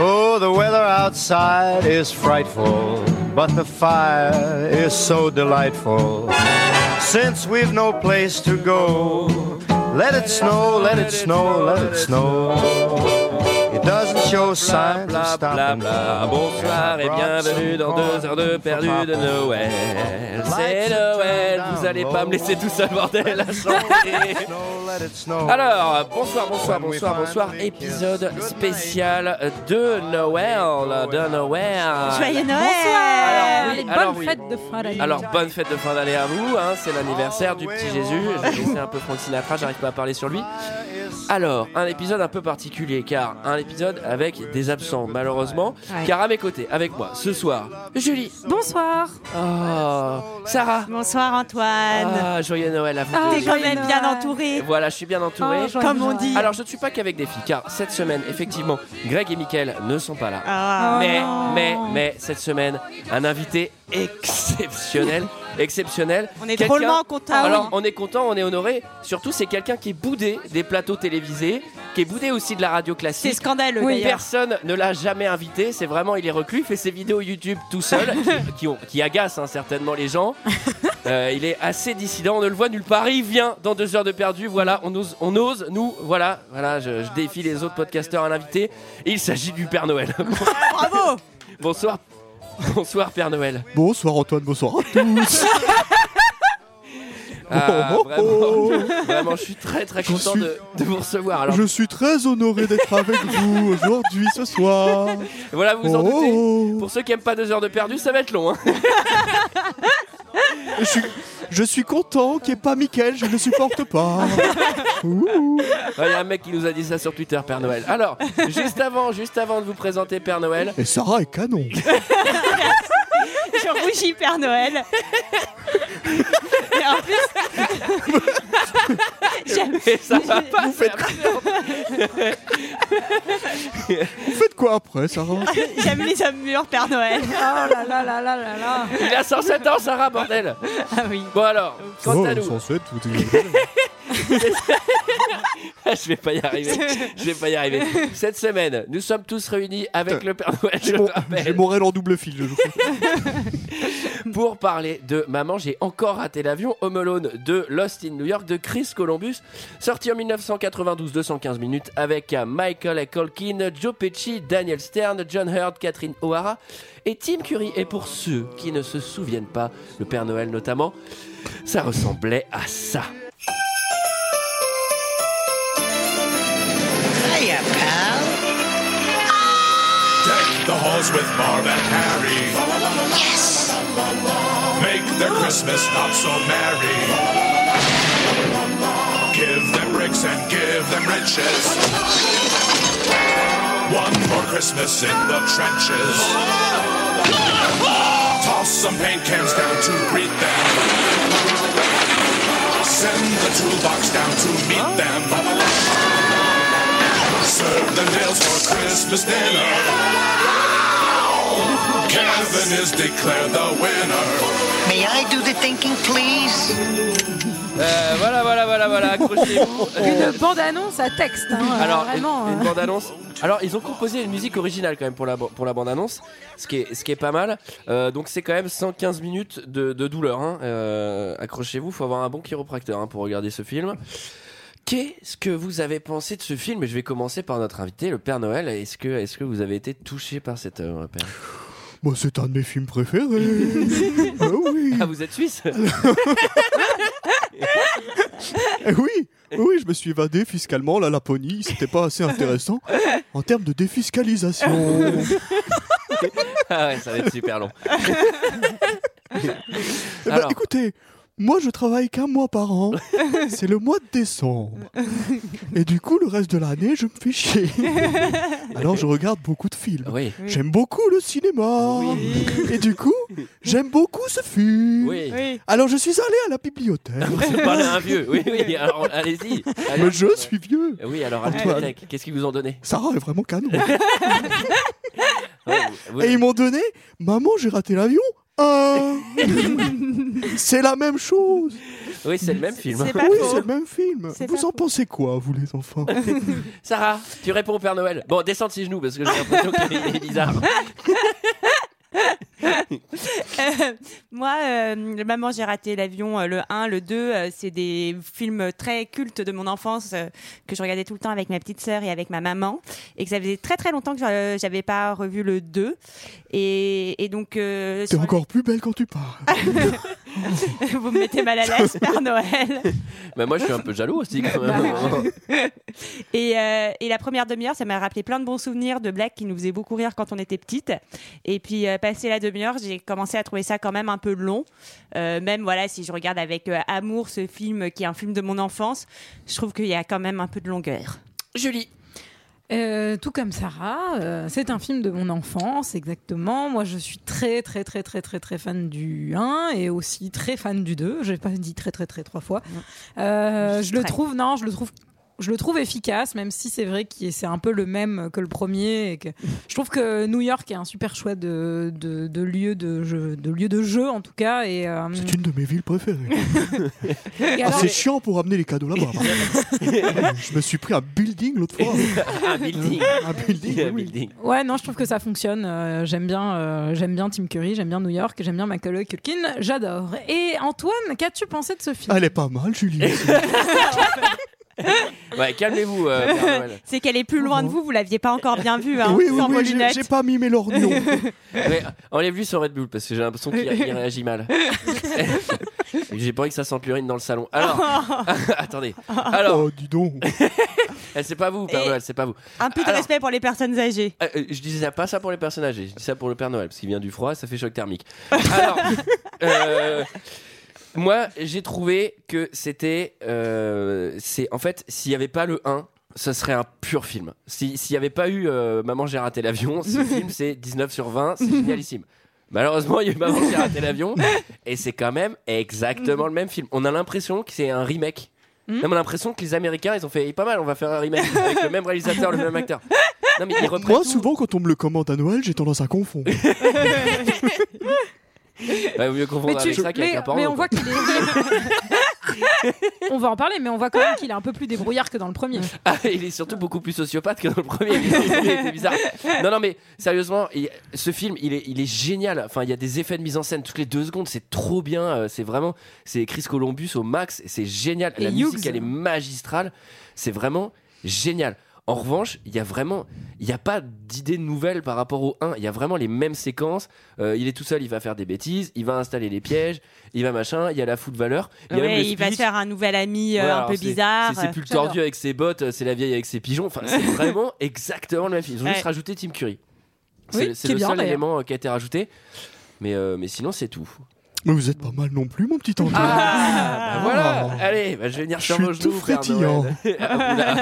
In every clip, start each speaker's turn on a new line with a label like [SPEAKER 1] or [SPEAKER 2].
[SPEAKER 1] Oh, outside is frightful, but the fire is so delightful. Since we've no place to go, let it snow, let it snow, let it snow. It doesn't show signs of
[SPEAKER 2] Bla, bla,
[SPEAKER 1] stopping.
[SPEAKER 2] bla. Bonsoir et bienvenue dans deux heures de perdu de Noël. C'est Noël, vous allez pas me laisser tout seul, bordel. Alors, bonsoir, bonsoir, bonsoir, bonsoir. Épisode spécial de Noël, de
[SPEAKER 3] Ah,
[SPEAKER 2] Noël.
[SPEAKER 4] Joyeux Noël
[SPEAKER 2] Alors, oui,
[SPEAKER 3] Allez,
[SPEAKER 2] alors
[SPEAKER 3] bonne
[SPEAKER 2] oui.
[SPEAKER 3] fête de fin d'année.
[SPEAKER 2] Alors, bonne fête de fin d'année à vous, hein, c'est l'anniversaire du petit Jésus. J'ai laissé un peu Frank Sinatra, j'arrive pas à parler sur lui. Alors, un épisode un peu particulier, car un épisode avec des absents, malheureusement.
[SPEAKER 3] Ouais.
[SPEAKER 2] Car à mes côtés, avec moi, ce soir, Julie.
[SPEAKER 3] Bonsoir.
[SPEAKER 2] Oh, Sarah.
[SPEAKER 4] Bonsoir Antoine
[SPEAKER 2] Ah, joyeux Noël à vous
[SPEAKER 3] Ah,
[SPEAKER 2] deux.
[SPEAKER 4] T'es
[SPEAKER 3] joyeux
[SPEAKER 4] quand même bien
[SPEAKER 3] Noël.
[SPEAKER 2] Et
[SPEAKER 4] entouré,
[SPEAKER 2] Voilà, je suis bien entouré.
[SPEAKER 3] Oh, joyeux
[SPEAKER 4] comme on
[SPEAKER 3] Noël.
[SPEAKER 4] dit.
[SPEAKER 2] Alors, je ne suis pas qu'avec des filles, car cette semaine, effectivement, Greg et Mickaël ne sont pas là.
[SPEAKER 4] Ah.
[SPEAKER 2] mais,
[SPEAKER 3] non.
[SPEAKER 2] mais, mais, cette semaine, un invité exceptionnel, exceptionnel.
[SPEAKER 4] On est
[SPEAKER 2] Quelqu'un-
[SPEAKER 4] drôlement content. Ah
[SPEAKER 2] Alors, on est content, on est honoré. Surtout, c'est quelqu'un qui est boudé des plateaux télévisés, qui est boudé aussi de la radio
[SPEAKER 4] C'est
[SPEAKER 2] classique.
[SPEAKER 4] scandaleux
[SPEAKER 3] Oui.
[SPEAKER 4] d'ailleurs.
[SPEAKER 2] Personne ne l'a jamais invité, c'est vraiment, il est reclus, il fait ses vidéos YouTube tout seul, qui, qui, ont- qui agacent hein, certainement les gens. Euh, il est assez dissident, on ne le voit nulle part, il vient dans deux heures de perdu, voilà, on ose, on ose nous, voilà, voilà, je, je défie les autres podcasteurs à l'inviter. Il s'agit du Père Noël.
[SPEAKER 4] Bravo
[SPEAKER 2] Bonsoir, bonsoir Père Noël.
[SPEAKER 5] Bonsoir Antoine, bonsoir à tous.
[SPEAKER 2] Ah,
[SPEAKER 5] Oh, oh,
[SPEAKER 2] vraiment,
[SPEAKER 5] oh.
[SPEAKER 2] Ah, vraiment, je suis très très
[SPEAKER 5] Je
[SPEAKER 2] content
[SPEAKER 5] suis-
[SPEAKER 2] de, de vous recevoir. Alors
[SPEAKER 5] Je suis très honoré d'être avec vous aujourd'hui, ce soir.
[SPEAKER 2] voilà, vous vous en
[SPEAKER 5] Oh,
[SPEAKER 2] doutez.
[SPEAKER 5] oh.
[SPEAKER 2] Pour ceux qui aiment pas deux heures de perdu, ça va être long. hein.
[SPEAKER 5] Je suis, je suis content qu'il n'y ait pas Mickaël, je ne le supporte pas. Ouh.
[SPEAKER 2] Il y a un mec qui nous a dit ça sur Twitter, Père Noël. Alors, juste avant, juste avant de vous présenter Père Noël,
[SPEAKER 5] Et Sarah est canon.
[SPEAKER 4] Je rougis Père Noël Et en plus... J'aime-
[SPEAKER 2] et ça va pas faire
[SPEAKER 5] Vous faites quoi après, Sarah
[SPEAKER 4] J'aime les hommes mûrs, Père Noël.
[SPEAKER 3] Oh là là là là là là.
[SPEAKER 2] Il a 107 ans, Sarah, bordel.
[SPEAKER 4] Ah oui.
[SPEAKER 2] Bon alors, quant
[SPEAKER 5] Oh,
[SPEAKER 2] à nous,
[SPEAKER 5] sans suite, vous
[SPEAKER 2] je vais pas y arriver. Je vais pas y arriver. Cette semaine, nous sommes tous réunis avec le Père Noël. Je
[SPEAKER 5] J'ai
[SPEAKER 2] le
[SPEAKER 5] mon, j'ai
[SPEAKER 2] rappelle.
[SPEAKER 5] mon rêve en double fil. je vous fais.
[SPEAKER 2] pour parler de Maman, j'ai encore raté l'avion, Home Alone de Lost in New York de Chris Columbus, sorti en 1992, 215 minutes, avec euh, Michael A. Colkin, Joe Pesci, Daniel Stern, John Hurt, Catherine O'Hara et Tim Curry. Et pour ceux qui ne se souviennent pas, le Père Noël notamment, ça ressemblait à ça.
[SPEAKER 6] Deck the halls with Barb and Harry. Make their Christmas not so merry. Give them bricks and give them riches. One more Christmas in the trenches. Toss some paint cans down to greet them. Send the toolbox down to meet them. Serve them nails for Christmas dinner. Kevin is declared the winner.
[SPEAKER 7] May I do the thinking, please?
[SPEAKER 2] Euh, voilà, voilà, voilà, voilà, accrochez-vous.
[SPEAKER 3] Une bande-annonce à texte. hein,
[SPEAKER 2] Alors, une,
[SPEAKER 3] vraiment.
[SPEAKER 2] une
[SPEAKER 3] euh.
[SPEAKER 2] bande-annonce. Alors, ils ont composé une musique originale quand même pour la, ba- pour la bande-annonce, ce, qui est- ce qui est pas mal. Euh, donc, c'est quand même 115 minutes de, de douleur. hein. Euh, Accrochez-vous, faut avoir un bon chiropracteur hein, pour regarder ce film. Qu'est-ce que vous avez pensé de ce film Et Je vais commencer par notre invité, le Père Noël. Est-ce que, est que vous avez été touché par cette euh, œuvre, Père
[SPEAKER 5] Moi, c'est un de mes films préférés. Ah oui.
[SPEAKER 2] Ah, vous êtes suisse
[SPEAKER 5] Eh oui, oui, je me suis évadé fiscalement. La Laponie, c'était pas assez intéressant en termes de défiscalisation.
[SPEAKER 2] Ah ouais, ça va être super long.
[SPEAKER 5] Eh ben,
[SPEAKER 2] Alors.
[SPEAKER 5] écoutez, moi, je travaille qu'un mois par an. C'est le mois de décembre. Et du coup, le reste de l'année, je me fais chier. Alors, je regarde beaucoup de films.
[SPEAKER 2] Oui,
[SPEAKER 5] J'aime beaucoup le cinéma.
[SPEAKER 2] Oui.
[SPEAKER 5] Et du coup, j'aime beaucoup ce film.
[SPEAKER 2] oui. Ah,
[SPEAKER 4] Oui.
[SPEAKER 5] Alors, je suis allé à la bibliothèque.
[SPEAKER 2] Vous parlez à un vieux. Oui, oui, alors allez-y. Allez.
[SPEAKER 5] Mais je suis vieux.
[SPEAKER 2] Oui, alors à la
[SPEAKER 5] Antoine.
[SPEAKER 2] bibliothèque, qu'est-ce qu'ils vous ont donné
[SPEAKER 5] Sarah est vraiment canon.
[SPEAKER 2] Ouais, vous-
[SPEAKER 5] Et ils m'ont donné Maman, j'ai raté l'avion. Un. C'est la même chose.
[SPEAKER 2] Oui, c'est le même film.
[SPEAKER 4] C'est pas
[SPEAKER 5] Oui, c'est
[SPEAKER 4] faux.
[SPEAKER 5] le même film.
[SPEAKER 4] C'est
[SPEAKER 5] Vous
[SPEAKER 4] pas
[SPEAKER 5] en
[SPEAKER 4] faux.
[SPEAKER 5] pensez quoi, vous les enfants
[SPEAKER 2] Sarah, tu réponds au Père Noël. Bon, descends de ses genoux parce que j'ai l'impression qu'il est bizarre.
[SPEAKER 4] Euh, moi, euh, le Maman, j'ai raté l'avion, euh, le 1, le 2, euh, c'est des films très cultes de mon enfance euh, que je regardais tout le temps avec ma petite sœur et avec ma maman. Et que ça faisait très très longtemps que euh, j'avais pas revu le 2. Et, et donc. euh,
[SPEAKER 5] T'es
[SPEAKER 4] sur-
[SPEAKER 5] encore plus belle quand tu parles.
[SPEAKER 4] Vous me mettez mal à l'aise, Père Noël.
[SPEAKER 2] Mais moi, je suis un peu jaloux aussi. quand même.
[SPEAKER 4] Et, euh, et la première demi-heure, ça m'a rappelé plein de bons souvenirs de blagues qui nous faisaient beaucoup rire quand on était petite. Et puis, euh, passé la demi-heure, j'ai commencé à trouver ça quand même un peu long. Euh, même, voilà, si je regarde avec euh, amour ce film qui est un film de mon enfance, je trouve qu'il y a quand même un peu de longueur.
[SPEAKER 2] Julie.
[SPEAKER 3] Euh, tout comme Sarah, euh, c'est un film de mon enfance, exactement. Moi, je suis très, très, très, très, très, très fan du 1 et aussi très fan du 2. J'ai pas dit très, très, très trois fois. Euh,
[SPEAKER 4] Juste
[SPEAKER 3] je le
[SPEAKER 4] très.
[SPEAKER 3] trouve, non, je le trouve. Je le trouve efficace, même si c'est vrai que c'est un peu le même que le premier. et que- Je trouve que New York est un super choix de, de, de lieu, de jeu, de lieu de jeu, en tout cas. Et, euh,
[SPEAKER 5] C'est une de mes villes préférées.
[SPEAKER 3] et
[SPEAKER 5] Ah,
[SPEAKER 3] alors-
[SPEAKER 5] c'est chiant pour amener les cadeaux là-bas. je me suis pris un building l'autre fois.
[SPEAKER 2] Oh, Un building.
[SPEAKER 5] un building,
[SPEAKER 2] Un
[SPEAKER 5] oui.
[SPEAKER 2] building.
[SPEAKER 3] Ouais, non, je trouve que ça fonctionne. Euh, j'aime bien, euh, j'aime bien Tim Curry, j'aime bien New York, j'aime bien Macaulay Culkin, j'adore. Et Antoine, qu'as-tu pensé de ce film
[SPEAKER 5] Elle est pas mal, Julie.
[SPEAKER 2] Ouais, calmez-vous, euh, Père Noël.
[SPEAKER 4] C'est qu'elle est plus loin
[SPEAKER 2] Oh.
[SPEAKER 4] de vous, vous l'aviez pas encore bien vu, hein,
[SPEAKER 5] oui, oui,
[SPEAKER 4] sans vos
[SPEAKER 5] oui, j'ai-
[SPEAKER 4] lunettes.
[SPEAKER 5] j'ai pas mimé l'orgnon.
[SPEAKER 2] Ouais, Enlève-lui son Red Bull parce que j'ai l'impression qu'il il réagit mal. j'ai pas envie que ça sente l'urine dans le salon. Alors, attendez. Alors,
[SPEAKER 5] Oh, dis donc.
[SPEAKER 2] eh, c'est pas vous, Père
[SPEAKER 4] Et-
[SPEAKER 2] Noël, c'est pas vous.
[SPEAKER 4] Un peu de
[SPEAKER 2] Alors-
[SPEAKER 4] respect pour les personnes âgées.
[SPEAKER 2] Euh, euh, je disais pas ça pour les personnes âgées, je dis ça pour le Père Noël, parce qu'il vient du froid, ça fait choc thermique. Alors, euh, moi, j'ai trouvé que c'était. euh, c'est En fait, s'il n'y avait pas le 1, ça serait un pur film. Si- S'il n'y avait pas eu euh, Maman, j'ai raté l'avion, ce film, c'est 19 sur 20, c'est génialissime. Malheureusement, il y a eu Maman, j'ai raté l'avion, et c'est quand même exactement le même film. On a l'impression que c'est un remake.
[SPEAKER 3] Hmm
[SPEAKER 2] Non, on a l'impression que les Américains, ils ont fait Eh, pas mal, on va faire un remake avec le même réalisateur, le même acteur. Non, mais ils reprennent
[SPEAKER 5] Moi,
[SPEAKER 2] tout.
[SPEAKER 5] souvent, quand on me le commande à Noël, j'ai tendance à confondre.
[SPEAKER 2] Ouais, vaut mieux confondre avec ça qu'avec
[SPEAKER 3] mais-
[SPEAKER 2] un porno,
[SPEAKER 3] mais on
[SPEAKER 2] quoi.
[SPEAKER 3] voit qu'il est. on va en parler, mais on voit quand même qu'il est un peu plus débrouillard que dans le premier.
[SPEAKER 2] Ah, il est surtout beaucoup plus sociopathe que dans le premier. Le premier était bizarre. Non, non, mais sérieusement, il- ce film, il est, il est génial. Enfin, il y a des effets de mise en scène toutes les deux secondes. C'est trop bien. Euh, C'est vraiment, c'est Chris Columbus au max. C'est génial.
[SPEAKER 3] Et
[SPEAKER 2] La musique,
[SPEAKER 3] Hughes.
[SPEAKER 2] elle est magistrale. C'est vraiment génial. En revanche, il y a vraiment, il n'y a pas d'idée nouvelle par rapport au 1. Il y a vraiment les mêmes séquences. Euh, il est tout seul, il va faire des bêtises, il va installer les pièges, il va machin, il y a la food valeur. Il, y a même
[SPEAKER 4] Ouais,
[SPEAKER 2] le
[SPEAKER 4] il va se
[SPEAKER 2] speech.
[SPEAKER 4] faire un nouvel ami euh,
[SPEAKER 2] Ouais,
[SPEAKER 4] un
[SPEAKER 2] alors
[SPEAKER 4] peu
[SPEAKER 2] c'est-
[SPEAKER 4] bizarre. euh,
[SPEAKER 2] C'est, c'est plus le
[SPEAKER 3] J'adore.
[SPEAKER 2] tordu avec ses bottes, euh, c'est la vieille avec ses pigeons. Enfin, c'est vraiment exactement le même film. Ils ont
[SPEAKER 4] Ouais.
[SPEAKER 2] juste rajouté Tim Curry. C'est,
[SPEAKER 3] Oui,
[SPEAKER 2] le- c'est
[SPEAKER 3] qui est
[SPEAKER 2] le
[SPEAKER 3] bien,
[SPEAKER 2] seul
[SPEAKER 3] d'ailleurs.
[SPEAKER 2] élément euh, qui a été rajouté. Mais, euh, mais sinon, c'est tout.
[SPEAKER 5] Mais vous êtes pas mal non plus, mon petit Antoine.
[SPEAKER 2] Ah, bah voilà Allez, bah, je vais venir
[SPEAKER 5] Je
[SPEAKER 2] sur
[SPEAKER 5] suis
[SPEAKER 2] vos genoux,
[SPEAKER 5] tout
[SPEAKER 2] Père
[SPEAKER 5] frétillant.
[SPEAKER 2] Noël. Ah, oula.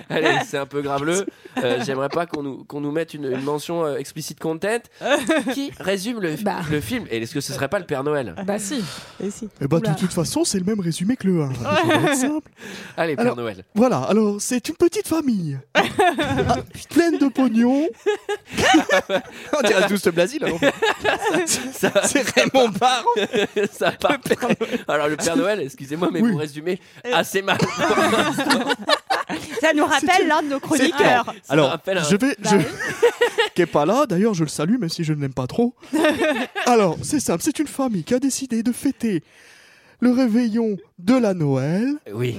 [SPEAKER 2] Allez, c'est un peu graveleux. Euh, j'aimerais pas qu'on nous, qu'on nous mette une, une mention euh, explicit content qui résume le,
[SPEAKER 3] Bah.
[SPEAKER 2] le film. Et est-ce que ce serait pas le Père Noël
[SPEAKER 3] Bah si.
[SPEAKER 5] Eh ben,
[SPEAKER 3] Oula.
[SPEAKER 5] de toute façon, c'est le même résumé que le 1. Ça va être simple.
[SPEAKER 2] Allez, Père
[SPEAKER 5] Alors-
[SPEAKER 2] Noël.
[SPEAKER 5] Voilà, alors c'est une petite famille Ah, pleine de pognon. On dirait tous le hein. Blasil.
[SPEAKER 2] Ça,
[SPEAKER 5] C'est Raymond Barre.
[SPEAKER 2] ça part. Alors, le Père Noël, excusez-moi, mais
[SPEAKER 5] Oui.
[SPEAKER 2] vous résumez assez mal.
[SPEAKER 4] Ça nous rappelle
[SPEAKER 5] une-
[SPEAKER 4] l'un de nos chroniqueurs.
[SPEAKER 2] Ça
[SPEAKER 5] Alors,
[SPEAKER 2] rappelle un-
[SPEAKER 5] je vais.
[SPEAKER 3] Bah
[SPEAKER 5] je-
[SPEAKER 3] oui.
[SPEAKER 5] qui est pas là, d'ailleurs, je le salue, même si je ne l'aime pas trop. Alors, c'est simple, c'est une famille qui a décidé de fêter le réveillon de la Noël
[SPEAKER 2] Oui.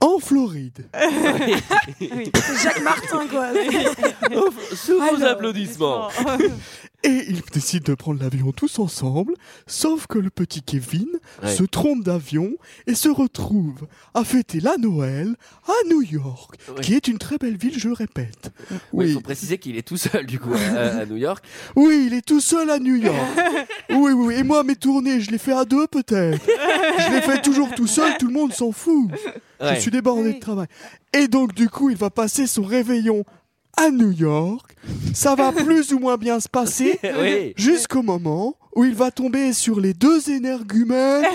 [SPEAKER 5] en Floride.
[SPEAKER 3] Jacques Martin, quoi.
[SPEAKER 5] Mm,
[SPEAKER 2] Sous vos
[SPEAKER 3] Alors,
[SPEAKER 2] applaudissements.
[SPEAKER 5] Et ils décident de prendre l'avion tous ensemble, sauf que le petit Kevin
[SPEAKER 2] Ouais.
[SPEAKER 5] se trompe d'avion et se retrouve à fêter la Noël à New York,
[SPEAKER 2] Ouais.
[SPEAKER 5] qui est une très belle ville, je répète.
[SPEAKER 2] Oui, il
[SPEAKER 5] Oui,
[SPEAKER 2] faut préciser qu'il est tout seul du coup à, à New York.
[SPEAKER 5] oui, il est tout seul à New York. oui, oui, oui, et moi, mes tournées, je les fais à deux peut-être. je les fais toujours tout seul, tout le monde s'en fout.
[SPEAKER 2] Ouais.
[SPEAKER 5] Je suis débordé de travail. Et donc, du coup, il va passer son réveillon à New York. Ça va plus ou moins bien se passer
[SPEAKER 2] oui.
[SPEAKER 5] jusqu'au moment où il va tomber sur les deux énergumènes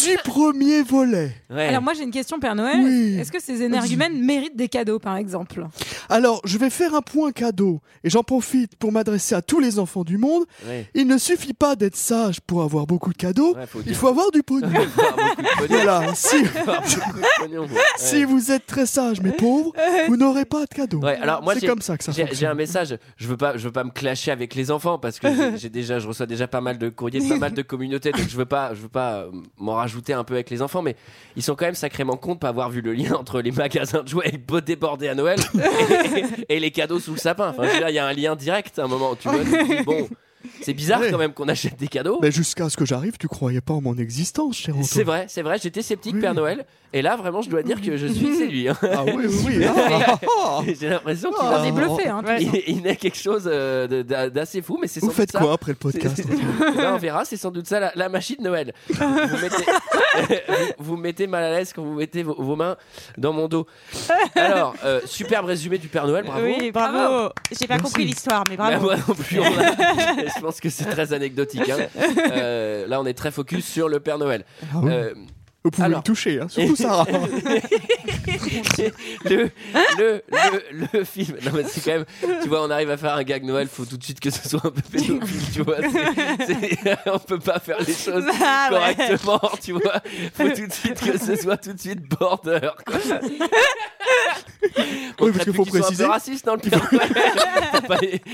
[SPEAKER 5] du premier volet.
[SPEAKER 2] Ouais.
[SPEAKER 3] Alors moi j'ai une question Père Noël.
[SPEAKER 5] Oui.
[SPEAKER 3] Est-ce que ces énergumènes méritent des cadeaux par exemple
[SPEAKER 5] Alors, je vais faire un point cadeau, et j'en profite pour m'adresser à tous les enfants du monde.
[SPEAKER 2] Ouais.
[SPEAKER 5] Il ne suffit pas d'être sage pour avoir beaucoup de cadeaux,
[SPEAKER 2] Ouais, faut
[SPEAKER 5] il
[SPEAKER 2] dire.
[SPEAKER 5] faut avoir du pognon.
[SPEAKER 2] Faire beaucoup de pognon.
[SPEAKER 5] voilà, si,
[SPEAKER 2] Faire beaucoup de pognon. Ouais.
[SPEAKER 5] si vous êtes très sage mais pauvre, vous n'aurez pas de cadeaux.
[SPEAKER 2] Ouais, alors moi,
[SPEAKER 5] c'est
[SPEAKER 2] j'ai-
[SPEAKER 5] comme ça que ça
[SPEAKER 2] J'ai j'ai un
[SPEAKER 5] fonctionne.
[SPEAKER 2] message. Je veux pas, je veux pas me clasher avec les enfants parce que j'ai- j'ai déjà, je reçois déjà pas mal de courriers, de pas mal de communautés. Donc je veux pas, je veux pas euh, m'en rajouter un peu avec les enfants, mais ils sont quand même sacrément cons de pas avoir vu le lien entre les magasins de jouets et le pot débordé à Noël et, et les cadeaux sous le sapin. Enfin, je veux dire, il y a un lien direct. À un moment, tu vois, tu te dis, bon, c'est bizarre
[SPEAKER 5] Ouais.
[SPEAKER 2] quand même qu'on achète des cadeaux.
[SPEAKER 5] Mais jusqu'à ce que j'arrive, tu croyais pas en mon existence, cher Antoine.
[SPEAKER 2] C'est vrai, c'est vrai. J'étais sceptique
[SPEAKER 5] Oui.
[SPEAKER 2] Père Noël et là vraiment, je dois dire que je suis séduit. hein.
[SPEAKER 5] Ah oui, oui, oui. ah, ah, ah.
[SPEAKER 2] J'ai l'impression qu'il
[SPEAKER 5] Ah.
[SPEAKER 3] On
[SPEAKER 2] a-
[SPEAKER 3] est bluffé. Hein,
[SPEAKER 4] Ouais.
[SPEAKER 2] il, il naît quelque chose euh, de- d'a- d'assez fou, mais c'est sans
[SPEAKER 5] Vous
[SPEAKER 2] doute
[SPEAKER 5] faites
[SPEAKER 2] ça.
[SPEAKER 5] quoi après le podcast
[SPEAKER 2] Eh ben, on verra, c'est sans doute ça la, la machine de Noël. Vous mettez, vous, vous mettez mal à l'aise quand vous mettez vos, vos mains dans mon dos. Alors, euh, superbe résumé du Père Noël, bravo.
[SPEAKER 4] Oui, bravo. J'ai pas
[SPEAKER 5] Merci.
[SPEAKER 4] compris l'histoire, mais
[SPEAKER 2] Bah,
[SPEAKER 4] bravo.
[SPEAKER 2] moi non plus, on a- je pense que c'est très anecdotique. hein. Euh, là, on est très focus sur le Père Noël.
[SPEAKER 5] Ah oui.
[SPEAKER 2] Euh,
[SPEAKER 5] Vous pouvez
[SPEAKER 2] alors.
[SPEAKER 5] me toucher, hein, surtout Sarah.
[SPEAKER 2] le, le, le, le film. Non, mais c'est quand même. Tu vois, on arrive à faire un gag Noël, faut tout de suite que ce soit un peu pédophile, tu vois. c'est- c'est- on peut pas faire les choses
[SPEAKER 4] Ah ouais.
[SPEAKER 2] correctement, tu vois. Faut tout de suite que ce soit tout de suite border. Quoi.
[SPEAKER 5] Oui, parce
[SPEAKER 2] craint
[SPEAKER 5] qu'il faut
[SPEAKER 2] qu'ils soient
[SPEAKER 5] préciser.
[SPEAKER 2] Un peu raciste dans le pire.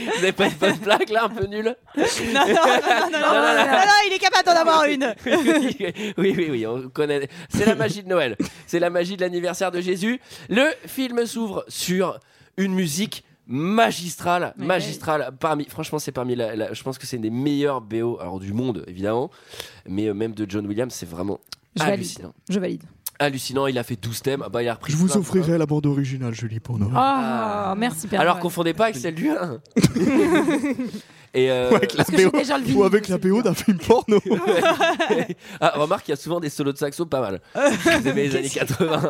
[SPEAKER 2] Vous avez pas une bonne blague là, un peu nulle
[SPEAKER 4] Non, non, non, non, non, non, non, non, non, il est capable d'en avoir une.
[SPEAKER 2] oui, oui, oui, oui, on connaît. C'est la magie de Noël. C'est la magie de l'anniversaire de Jésus. Le film s'ouvre sur une musique magistrale,
[SPEAKER 3] Ouais.
[SPEAKER 2] magistrale. Parmi, franchement, c'est parmi la, la- Je pense que c'est une des meilleures BO alors du monde, évidemment, mais euh, même de John Williams, c'est vraiment
[SPEAKER 3] Je valide.
[SPEAKER 2] hallucinant.
[SPEAKER 3] Je valide.
[SPEAKER 2] Hallucinant. Il a fait 12 thèmes. Ah Bah, il a repris.
[SPEAKER 5] Je vous
[SPEAKER 2] plein de thèmes.
[SPEAKER 5] offrirai la bande originale, Julie, pour Noël.
[SPEAKER 3] Ah merci Père
[SPEAKER 2] Alors
[SPEAKER 3] Noël.
[SPEAKER 2] confondez pas avec celle du 1. Et euh,
[SPEAKER 5] Ou avec la
[SPEAKER 3] Parce que j'ai
[SPEAKER 5] BO,
[SPEAKER 3] déjà le
[SPEAKER 5] ou
[SPEAKER 3] vinyle,
[SPEAKER 5] avec
[SPEAKER 3] je
[SPEAKER 5] la
[SPEAKER 3] sais
[SPEAKER 5] BO d'un film porno.
[SPEAKER 2] ah, remarque, il y a souvent des solos de saxo pas mal. Vous aimez les années 80.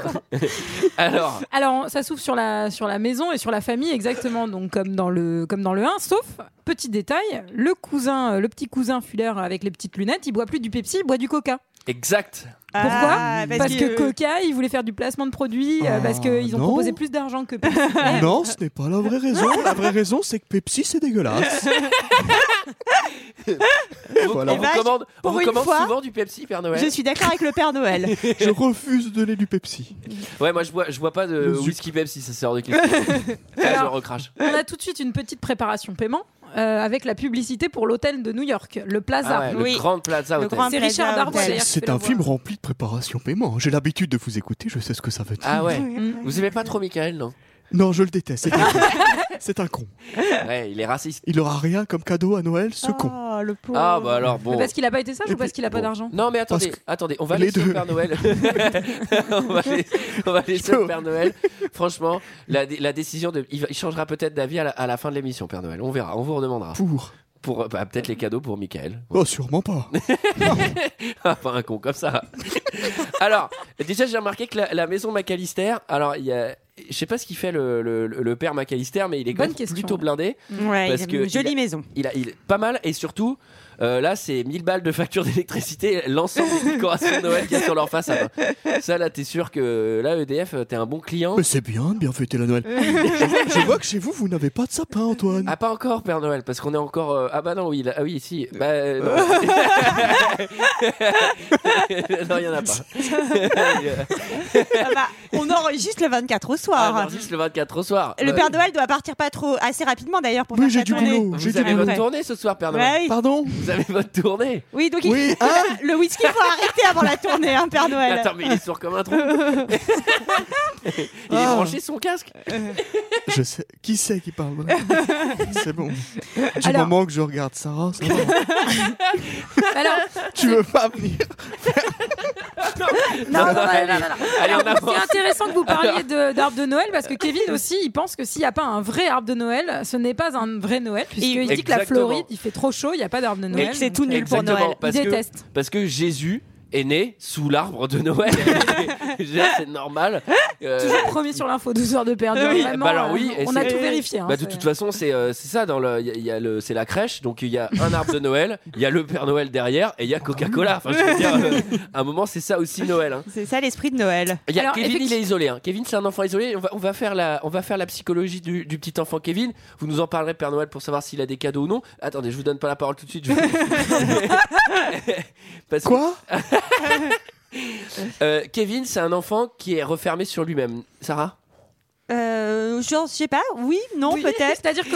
[SPEAKER 2] Alors,
[SPEAKER 3] Alors, ça s'ouvre sur la, sur la maison et sur la famille, exactement, donc comme dans le, comme dans le 1, sauf, petit détail, le cousin, euh, le petit cousin Fuller avec les petites lunettes, il boit plus du Pepsi, il boit du Coca.
[SPEAKER 2] exact.
[SPEAKER 3] Pourquoi
[SPEAKER 4] Ah,
[SPEAKER 3] Parce, que Coca, il voulait faire du placement de produits, euh,
[SPEAKER 5] Ah,
[SPEAKER 3] parce qu'ils ont
[SPEAKER 5] non.
[SPEAKER 3] proposé plus d'argent que Pepsi.
[SPEAKER 5] Non, ce n'est pas la vraie raison. La vraie raison, c'est que Pepsi, c'est dégueulasse.
[SPEAKER 2] On-
[SPEAKER 5] Voilà.
[SPEAKER 2] On vous
[SPEAKER 4] Eh ben,
[SPEAKER 2] commande, on
[SPEAKER 4] pour
[SPEAKER 2] vous
[SPEAKER 4] une
[SPEAKER 2] commande
[SPEAKER 4] fois,
[SPEAKER 2] souvent du Pepsi, Père Noël.
[SPEAKER 4] Je suis d'accord avec le Père Noël.
[SPEAKER 5] Je refuse de donner du Pepsi.
[SPEAKER 2] Ouais, moi je bois, je bois pas de
[SPEAKER 5] Le
[SPEAKER 2] whisky Pepsi, ça sert de question. Ah, je
[SPEAKER 3] Alors-
[SPEAKER 2] recrache.
[SPEAKER 3] On a tout de suite une petite préparation paiement euh, avec la publicité pour l'hôtel de New York, le Plaza.
[SPEAKER 2] Ah ouais,
[SPEAKER 4] oui.
[SPEAKER 2] Le Grand Plaza
[SPEAKER 4] Le
[SPEAKER 2] Hotel.
[SPEAKER 4] Grand
[SPEAKER 3] C'est Richard
[SPEAKER 4] Plaza
[SPEAKER 3] Darbois,
[SPEAKER 4] Hotel.
[SPEAKER 3] d'ailleurs, qui fait
[SPEAKER 5] C'est
[SPEAKER 3] la
[SPEAKER 5] un
[SPEAKER 3] voix.
[SPEAKER 5] film rempli de préparation paiement. J'ai l'habitude de vous écouter, je sais ce que ça veut dire.
[SPEAKER 2] Ah ouais.
[SPEAKER 3] Mm.
[SPEAKER 2] Vous aimez pas trop Michael, non
[SPEAKER 5] Non, je le déteste. c'est un con. C'est un con.
[SPEAKER 2] Ouais, il est raciste.
[SPEAKER 5] Il aura rien comme cadeau à Noël, ce con.
[SPEAKER 4] Oh, le pauvre.
[SPEAKER 2] Ah bah alors bon.
[SPEAKER 3] Mais Parce qu'il a pas été sage
[SPEAKER 5] Et
[SPEAKER 3] ou parce qu'il a pas
[SPEAKER 2] Bon.
[SPEAKER 3] d'argent
[SPEAKER 2] Non mais attendez,
[SPEAKER 5] Parce que-
[SPEAKER 2] attendez, on va
[SPEAKER 5] Les
[SPEAKER 2] laisser le
[SPEAKER 5] deux.
[SPEAKER 2] Père Noël. on va laisser, on va laisser le
[SPEAKER 5] peux-
[SPEAKER 2] Père Noël. Franchement, la, dé- la décision de, il, va- il changera peut-être d'avis à, la- à la fin de l'émission, Père Noël. On verra, on vous redemandera.
[SPEAKER 5] Pour.
[SPEAKER 2] Pour euh, bah, peut-être les cadeaux pour Michael.
[SPEAKER 5] Oh, sûrement pas.
[SPEAKER 2] Ah, pas un con comme ça. alors, déjà, j'ai remarqué que la, la maison McAllister, alors, il y a. Je sais pas ce qu'il fait le, le- le père McAllister, mais il est quand
[SPEAKER 3] Bonne
[SPEAKER 2] même
[SPEAKER 3] question,
[SPEAKER 2] plutôt
[SPEAKER 3] ouais.
[SPEAKER 2] blindé.
[SPEAKER 4] Mm. Ouais,
[SPEAKER 2] Parce
[SPEAKER 4] il a
[SPEAKER 2] que
[SPEAKER 4] une jolie
[SPEAKER 2] il a-
[SPEAKER 4] maison.
[SPEAKER 2] Il a il, pas mal et surtout, euh, là, c'est 1000 balles de facture d'électricité, l'ensemble des décorations de Noël qu'il y a sur leur façade. Ça, là, t'es sûr que là, E EDF, euh, t'es un bon client.
[SPEAKER 5] Mais c'est bien de bien fêter la Noël. Je vois, je vois que chez vous, vous n'avez pas de sapin, Antoine.
[SPEAKER 2] Ah, pas encore, Père Noël, parce qu'on est encore. euh, Ah, bah non, oui, là- ah oui, si. Bah, euh, non. non, il y en a pas.
[SPEAKER 4] Ah bah, on enregistre le 24 au
[SPEAKER 2] Ah,
[SPEAKER 4] soir.
[SPEAKER 2] on enregistre le 24 au soir.
[SPEAKER 4] le
[SPEAKER 2] Bah,
[SPEAKER 4] Père Noël doit partir pas trop assez rapidement d'ailleurs pour
[SPEAKER 5] Oui,
[SPEAKER 4] faire
[SPEAKER 5] j'ai
[SPEAKER 4] sa
[SPEAKER 5] du
[SPEAKER 4] tournée.
[SPEAKER 5] boulot. Ah, J'ai
[SPEAKER 2] Vous
[SPEAKER 5] du
[SPEAKER 2] avez
[SPEAKER 5] boulot.
[SPEAKER 2] votre
[SPEAKER 4] Ouais.
[SPEAKER 2] tournée ce soir, Père Noël.
[SPEAKER 4] Ouais, oui.
[SPEAKER 5] Pardon
[SPEAKER 2] Vous avez votre tournée.
[SPEAKER 4] Oui, donc il-
[SPEAKER 5] Oui, hein
[SPEAKER 4] le whisky faut arrêter avant la tournée, hein, Père Noël.
[SPEAKER 2] Attends, mais il est sourd comme un trou. il
[SPEAKER 3] Oh.
[SPEAKER 2] est
[SPEAKER 5] Ah.
[SPEAKER 2] branché son casque.
[SPEAKER 5] Je sais. Qui c'est qui parle C'est bon. Du
[SPEAKER 3] Alors-
[SPEAKER 5] moment que je regarde Sarah, ça va.
[SPEAKER 3] Alors,
[SPEAKER 5] tu veux pas venir
[SPEAKER 3] non, non, non, non,
[SPEAKER 2] allez,
[SPEAKER 3] non, non.
[SPEAKER 2] allez, on avance.
[SPEAKER 3] C'est intéressant que vous parliez de- d'arbre de Noël parce que Kevin aussi, il pense que s'il n'y a pas un vrai arbre de Noël, ce n'est pas un vrai Noël puisqu'il dit que la
[SPEAKER 2] Exactement.
[SPEAKER 3] Floride, il fait trop chaud, il n'y a pas d'arbre de Noël.
[SPEAKER 4] Et que c'est
[SPEAKER 3] donc,
[SPEAKER 4] tout nul pour
[SPEAKER 2] Exactement,
[SPEAKER 4] Noël.
[SPEAKER 3] Il
[SPEAKER 2] parce que,
[SPEAKER 3] déteste.
[SPEAKER 2] parce que Jésus, est né sous l'arbre de Noël. Déjà, c'est normal. Euh,
[SPEAKER 3] Toujours premier sur l'info, 12 heures de perdu.
[SPEAKER 4] Oui.
[SPEAKER 3] vraiment,
[SPEAKER 2] Bah alors oui,
[SPEAKER 3] euh,
[SPEAKER 2] et
[SPEAKER 3] on a
[SPEAKER 2] c'est-
[SPEAKER 3] tout vérifié. hein,
[SPEAKER 2] bah, de
[SPEAKER 3] c'est-
[SPEAKER 2] toute façon, c'est euh, c'est ça dans le, il y a- il y a le- c'est la crèche, donc il y a un arbre de Noël, il y a le Père Noël derrière et il y a Coca-Cola. Enfin, je veux dire, euh, à un moment, c'est ça aussi Noël. hein.
[SPEAKER 4] C'est ça l'esprit de Noël.
[SPEAKER 2] Il y a
[SPEAKER 3] Alors,
[SPEAKER 2] Kevin, il
[SPEAKER 3] effecti-
[SPEAKER 2] est isolé. hein. Kevin, c'est un enfant isolé. On va, on va faire la, on va faire la psychologie du, du petit enfant Kevin. Vous nous en parlerez, Père Noël, pour savoir s'il a des cadeaux ou non. Attendez, je vous donne pas la parole tout de suite. je vous- Parce que,
[SPEAKER 5] Quoi
[SPEAKER 2] euh, Kevin, c'est un enfant qui est refermé sur lui-même. Sarah.
[SPEAKER 4] Euh, je je sais pas, oui, non,
[SPEAKER 3] Oui,
[SPEAKER 4] peut-être.
[SPEAKER 3] C'est-à-dire que.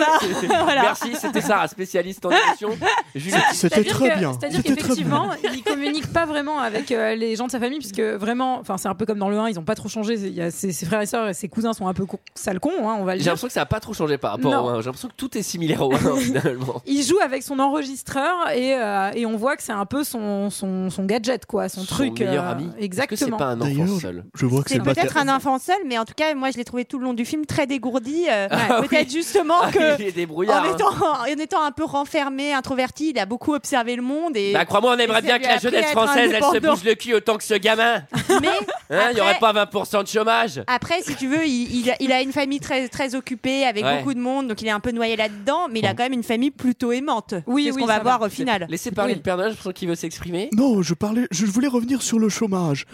[SPEAKER 4] Bah, voilà.
[SPEAKER 2] Merci, c'était Sarah, spécialiste en émission. Julie.
[SPEAKER 5] C'était
[SPEAKER 3] C'est-à-dire
[SPEAKER 5] très
[SPEAKER 3] que-
[SPEAKER 5] bien.
[SPEAKER 3] C'est-à-dire
[SPEAKER 5] C'était très bien.
[SPEAKER 3] qu'effectivement, il communique pas vraiment avec euh, les gens de sa famille, puisque vraiment, enfin, c'est un peu comme dans le 1, ils ont pas trop changé. Il y a ses, ses frères et sœurs et ses cousins sont un peu con- sale con, hein, on va le
[SPEAKER 2] J'ai
[SPEAKER 3] dire.
[SPEAKER 2] l'impression que ça a pas trop changé par rapport
[SPEAKER 3] Non.
[SPEAKER 2] au 1. J'ai l'impression que tout est similaire au 1 finalement.
[SPEAKER 3] Il joue avec son enregistreur et, euh, et on voit que c'est un peu son, son, son gadget, quoi, son, truc.
[SPEAKER 2] meilleur
[SPEAKER 3] euh,
[SPEAKER 2] ami. Est-ce que c'est
[SPEAKER 3] Exactement.
[SPEAKER 2] pas un enfant
[SPEAKER 5] D'ailleurs,
[SPEAKER 2] seul
[SPEAKER 5] Je vois Oh, que c'est
[SPEAKER 4] C'est
[SPEAKER 5] le bâtard.
[SPEAKER 4] peut-être un enfant seul, mais en tout cas, moi, je l'ai trouvé tout le long du film très dégourdi. euh,
[SPEAKER 2] Ah,
[SPEAKER 4] peut-être justement
[SPEAKER 2] Ah,
[SPEAKER 4] Oh, que.
[SPEAKER 2] Il est
[SPEAKER 4] En
[SPEAKER 2] débrouillard. hein.
[SPEAKER 4] étant, en étant un peu renfermé, introverti, il a beaucoup observé le monde et
[SPEAKER 2] Bah crois-moi, on aimerait
[SPEAKER 4] Et
[SPEAKER 2] bien
[SPEAKER 4] ça lui
[SPEAKER 2] que
[SPEAKER 4] a
[SPEAKER 2] la
[SPEAKER 4] appris à
[SPEAKER 2] jeunesse
[SPEAKER 4] être
[SPEAKER 2] française, elle se
[SPEAKER 4] indépendant.
[SPEAKER 2] bouge le cul autant que ce gamin.
[SPEAKER 4] mais
[SPEAKER 2] Hein, il n'y aurait pas
[SPEAKER 4] Après-
[SPEAKER 2] 20% de chômage.
[SPEAKER 4] Après, si tu veux, il, il a, il a une famille très, très occupée avec
[SPEAKER 2] Ouais.
[SPEAKER 4] beaucoup de monde, donc il est un peu noyé là-dedans, mais il a quand même une famille plutôt aimante.
[SPEAKER 3] Oui,
[SPEAKER 4] c'est ce
[SPEAKER 3] oui,
[SPEAKER 4] qu'on va
[SPEAKER 3] ça
[SPEAKER 4] voir
[SPEAKER 3] va.
[SPEAKER 4] au final.
[SPEAKER 2] Laissez parler
[SPEAKER 3] Oui.
[SPEAKER 2] le Père Noël, je pense qu'il veut s'exprimer.
[SPEAKER 5] Non, je parlais, je voulais revenir sur le chômage.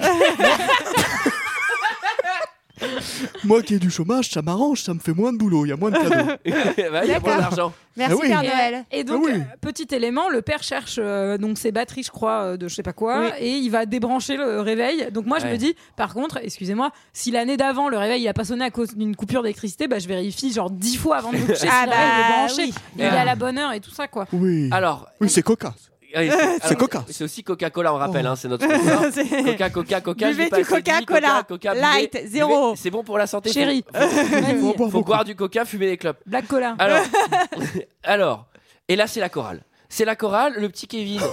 [SPEAKER 5] Moi qui ai du chômage, ça m'arrange, ça me fait moins de boulot, il y a moins de cadeaux.
[SPEAKER 2] Bah, Il y a
[SPEAKER 4] D'accord.
[SPEAKER 2] moins d'argent.
[SPEAKER 4] Merci
[SPEAKER 5] Ah oui.
[SPEAKER 4] Père
[SPEAKER 3] Et-
[SPEAKER 4] Noël.
[SPEAKER 3] Et, donc,
[SPEAKER 5] Ah oui.
[SPEAKER 3] euh, petit élément, le père cherche euh, donc ses batteries, je crois, euh, de je sais pas quoi,
[SPEAKER 4] Oui.
[SPEAKER 3] et il va débrancher le réveil. Donc moi, je
[SPEAKER 2] Ouais.
[SPEAKER 3] me dis, par contre, excusez-moi, si l'année d'avant le réveil il a pas sonné à cause d'une coupure d'électricité, bah je vérifie genre dix fois avant de me coucher.
[SPEAKER 4] Ah
[SPEAKER 3] si le réveil est
[SPEAKER 4] bah
[SPEAKER 3] branché,
[SPEAKER 4] oui.
[SPEAKER 3] il est à
[SPEAKER 2] Ah.
[SPEAKER 3] la bonne heure et tout ça quoi.
[SPEAKER 5] Oui.
[SPEAKER 2] Alors,
[SPEAKER 5] Oui, c'est cocasse.
[SPEAKER 2] allez, c'est alors,
[SPEAKER 5] Euh, Coca.
[SPEAKER 2] C'est aussi Coca-Cola, on rappelle,
[SPEAKER 5] Oh.
[SPEAKER 2] hein, c'est notre sponsor.
[SPEAKER 4] C'est-
[SPEAKER 2] Coca, Coca, Coca. je
[SPEAKER 4] Buvez
[SPEAKER 2] l'ai pas
[SPEAKER 4] du
[SPEAKER 2] assez dit,
[SPEAKER 4] Coca-Cola.
[SPEAKER 2] Coca, Coca, buvez,
[SPEAKER 4] Light,
[SPEAKER 2] buvez.
[SPEAKER 4] zéro.
[SPEAKER 2] C'est bon pour la santé.
[SPEAKER 3] Chérie,
[SPEAKER 2] Faut,
[SPEAKER 5] On va
[SPEAKER 3] Mamie,
[SPEAKER 5] boire
[SPEAKER 2] faut
[SPEAKER 5] beaucoup.
[SPEAKER 2] boire du Coca, fumer des clopes.
[SPEAKER 3] Black Cola.
[SPEAKER 2] Alors, alors, et là c'est la chorale. C'est la chorale, le petit Kevin.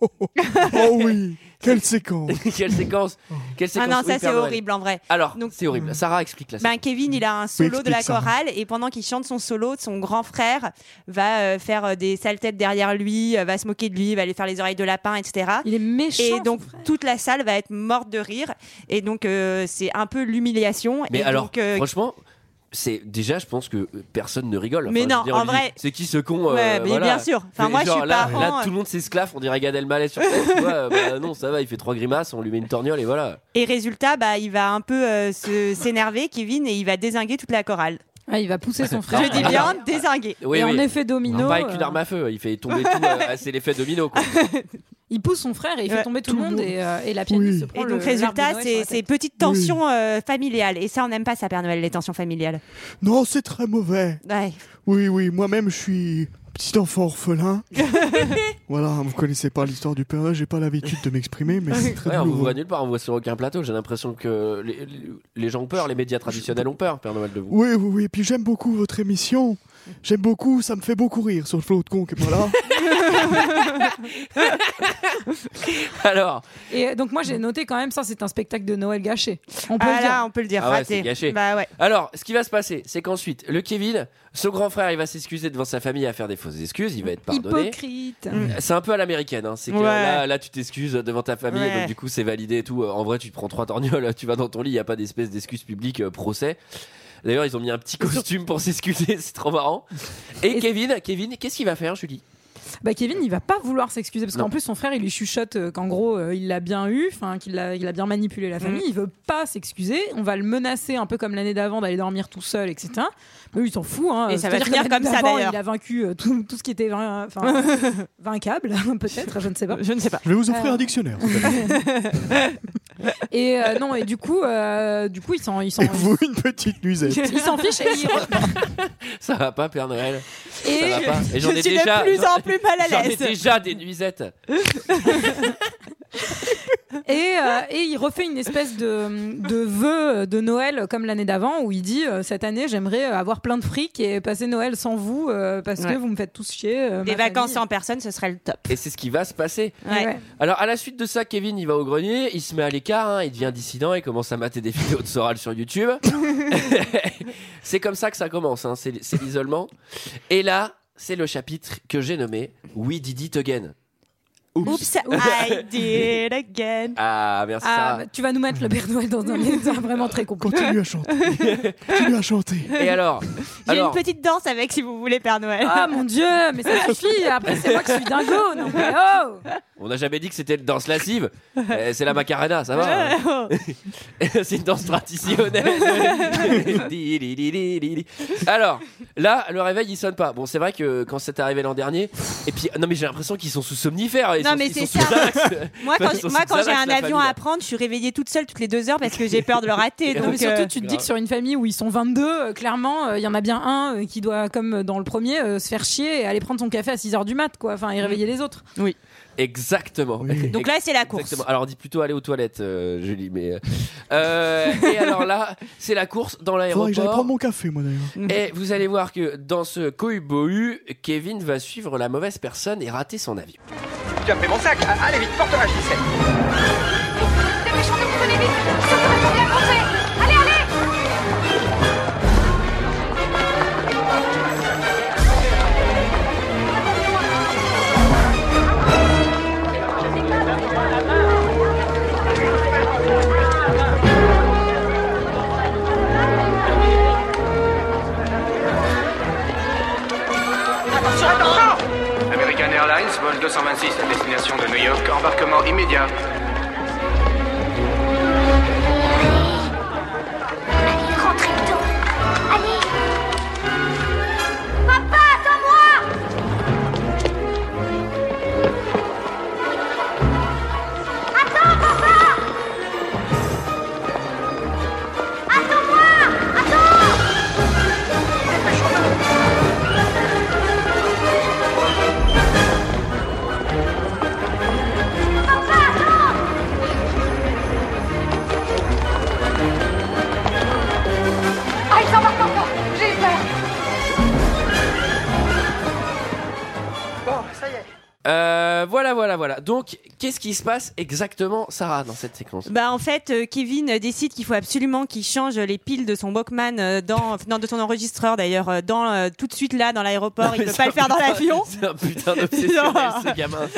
[SPEAKER 5] Oh oui, quelle séquence.
[SPEAKER 2] quelle séquence Quelle séquence
[SPEAKER 4] Ah non,
[SPEAKER 2] oui, Père
[SPEAKER 4] ça c'est
[SPEAKER 2] Noël.
[SPEAKER 4] horrible en vrai.
[SPEAKER 2] Alors,
[SPEAKER 4] Donc-
[SPEAKER 2] c'est
[SPEAKER 5] Mm.
[SPEAKER 2] horrible. Sarah explique la
[SPEAKER 4] Ben, Kevin, il a un solo de
[SPEAKER 5] explique
[SPEAKER 4] la
[SPEAKER 2] hein.
[SPEAKER 5] ça.
[SPEAKER 4] chorale et pendant qu'il chante son solo, son grand frère va euh, faire euh, des sales têtes derrière lui, euh, va se moquer de lui, va lui faire les oreilles de lapin, etc.
[SPEAKER 3] Il est méchant.
[SPEAKER 4] Et
[SPEAKER 3] son
[SPEAKER 4] donc
[SPEAKER 3] frère.
[SPEAKER 4] toute la salle va être morte de rire et donc euh, c'est un peu l'humiliation.
[SPEAKER 2] Mais
[SPEAKER 4] Et
[SPEAKER 2] alors,
[SPEAKER 4] donc, euh,
[SPEAKER 2] franchement, c'est déjà, je pense que personne ne rigole.
[SPEAKER 4] Mais
[SPEAKER 2] je veux
[SPEAKER 4] non,
[SPEAKER 2] dire, on
[SPEAKER 4] en
[SPEAKER 2] lui
[SPEAKER 4] vrai-
[SPEAKER 2] dit, C'est qui ce con euh,
[SPEAKER 4] ouais, mais
[SPEAKER 2] voilà.
[SPEAKER 4] bien sûr. Enfin
[SPEAKER 2] Mais
[SPEAKER 4] moi
[SPEAKER 2] genre,
[SPEAKER 4] je suis
[SPEAKER 2] là,
[SPEAKER 4] parent.
[SPEAKER 2] là, tout le monde s'esclaffe, on dirait Gad Elmaleh sur scène, tu vois, euh, bah, non, ça va, il fait trois grimaces, on lui met une torgnole et voilà.
[SPEAKER 4] Et résultat, bah, il va un peu euh, se- s'énerver, Kevin, et il va désinguer toute la chorale.
[SPEAKER 3] Ah, il va pousser son frère.
[SPEAKER 4] Je dis bien désinguer.
[SPEAKER 2] Oui, oui.
[SPEAKER 3] et en effet domino,
[SPEAKER 2] pas avec une
[SPEAKER 3] euh,
[SPEAKER 2] arme à feu, il fait tomber tout. euh, ah, c'est l'effet domino. Quoi.
[SPEAKER 3] il pousse son frère et il
[SPEAKER 4] Ouais,
[SPEAKER 3] fait tomber tout, le monde et, euh, et la
[SPEAKER 5] Oui.
[SPEAKER 3] pianiste se prend
[SPEAKER 4] Et
[SPEAKER 3] le-
[SPEAKER 4] donc
[SPEAKER 3] l'arbre de
[SPEAKER 4] résultat,
[SPEAKER 3] Noël sur
[SPEAKER 4] c'est
[SPEAKER 3] la
[SPEAKER 4] c'est
[SPEAKER 3] tête.
[SPEAKER 4] petite tension euh, familiale. Et ça, on n'aime pas ça, Père Noël, les tensions familiales.
[SPEAKER 5] Non, c'est très mauvais.
[SPEAKER 4] Ouais.
[SPEAKER 5] Oui, oui, moi-même je suis petit enfant orphelin. voilà, vous connaissez pas l'histoire du Père Noël, j'ai pas l'habitude de m'exprimer, mais c'est très
[SPEAKER 2] Ouais, on vous
[SPEAKER 5] douloureux.
[SPEAKER 2] voit nulle part, on vous voit sur aucun plateau. J'ai l'impression que les, les- les gens ont peur, les médias traditionnels ont peur, Père Noël de vous.
[SPEAKER 5] Oui, oui, oui, et puis j'aime beaucoup votre émission. J'aime beaucoup, ça me fait beaucoup rire sur le flot de con qui est pas là.
[SPEAKER 2] Alors,
[SPEAKER 3] Et donc moi j'ai noté quand même ça c'est un spectacle de Noël gâché. On peut
[SPEAKER 4] Ah
[SPEAKER 3] le dire.
[SPEAKER 4] là, on peut le dire.
[SPEAKER 2] Ah ouais,
[SPEAKER 4] raté.
[SPEAKER 2] c'est gâché.
[SPEAKER 4] Bah ouais.
[SPEAKER 2] Alors, ce qui va se passer, c'est qu'ensuite, le Kevin, son grand frère, il va s'excuser devant sa famille à faire des fausses excuses, il va être pardonné.
[SPEAKER 3] Hypocrite.
[SPEAKER 4] Mm.
[SPEAKER 2] C'est un peu à l'américaine, hein. c'est que
[SPEAKER 4] Ouais.
[SPEAKER 2] là, là, tu t'excuses devant ta famille,
[SPEAKER 4] Ouais.
[SPEAKER 2] donc du coup, c'est validé et tout. En vrai, tu te prends trois torgnoles, tu vas dans ton lit, il n'y a pas d'espèce d'excuse publique, euh, procès. D'ailleurs, ils ont mis un petit costume pour s'excuser, c'est trop marrant. Et
[SPEAKER 3] Et-
[SPEAKER 2] Kevin, Kevin, qu'est-ce qu'il va faire, Julie
[SPEAKER 3] Bah Kevin, il va pas vouloir s'excuser parce
[SPEAKER 2] Non.
[SPEAKER 3] qu'en plus son frère, il lui chuchote euh, qu'en gros euh, il l'a bien eu, enfin qu'il a, il a bien manipulé
[SPEAKER 4] Mm.
[SPEAKER 3] la famille. Il veut pas s'excuser. On va le menacer un peu comme l'année d'avant d'aller dormir tout seul, etc. Mais lui, il s'en fout. Hein.
[SPEAKER 4] Et ça va
[SPEAKER 3] C'est-à-dire
[SPEAKER 4] finir
[SPEAKER 3] que l'année
[SPEAKER 4] comme ça,
[SPEAKER 3] d'avant,
[SPEAKER 4] d'ailleurs.
[SPEAKER 3] Il a vaincu euh, tout, tout ce qui était vain- enfin, vaincable, peut-être, je ne sais pas.
[SPEAKER 4] Je ne sais pas.
[SPEAKER 5] Je vais vous offrir
[SPEAKER 3] Euh.
[SPEAKER 5] un dictionnaire.
[SPEAKER 3] Et euh, non, et du coup, euh, du coup, il s'en, il s'en,
[SPEAKER 5] Et vous, une petite nuisette.
[SPEAKER 3] il s'en fiche. Et il,
[SPEAKER 2] Ça va pas, Père Noël
[SPEAKER 3] et-
[SPEAKER 2] Ça va pas. Et
[SPEAKER 4] Je suis de plus en plus mal
[SPEAKER 2] j'en
[SPEAKER 4] à
[SPEAKER 2] ai
[SPEAKER 4] l'aise.
[SPEAKER 2] déjà des nuisettes.
[SPEAKER 3] Et, euh, et il refait une espèce de, de vœu de Noël comme l'année d'avant où il dit euh, cette année j'aimerais euh, avoir plein de fric et passer Noël sans vous euh, parce
[SPEAKER 4] Ouais.
[SPEAKER 3] que vous me faites tous chier. euh,
[SPEAKER 4] Des
[SPEAKER 3] ma
[SPEAKER 4] vacances
[SPEAKER 3] famille.
[SPEAKER 4] en personne, ce serait le top.
[SPEAKER 2] Et c'est ce qui va se passer.
[SPEAKER 4] Ouais.
[SPEAKER 3] Ouais.
[SPEAKER 2] Alors à la suite de ça, Kevin il va au grenier, il se met à l'écart, hein, il devient dissident et commence à mater des vidéos de Soral sur YouTube. c'est comme ça que ça commence, hein, c'est c'est l'isolement. Et là, c'est le chapitre que j'ai nommé We Did It Again.
[SPEAKER 4] Oups, Ah. I did it again.
[SPEAKER 2] Ah, merci
[SPEAKER 3] Ah,
[SPEAKER 2] Sarah.
[SPEAKER 3] bah, tu vas nous mettre le Père Noël dans un état vraiment très compliqué.
[SPEAKER 5] Continue à chanter. Continue à chanter.
[SPEAKER 2] Et alors
[SPEAKER 4] J'ai une
[SPEAKER 2] Alors
[SPEAKER 4] petite danse avec, si vous voulez, Père Noël.
[SPEAKER 3] Ah mon dieu, mais ça suffit. Après, c'est moi qui suis dingo. Non, mais oh
[SPEAKER 2] On n'a jamais dit que c'était une danse lascive. Euh, c'est la macarena, ça va hein C'est une danse traditionnelle. Di, di, di, di, di, di. Alors, là, le réveil, il sonne pas. Bon, c'est vrai que quand c'est arrivé l'an dernier, et puis, non, mais j'ai l'impression qu'ils sont sous somnifères. Ils
[SPEAKER 4] Non,
[SPEAKER 2] sont-
[SPEAKER 4] mais
[SPEAKER 2] ils
[SPEAKER 4] c'est
[SPEAKER 2] sont
[SPEAKER 4] ça.
[SPEAKER 2] sous Xanax.
[SPEAKER 4] Moi,
[SPEAKER 2] Bah,
[SPEAKER 4] quand,
[SPEAKER 2] ils sont
[SPEAKER 4] moi,
[SPEAKER 2] sous
[SPEAKER 4] quand j'ai
[SPEAKER 2] Xanax,
[SPEAKER 4] un
[SPEAKER 2] la
[SPEAKER 4] avion
[SPEAKER 2] famille,
[SPEAKER 4] à prendre, je suis réveillée toute seule toutes les deux heures parce que j'ai peur de le rater.
[SPEAKER 3] Non, mais
[SPEAKER 4] donc,
[SPEAKER 3] surtout,
[SPEAKER 4] euh,
[SPEAKER 3] tu te dis que sur une famille où ils sont 22, euh, clairement, euh, il y en a bien un euh, qui doit, comme dans le premier, euh, se faire chier et aller prendre son café à 6 h du mat, quoi. Enfin, et
[SPEAKER 4] Mm.
[SPEAKER 3] réveiller les autres.
[SPEAKER 2] Exactement.
[SPEAKER 5] Oui.
[SPEAKER 4] donc là, c'est la course.
[SPEAKER 2] Exactement. Alors, on dit plutôt aller aux toilettes, euh, Julie. Mais euh, euh, et alors là, c'est la course dans
[SPEAKER 5] Faudrait que j'aille
[SPEAKER 2] l'aéroport.
[SPEAKER 5] prendre mon café, moi d'ailleurs.
[SPEAKER 2] Et vous allez voir que dans ce cohubohu, Kevin va suivre la mauvaise personne et rater son avion.
[SPEAKER 8] Tu as pris mon sac Ah, Allez vite, porte-la, je sais.
[SPEAKER 9] American Airlines, vol 226 à destination de New York, embarquement immédiat.
[SPEAKER 10] Allez, rentrez tôt. Allez.
[SPEAKER 11] Ah, il s'embarque encore J'ai eu peur
[SPEAKER 8] Bon, ça y est.
[SPEAKER 2] Euh, voilà, voilà, voilà. Donc, qu'est-ce qui se passe exactement, Sarah, dans cette séquence
[SPEAKER 4] Bah en fait, euh, Kevin décide qu'il faut absolument qu'il change les piles de son Walkman euh, dans, non, de son enregistreur d'ailleurs euh, dans euh, tout de suite là dans l'aéroport. Il peut pas le faire dans l'avion.
[SPEAKER 2] C'est un putain d'obsessionnel,
[SPEAKER 4] Non.
[SPEAKER 2] ce gamin.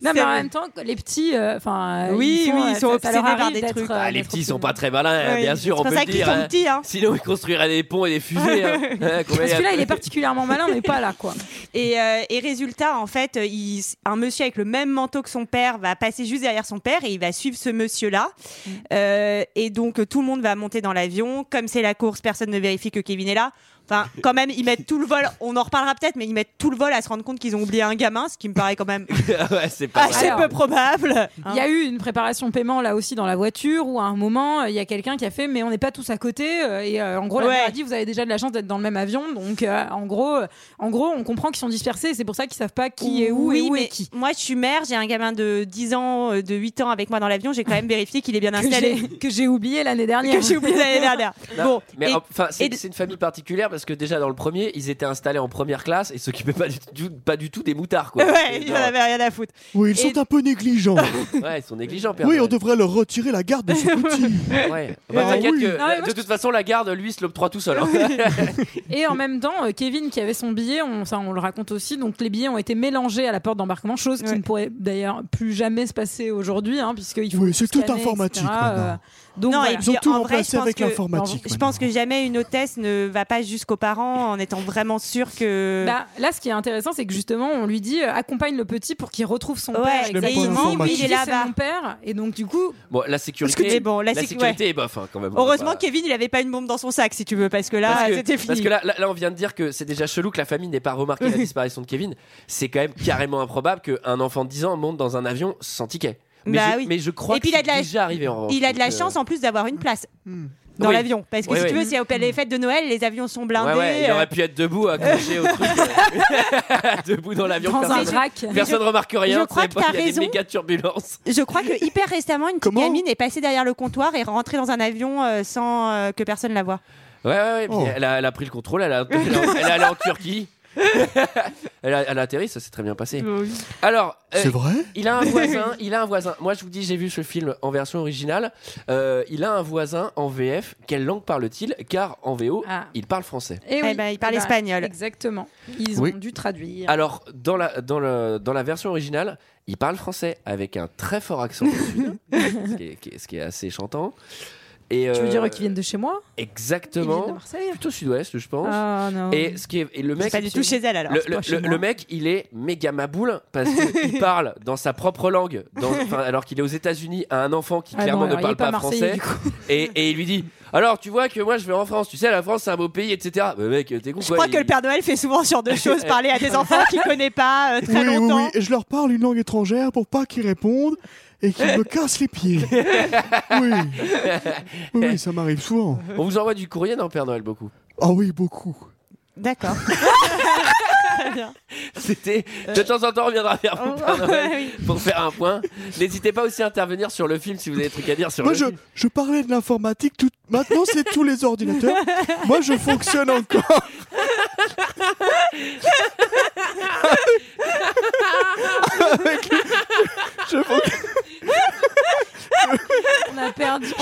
[SPEAKER 3] Non, mais en
[SPEAKER 4] vrai.
[SPEAKER 3] même temps, les petits, euh, enfin. euh,
[SPEAKER 4] Oui, oui,
[SPEAKER 3] euh,
[SPEAKER 4] ils sont
[SPEAKER 3] ça- ça
[SPEAKER 4] obsédés
[SPEAKER 3] leur
[SPEAKER 4] par
[SPEAKER 3] arrive
[SPEAKER 4] des
[SPEAKER 3] d'être,
[SPEAKER 4] trucs.
[SPEAKER 3] euh,
[SPEAKER 2] Ah, les
[SPEAKER 3] d'être
[SPEAKER 2] petits sont
[SPEAKER 3] obsédés.
[SPEAKER 2] pas très malins, hein,
[SPEAKER 4] Ouais.
[SPEAKER 2] bien sûr, on
[SPEAKER 4] C'est
[SPEAKER 2] peut
[SPEAKER 4] pour ça
[SPEAKER 2] le
[SPEAKER 4] qu'ils
[SPEAKER 2] dire.
[SPEAKER 4] sont
[SPEAKER 2] hein.
[SPEAKER 4] petits. Hein.
[SPEAKER 2] Sinon, ils construiraient des ponts et des fusées. hein. Hein, combien
[SPEAKER 3] Parce que
[SPEAKER 2] il y a-
[SPEAKER 3] là, il est particulièrement malin, mais pas là, quoi.
[SPEAKER 4] Et, euh, et résultat, en fait, euh, il- un monsieur avec le même manteau que son père va passer juste derrière son père et il va suivre ce monsieur-là.
[SPEAKER 3] Mm.
[SPEAKER 4] Euh, et donc, euh, tout le monde va monter dans l'avion. Comme c'est la course, personne ne vérifie que Kevin est là. Enfin, quand même, ils mettent tout le vol. On en reparlera peut-être, mais ils mettent tout le vol à se rendre compte qu'ils ont oublié un gamin, ce qui me paraît quand même
[SPEAKER 2] Ah ouais, c'est pas vrai.
[SPEAKER 4] assez
[SPEAKER 3] Alors,
[SPEAKER 4] peu probable.
[SPEAKER 3] Il y a eu une préparation paiement là aussi dans la voiture où à un moment il y a quelqu'un qui a fait mais on n'est pas tous à côté euh, et euh, en gros la
[SPEAKER 4] Ouais.
[SPEAKER 3] mère a dit vous avez déjà de la chance d'être dans le même avion donc euh, en gros euh, en gros on comprend qu'ils sont dispersés et c'est pour ça qu'ils savent pas qui est où
[SPEAKER 4] oui,
[SPEAKER 3] et où
[SPEAKER 4] mais
[SPEAKER 3] est qui.
[SPEAKER 4] Moi, je suis mère, j'ai un gamin de 10 ans, euh, de 8 ans avec moi dans l'avion, j'ai quand même vérifié qu'il est bien
[SPEAKER 3] Que
[SPEAKER 4] installé.
[SPEAKER 3] j'ai- que j'ai oublié l'année dernière.
[SPEAKER 4] que j'ai oublié l'année dernière.
[SPEAKER 2] Non,
[SPEAKER 4] bon,
[SPEAKER 2] mais
[SPEAKER 4] et-
[SPEAKER 2] enfin, c'est,
[SPEAKER 4] et de-
[SPEAKER 2] c'est une famille particulière parce que déjà dans le premier, ils étaient installés en première classe et s'occupaient pas du tout, pas du tout des moutards quoi. Et
[SPEAKER 4] ouais, il
[SPEAKER 2] genre,
[SPEAKER 4] en avait rien à foutre.
[SPEAKER 5] Oui, ils
[SPEAKER 4] Et-
[SPEAKER 5] sont un peu négligents.
[SPEAKER 2] ouais, ils sont négligents. Père
[SPEAKER 5] Oui, on
[SPEAKER 2] Noël.
[SPEAKER 5] devrait leur retirer la garde de ce petit.
[SPEAKER 2] Ouais. Bah,
[SPEAKER 5] Ah,
[SPEAKER 2] t'inquiète
[SPEAKER 5] oui.
[SPEAKER 2] que,
[SPEAKER 3] Non, mais moi,
[SPEAKER 2] de toute façon la garde lui se l'octroie tout seul. hein.
[SPEAKER 3] Et en même temps, euh, Kevin qui avait son billet, on, ça on le raconte aussi, donc les billets ont été mélangés à la porte d'embarquement, chose qui
[SPEAKER 4] Ouais.
[SPEAKER 3] ne pourrait d'ailleurs plus jamais se passer aujourd'hui, hein, puisqu'il faut.
[SPEAKER 5] Oui, c'est tout
[SPEAKER 3] scanner, Euh,
[SPEAKER 5] informatique,
[SPEAKER 3] etc.,
[SPEAKER 5] maintenant.
[SPEAKER 3] donc
[SPEAKER 4] Non,
[SPEAKER 3] voilà.
[SPEAKER 4] et
[SPEAKER 5] Ils ont
[SPEAKER 4] puis,
[SPEAKER 5] tout
[SPEAKER 4] en vrai,
[SPEAKER 5] remplacé
[SPEAKER 4] je pense
[SPEAKER 5] avec
[SPEAKER 4] que-
[SPEAKER 5] l'informatique.
[SPEAKER 4] Je pense que jamais une hôtesse ne va pas jusqu'aux parents en étant vraiment sûre que.
[SPEAKER 3] Bah, là, ce qui est intéressant, c'est que justement, on lui dit euh, accompagne le petit pour qu'il retrouve son
[SPEAKER 4] Ouais,
[SPEAKER 3] père.
[SPEAKER 4] je
[SPEAKER 5] l'ai pas
[SPEAKER 3] Et il dit,
[SPEAKER 5] l'informatique.
[SPEAKER 3] oui, il est
[SPEAKER 4] C'est
[SPEAKER 3] là-bas.
[SPEAKER 4] mon
[SPEAKER 3] mon père. Et donc, du coup,
[SPEAKER 2] bon, la sécurité.
[SPEAKER 4] Mais bon, la
[SPEAKER 2] la
[SPEAKER 4] sécu-
[SPEAKER 2] sécurité est bof hein, quand même.
[SPEAKER 4] Heureusement,
[SPEAKER 2] Bah,
[SPEAKER 4] Kevin, il avait pas une bombe dans son sac, si tu veux, parce que là,
[SPEAKER 2] parce que-
[SPEAKER 4] c'était fini.
[SPEAKER 2] Parce que là, là, là, on vient de dire que c'est déjà chelou que la famille n'ait pas remarqué la disparition de Kevin. C'est quand même carrément improbable qu'un enfant de 10 ans monte dans un avion sans ticket. Mais,
[SPEAKER 4] Bah
[SPEAKER 2] je,
[SPEAKER 4] oui.
[SPEAKER 2] mais je crois
[SPEAKER 4] Et puis,
[SPEAKER 2] que
[SPEAKER 4] il a de
[SPEAKER 2] c'est
[SPEAKER 4] la-
[SPEAKER 2] déjà arrivé en revanche.
[SPEAKER 4] il a de la
[SPEAKER 2] Donc, euh,
[SPEAKER 4] chance en plus d'avoir une place
[SPEAKER 5] Hmm.
[SPEAKER 4] dans
[SPEAKER 2] Oui.
[SPEAKER 4] l'avion. Parce que
[SPEAKER 2] Oui,
[SPEAKER 4] si tu
[SPEAKER 2] oui.
[SPEAKER 4] veux, c'est à les fêtes de Noël, les avions sont blindés.
[SPEAKER 2] Ouais, ouais, il
[SPEAKER 4] euh,
[SPEAKER 2] aurait pu être debout, accroché au truc. euh, debout dans l'avion.
[SPEAKER 3] dans un Ah.
[SPEAKER 2] personne-
[SPEAKER 3] vrac.
[SPEAKER 2] Personne remarque rien.
[SPEAKER 4] je crois
[SPEAKER 2] tu sais
[SPEAKER 4] que
[SPEAKER 2] pas,
[SPEAKER 4] t'as
[SPEAKER 2] il y a
[SPEAKER 4] raison.
[SPEAKER 2] des méga turbulences.
[SPEAKER 4] Je crois que hyper récemment, une petite
[SPEAKER 5] Comment
[SPEAKER 4] gamine est passée derrière le comptoir et rentrée dans un avion euh, sans euh, que personne la voie.
[SPEAKER 2] Ouais, ouais, ouais. puis
[SPEAKER 5] Oh.
[SPEAKER 2] Elle, a, elle a pris le contrôle. Elle, a, elle, a- elle est allée en Turquie. elle, a, elle a atterri, ça s'est très bien passé. Alors, euh,
[SPEAKER 5] C'est vrai
[SPEAKER 2] il a un voisin. Il a un voisin. Moi, je vous dis, j'ai vu ce film en version originale. Euh, il a un voisin en VF. Quelle langue parle-t-il Car en VO,
[SPEAKER 3] Ah.
[SPEAKER 2] il parle français.
[SPEAKER 3] Et
[SPEAKER 4] Eh ben, il parle espagnol.
[SPEAKER 3] Exactement. Ils
[SPEAKER 2] Oui.
[SPEAKER 3] ont dû traduire.
[SPEAKER 2] Alors, dans la, dans, le, dans la version originale, il parle français avec un très fort accent, du Sud, ce, qui est, qui est- ce qui est assez chantant. Et,
[SPEAKER 3] tu
[SPEAKER 2] euh,
[SPEAKER 3] veux dire qu'ils viennent de chez moi Ils viennent de
[SPEAKER 2] Exactement.
[SPEAKER 3] Marseille
[SPEAKER 2] Plutôt sud-ouest, je pense.
[SPEAKER 3] Ah non.
[SPEAKER 2] Et ce qui est, et le
[SPEAKER 4] C'est
[SPEAKER 2] mec,
[SPEAKER 4] pas du tout chez elle alors.
[SPEAKER 2] le,
[SPEAKER 4] c'est pas
[SPEAKER 2] le-
[SPEAKER 4] chez
[SPEAKER 2] le-
[SPEAKER 4] moi.
[SPEAKER 2] le mec, il est méga maboule parce qu'il parle dans sa propre langue, dans- enfin, alors qu'il est aux États-Unis à un enfant qui
[SPEAKER 3] Ah non,
[SPEAKER 2] clairement
[SPEAKER 3] alors,
[SPEAKER 2] ne
[SPEAKER 3] il
[SPEAKER 2] parle
[SPEAKER 3] est pas
[SPEAKER 2] français.
[SPEAKER 3] marseillais, du coup.
[SPEAKER 2] Et, et il lui dit Alors, tu vois que moi je vais en France, tu sais, la France c'est un beau pays, etc. Mais mec, t'es con
[SPEAKER 4] Je
[SPEAKER 2] quoi,
[SPEAKER 4] crois
[SPEAKER 2] il-
[SPEAKER 4] que le Père Noël fait souvent ce genre de choses, parler à des enfants qu'il connaît pas euh,
[SPEAKER 5] Oui,
[SPEAKER 4] très
[SPEAKER 5] oui,
[SPEAKER 4] longtemps.
[SPEAKER 5] oui. Et je leur parle une langue étrangère pour pas qu'ils répondent et qu'ils me cassent les pieds. Oui, oui, oui, ça m'arrive souvent.
[SPEAKER 2] On vous envoie du courrier dans Père Noël beaucoup.
[SPEAKER 5] Ah oui, beaucoup.
[SPEAKER 4] D'accord. Très bien.
[SPEAKER 2] C'était de temps en temps on reviendra vers
[SPEAKER 4] Oh,
[SPEAKER 2] vous Père Noël, pour faire un point. N'hésitez pas aussi à intervenir sur le film si vous avez des trucs à dire sur
[SPEAKER 5] Moi,
[SPEAKER 2] le
[SPEAKER 5] je,
[SPEAKER 2] film.
[SPEAKER 5] je parlais de l'informatique. Tout... Maintenant, c'est tous les ordinateurs. Moi, je fonctionne encore. Avec les- je fonc-
[SPEAKER 3] On a perdu.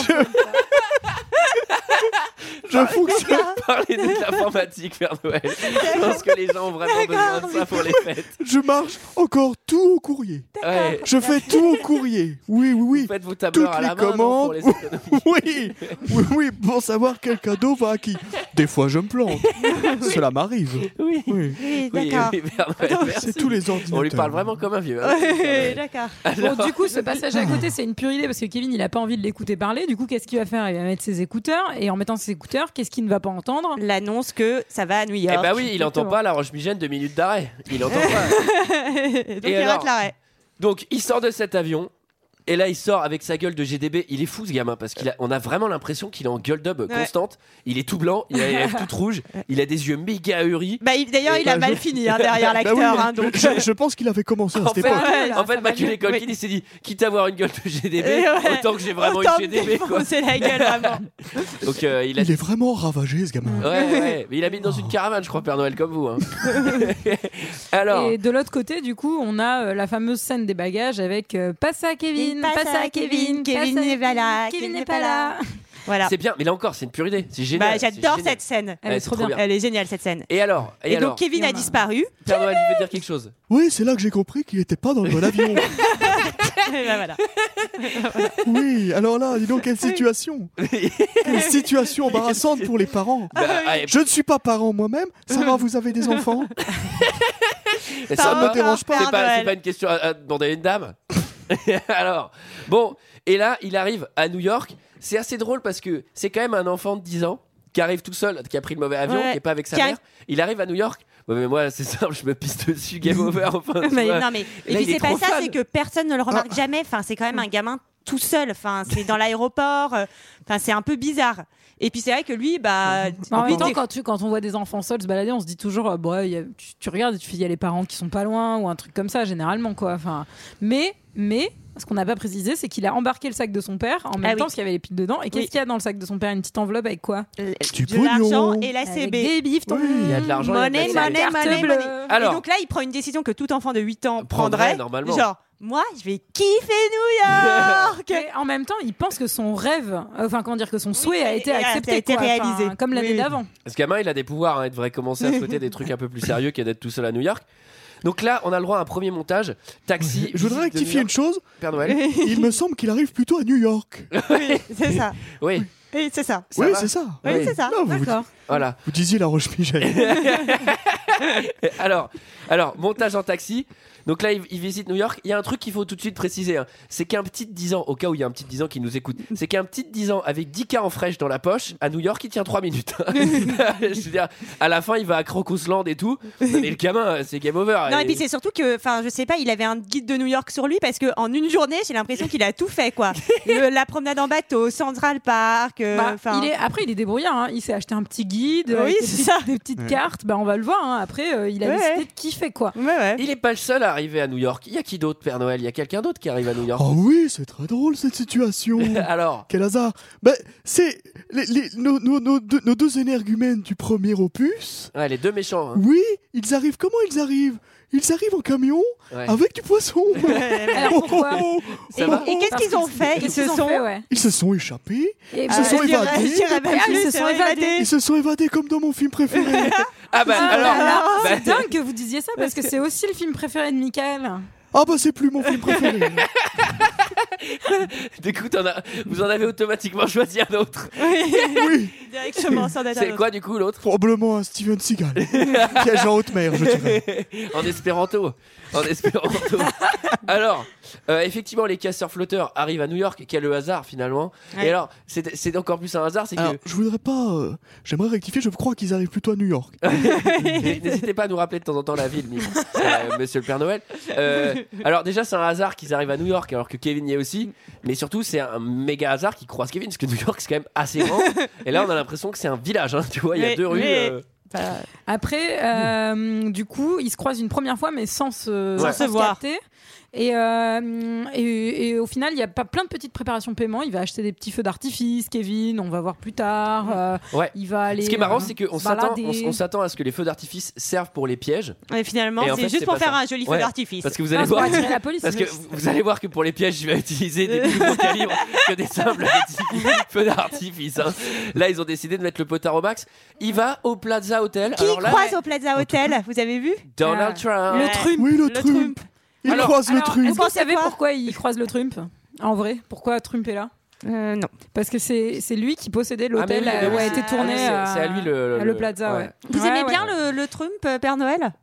[SPEAKER 5] je fonctionne.
[SPEAKER 2] Parler de l'informatique Père Noël. Je pense que les gens ont vraiment besoin de ça pour les fêtes.
[SPEAKER 5] Je marche encore tout au courrier.
[SPEAKER 2] Ouais.
[SPEAKER 5] Je fais tout au courrier. Oui, oui, oui.
[SPEAKER 2] Faites vos tableurs
[SPEAKER 5] Toutes
[SPEAKER 2] à la
[SPEAKER 5] les
[SPEAKER 2] main non, pour
[SPEAKER 5] commandes.
[SPEAKER 2] les économies.
[SPEAKER 5] Oui, oui, oui, pour savoir quel cadeau va à qui. Des fois, je me plante. Cela m'arrive.
[SPEAKER 2] Oui.
[SPEAKER 5] Oui.
[SPEAKER 4] Oui,
[SPEAKER 2] Oui,
[SPEAKER 4] d'accord. Ah,
[SPEAKER 2] oui, Père Noël, merci.
[SPEAKER 5] C'est tous les ordinateurs.
[SPEAKER 2] On lui parle vraiment comme un vieux. hein.
[SPEAKER 4] Oui, d'accord.
[SPEAKER 3] Bon, du coup, ce passage à côté, c'est une pure idée parce que Kevin, il a pas envie de l'écouter parler. Du coup, qu'est-ce qu'il va faire Il va mettre ses écouteurs et en mettant ses écouteurs, qu'est-ce qu'il ne va pas entendre
[SPEAKER 4] L'annonce que ça va à New
[SPEAKER 2] Eh
[SPEAKER 4] York.
[SPEAKER 2] bah oui, il entend
[SPEAKER 3] Exactement.
[SPEAKER 2] pas la roche migène de minutes d'arrêt. Il entend pas.
[SPEAKER 4] Donc
[SPEAKER 2] Et
[SPEAKER 4] il
[SPEAKER 2] alors
[SPEAKER 4] rate l'arrêt.
[SPEAKER 2] Donc il sort de cet avion. Et là, il sort avec sa gueule de GDB. Il est fou ce gamin parce qu'on a, on a vraiment l'impression qu'il est en gueule d'ob constante. Il est tout blanc, il a les lèvres toutes rouges, il a des yeux méga ahuris.
[SPEAKER 4] Bah, il- D'ailleurs,
[SPEAKER 2] Et
[SPEAKER 4] il a
[SPEAKER 2] bah,
[SPEAKER 4] mal fini hein, derrière
[SPEAKER 5] Bah oui,
[SPEAKER 4] l'acteur.
[SPEAKER 5] mais
[SPEAKER 4] hein, donc...
[SPEAKER 5] je, je pense qu'il avait commencé à
[SPEAKER 2] En
[SPEAKER 5] cette
[SPEAKER 2] fait,
[SPEAKER 5] époque.
[SPEAKER 4] Ouais, là,
[SPEAKER 2] en fait,
[SPEAKER 4] ça va
[SPEAKER 2] Macaulay
[SPEAKER 4] mieux.
[SPEAKER 2] Culkin,
[SPEAKER 4] Oui.
[SPEAKER 2] il s'est dit quitte à avoir une gueule de GDB,
[SPEAKER 4] Et ouais.
[SPEAKER 2] autant que j'ai vraiment
[SPEAKER 4] Autant me
[SPEAKER 2] une GDB. Quoi.
[SPEAKER 4] défoncer la gueule, vraiment.
[SPEAKER 2] Donc euh, il a
[SPEAKER 5] Il est vraiment ravagé, ce gamin.
[SPEAKER 2] Ouais, ouais, mais il habite dans une caravane, je crois, Père Noël, comme vous. hein. Alors,
[SPEAKER 3] Et de l'autre côté, du coup, on a euh, la fameuse scène des bagages avec euh, passe à Kevin,
[SPEAKER 4] Il passe à Kevin, Kevin
[SPEAKER 3] passe à
[SPEAKER 4] n'est pas là,
[SPEAKER 3] Kevin n'est pas là.
[SPEAKER 4] Voilà.
[SPEAKER 2] c'est bien, mais là encore, c'est une pure idée. C'est
[SPEAKER 4] Ah. Bah,
[SPEAKER 2] génial. c'est
[SPEAKER 4] J'adore
[SPEAKER 2] génial.
[SPEAKER 4] cette scène.
[SPEAKER 3] Elle
[SPEAKER 2] Ouais,
[SPEAKER 3] est
[SPEAKER 2] c'est
[SPEAKER 3] trop
[SPEAKER 2] trop
[SPEAKER 3] bien.
[SPEAKER 2] bien.
[SPEAKER 4] Elle est géniale cette scène.
[SPEAKER 2] Et alors Et,
[SPEAKER 4] Et,
[SPEAKER 2] alors
[SPEAKER 4] donc Kevin
[SPEAKER 3] Il
[SPEAKER 4] a
[SPEAKER 3] y en a un.
[SPEAKER 4] disparu.
[SPEAKER 2] Père Noël, il veut dire quelque chose.
[SPEAKER 5] Oui, c'est là que j'ai compris qu'il n'était pas dans le bon avion.
[SPEAKER 4] Et bah, voilà.
[SPEAKER 5] Oui, alors là, dis donc, quelle situation. Quelle situation embarrassante pour les parents.
[SPEAKER 2] Bah, ouais,
[SPEAKER 5] Je ne suis pas parent moi-même. Sarah, vous avez des enfants
[SPEAKER 2] Ça
[SPEAKER 4] Par
[SPEAKER 2] me
[SPEAKER 4] rapport
[SPEAKER 5] dérange
[SPEAKER 4] à
[SPEAKER 5] pas,
[SPEAKER 4] Père
[SPEAKER 2] C'est pas, c'est
[SPEAKER 4] Noël.
[SPEAKER 2] pas une question à, à demander à une dame. Alors, bon, et là, il arrive à New York. C'est assez drôle parce que c'est quand même un enfant de 10 ans qui arrive tout seul, qui a pris le mauvais avion,
[SPEAKER 4] Ouais.
[SPEAKER 2] qui est pas avec sa
[SPEAKER 4] Qui
[SPEAKER 2] mère. Il arrive à New York. Ouais, mais moi, c'est simple, je me pisse dessus, game over. Enfin, tu
[SPEAKER 4] Mais
[SPEAKER 2] vois.
[SPEAKER 4] non, mais... Et
[SPEAKER 2] là,
[SPEAKER 4] puis
[SPEAKER 2] il est
[SPEAKER 4] c'est pas
[SPEAKER 2] trop
[SPEAKER 4] ça,
[SPEAKER 2] fan.
[SPEAKER 4] c'est que personne ne le remarque jamais. Enfin, c'est quand même un gamin tout seul. Enfin, c'est dans l'aéroport. Euh, Enfin, c'est un peu bizarre. Et puis c'est vrai que lui, bah,
[SPEAKER 3] En
[SPEAKER 4] lui,
[SPEAKER 3] même temps,
[SPEAKER 4] t'es-
[SPEAKER 3] quand, tu, quand on voit des enfants seuls se balader, on se dit toujours, euh, bah, il y a- tu, tu regardes et tu fais, il y a les parents qui sont pas loin ou un truc comme ça, généralement. quoi. Enfin, mais, mais, ce qu'on n'a pas précisé, c'est qu'il a embarqué le sac de son père en même
[SPEAKER 4] Ah oui.
[SPEAKER 3] temps parce qu'il y avait les piles dedans. Et qu'est-ce qu'il y a dans le sac de son père Une petite enveloppe avec quoi
[SPEAKER 5] Du
[SPEAKER 4] de l'argent
[SPEAKER 5] pognon.
[SPEAKER 4] et la
[SPEAKER 3] Avec
[SPEAKER 4] CB.
[SPEAKER 3] des bifs,
[SPEAKER 5] Oui. Il y a
[SPEAKER 2] de l'argent, il y a de la
[SPEAKER 4] Monnaie,
[SPEAKER 2] CB.
[SPEAKER 4] monnaie, monnaie, monnaie.
[SPEAKER 2] Alors.
[SPEAKER 4] Et donc là, il prend une décision que tout enfant de 8 ans
[SPEAKER 2] Prendrait,
[SPEAKER 4] prendrait.
[SPEAKER 2] normalement.
[SPEAKER 4] Genre, moi, je vais kiffer New York
[SPEAKER 3] Mais en même temps, il pense que son rêve, euh, enfin comment dire, que son souhait a
[SPEAKER 4] et-
[SPEAKER 3] été
[SPEAKER 4] et a
[SPEAKER 3] accepté,
[SPEAKER 4] été
[SPEAKER 3] quoi. Enfin,
[SPEAKER 4] réalisé.
[SPEAKER 3] comme l'année
[SPEAKER 4] Oui.
[SPEAKER 3] d'avant.
[SPEAKER 2] Ce gamin, il a des pouvoirs. hein, il devrait commencer à souhaiter des trucs un peu plus sérieux qu'à d'être tout seul à New York. Donc là, on a le droit à un premier montage. Taxi.
[SPEAKER 5] Je voudrais
[SPEAKER 2] visite de
[SPEAKER 5] rectifier
[SPEAKER 2] New
[SPEAKER 5] une
[SPEAKER 2] York,
[SPEAKER 5] chose.
[SPEAKER 2] Père Noël.
[SPEAKER 5] Il me semble qu'il arrive plutôt à New York.
[SPEAKER 4] Oui, c'est ça.
[SPEAKER 2] Oui,
[SPEAKER 4] Oui, c'est ça.
[SPEAKER 2] ça
[SPEAKER 5] Oui,
[SPEAKER 2] va.
[SPEAKER 5] c'est ça.
[SPEAKER 4] Oui,
[SPEAKER 2] Oui.
[SPEAKER 4] c'est ça.
[SPEAKER 5] Non, vous,
[SPEAKER 3] D'accord.
[SPEAKER 2] Voilà.
[SPEAKER 5] vous disiez la Roche-Michel.
[SPEAKER 2] Alors, alors, montage en taxi. Donc là, il, il visite New York. Il y a un truc qu'il faut tout de suite préciser. hein. C'est qu'un petit de 10 ans, au cas où il y a un petit de 10 ans qui nous écoute, c'est qu'un petit de 10 ans avec 10K en fraîche dans la poche, à New York, il tient 3 minutes. hein. Je veux dire, à la fin, il va à Crocusland et tout. Non, mais le gamin, hein, c'est game over.
[SPEAKER 4] Non, et puis c'est surtout que, enfin, je sais pas, il avait un guide de New York sur lui parce que en une journée, j'ai l'impression qu'il a tout fait, quoi. Le- la promenade en bateau, Central Park, euh,
[SPEAKER 3] Bah,
[SPEAKER 4] enfin.
[SPEAKER 3] il est, après, il est débrouillard. hein. Il s'est acheté un petit guide,
[SPEAKER 4] Oui,
[SPEAKER 3] avec des,
[SPEAKER 4] c'est
[SPEAKER 3] petites,
[SPEAKER 4] ça.
[SPEAKER 3] des petites cartes. Bah, on va le voir. hein. Après, euh, il a
[SPEAKER 4] Ouais.
[SPEAKER 3] décidé de kiffer quoi.
[SPEAKER 4] Ouais, ouais.
[SPEAKER 2] Il est pas le seul à arrivé à New York. Il y a qui d'autre, Père Noël Il y a quelqu'un d'autre qui arrive à New York
[SPEAKER 5] Oh oui, c'est très drôle cette situation.
[SPEAKER 2] Alors
[SPEAKER 5] Quel hasard. Ben, c'est les- les- nos, nos- nos deux, nos deux énergumènes du premier opus.
[SPEAKER 2] Ouais, les deux méchants. hein.
[SPEAKER 5] Oui, ils arrivent. Comment ils arrivent Ils arrivent en camion
[SPEAKER 2] Ouais.
[SPEAKER 5] avec du poisson. Oh,
[SPEAKER 3] Alors pourquoi
[SPEAKER 2] Ça va
[SPEAKER 4] Et qu'est-ce qu'ils ont fait Ils
[SPEAKER 3] Qu'est-ce
[SPEAKER 4] se
[SPEAKER 3] qu'ils ont
[SPEAKER 4] sont. Ah,
[SPEAKER 3] fait, ouais.
[SPEAKER 5] Ils se sont échappés.
[SPEAKER 3] Et
[SPEAKER 5] Ils se
[SPEAKER 3] bah,
[SPEAKER 5] sont
[SPEAKER 4] je dirais-
[SPEAKER 5] évadés.
[SPEAKER 4] je dirais même
[SPEAKER 3] Ah,
[SPEAKER 4] plus,
[SPEAKER 3] ils se sont évadés.
[SPEAKER 5] Ils se sont évadés comme dans mon film préféré.
[SPEAKER 2] Ah bah
[SPEAKER 3] Ah,
[SPEAKER 2] alors.
[SPEAKER 3] bah, alors,
[SPEAKER 2] bah,
[SPEAKER 3] c'est dingue que vous disiez ça parce que c'est aussi le film préféré de Michael.
[SPEAKER 5] ah bah c'est plus mon film préféré.
[SPEAKER 2] du coup, t'en as- vous en avez automatiquement choisi un autre.
[SPEAKER 5] oui,
[SPEAKER 4] Directement, sans date à
[SPEAKER 2] C'est
[SPEAKER 4] l'autre.
[SPEAKER 2] quoi du coup l'autre
[SPEAKER 5] probablement un Steven Seagal. Piège en haute mer, je dirais.
[SPEAKER 2] en espéranto. En espéranto. alors, euh, effectivement, les casseurs flotteurs arrivent à New York. Quel le hasard finalement.
[SPEAKER 4] Ouais.
[SPEAKER 2] Et alors, c'est c'est encore plus un hasard, c'est que
[SPEAKER 5] Alors, je voudrais pas. euh, J'aimerais rectifier, je crois qu'ils arrivent plutôt à New York.
[SPEAKER 2] Et N'hésitez pas à nous rappeler de temps en temps la ville, mais- euh, monsieur le Père Noël. Euh, alors, déjà, c'est un hasard qu'ils arrivent à New York, alors que Kevin y est aussi. Mais surtout, c'est un méga hasard qu'ils croisent Kevin, parce que New York, c'est quand même assez grand. Et là, on a l'impression que c'est un village, hein, tu vois, il y a
[SPEAKER 4] Mais-
[SPEAKER 2] deux rues.
[SPEAKER 4] mais-
[SPEAKER 2] euh,
[SPEAKER 4] Bah,
[SPEAKER 3] Après, euh, du coup, ils se croisent une première fois, mais sans se,
[SPEAKER 2] Sans
[SPEAKER 4] se voir.
[SPEAKER 3] capter. Et, euh, et, et au final, il y a pas plein de petites préparations de paiement. Il va acheter des petits feux d'artifice, Kevin. On va voir plus tard. Euh,
[SPEAKER 2] Ouais.
[SPEAKER 3] Il va aller.
[SPEAKER 2] Ce qui est marrant,
[SPEAKER 3] euh,
[SPEAKER 2] c'est qu'on
[SPEAKER 3] se
[SPEAKER 2] s'attend
[SPEAKER 3] balader.
[SPEAKER 2] on s- on s'attend à ce que les feux d'artifice servent pour les pièges.
[SPEAKER 4] Et finalement,
[SPEAKER 2] Et en
[SPEAKER 4] c'est
[SPEAKER 2] fait,
[SPEAKER 4] juste
[SPEAKER 2] c'est
[SPEAKER 4] pour
[SPEAKER 2] pas
[SPEAKER 4] faire
[SPEAKER 2] ça.
[SPEAKER 4] un joli feu
[SPEAKER 2] Ouais,
[SPEAKER 4] d'artifice.
[SPEAKER 2] Parce que vous
[SPEAKER 3] Non,
[SPEAKER 2] allez
[SPEAKER 3] c'est pour
[SPEAKER 2] voir.
[SPEAKER 3] attirer la police.
[SPEAKER 2] Parce que
[SPEAKER 3] juste.
[SPEAKER 2] vous vous allez voir que pour les pièges, je vais utiliser des plus gros calibres que des simples petits feux d'artifice. hein. Là, ils ont décidé de mettre le potard au max. Il va au Plaza Hotel.
[SPEAKER 4] Qui
[SPEAKER 2] Alors là,
[SPEAKER 4] croise au Plaza Hotel Vous avez vu
[SPEAKER 2] Donald Trump.
[SPEAKER 3] Ah. Le Trump.
[SPEAKER 5] Oui, le,
[SPEAKER 4] Le
[SPEAKER 5] Trump. Ils
[SPEAKER 2] Alors-
[SPEAKER 5] croisent le
[SPEAKER 3] Alors,
[SPEAKER 5] Trump.
[SPEAKER 3] Est-ce que vous
[SPEAKER 4] pensez
[SPEAKER 3] savez
[SPEAKER 4] quoi
[SPEAKER 3] pourquoi il croise le Trump En vrai, pourquoi Trump est là
[SPEAKER 4] Euh, Non.
[SPEAKER 3] Parce que c'est c'est lui qui possédait l'hôtel
[SPEAKER 2] Ah, mais oui,
[SPEAKER 3] euh, où
[SPEAKER 2] mais
[SPEAKER 3] a
[SPEAKER 2] oui,
[SPEAKER 3] été
[SPEAKER 2] c'est-
[SPEAKER 3] tourné.
[SPEAKER 2] ah, oui,
[SPEAKER 3] euh,
[SPEAKER 2] c'est- c'est à lui le,
[SPEAKER 3] le Plaza, ouais.
[SPEAKER 4] Vous
[SPEAKER 3] Ouais,
[SPEAKER 4] aimez
[SPEAKER 3] ouais.
[SPEAKER 4] bien le, le Trump, euh, Père Noël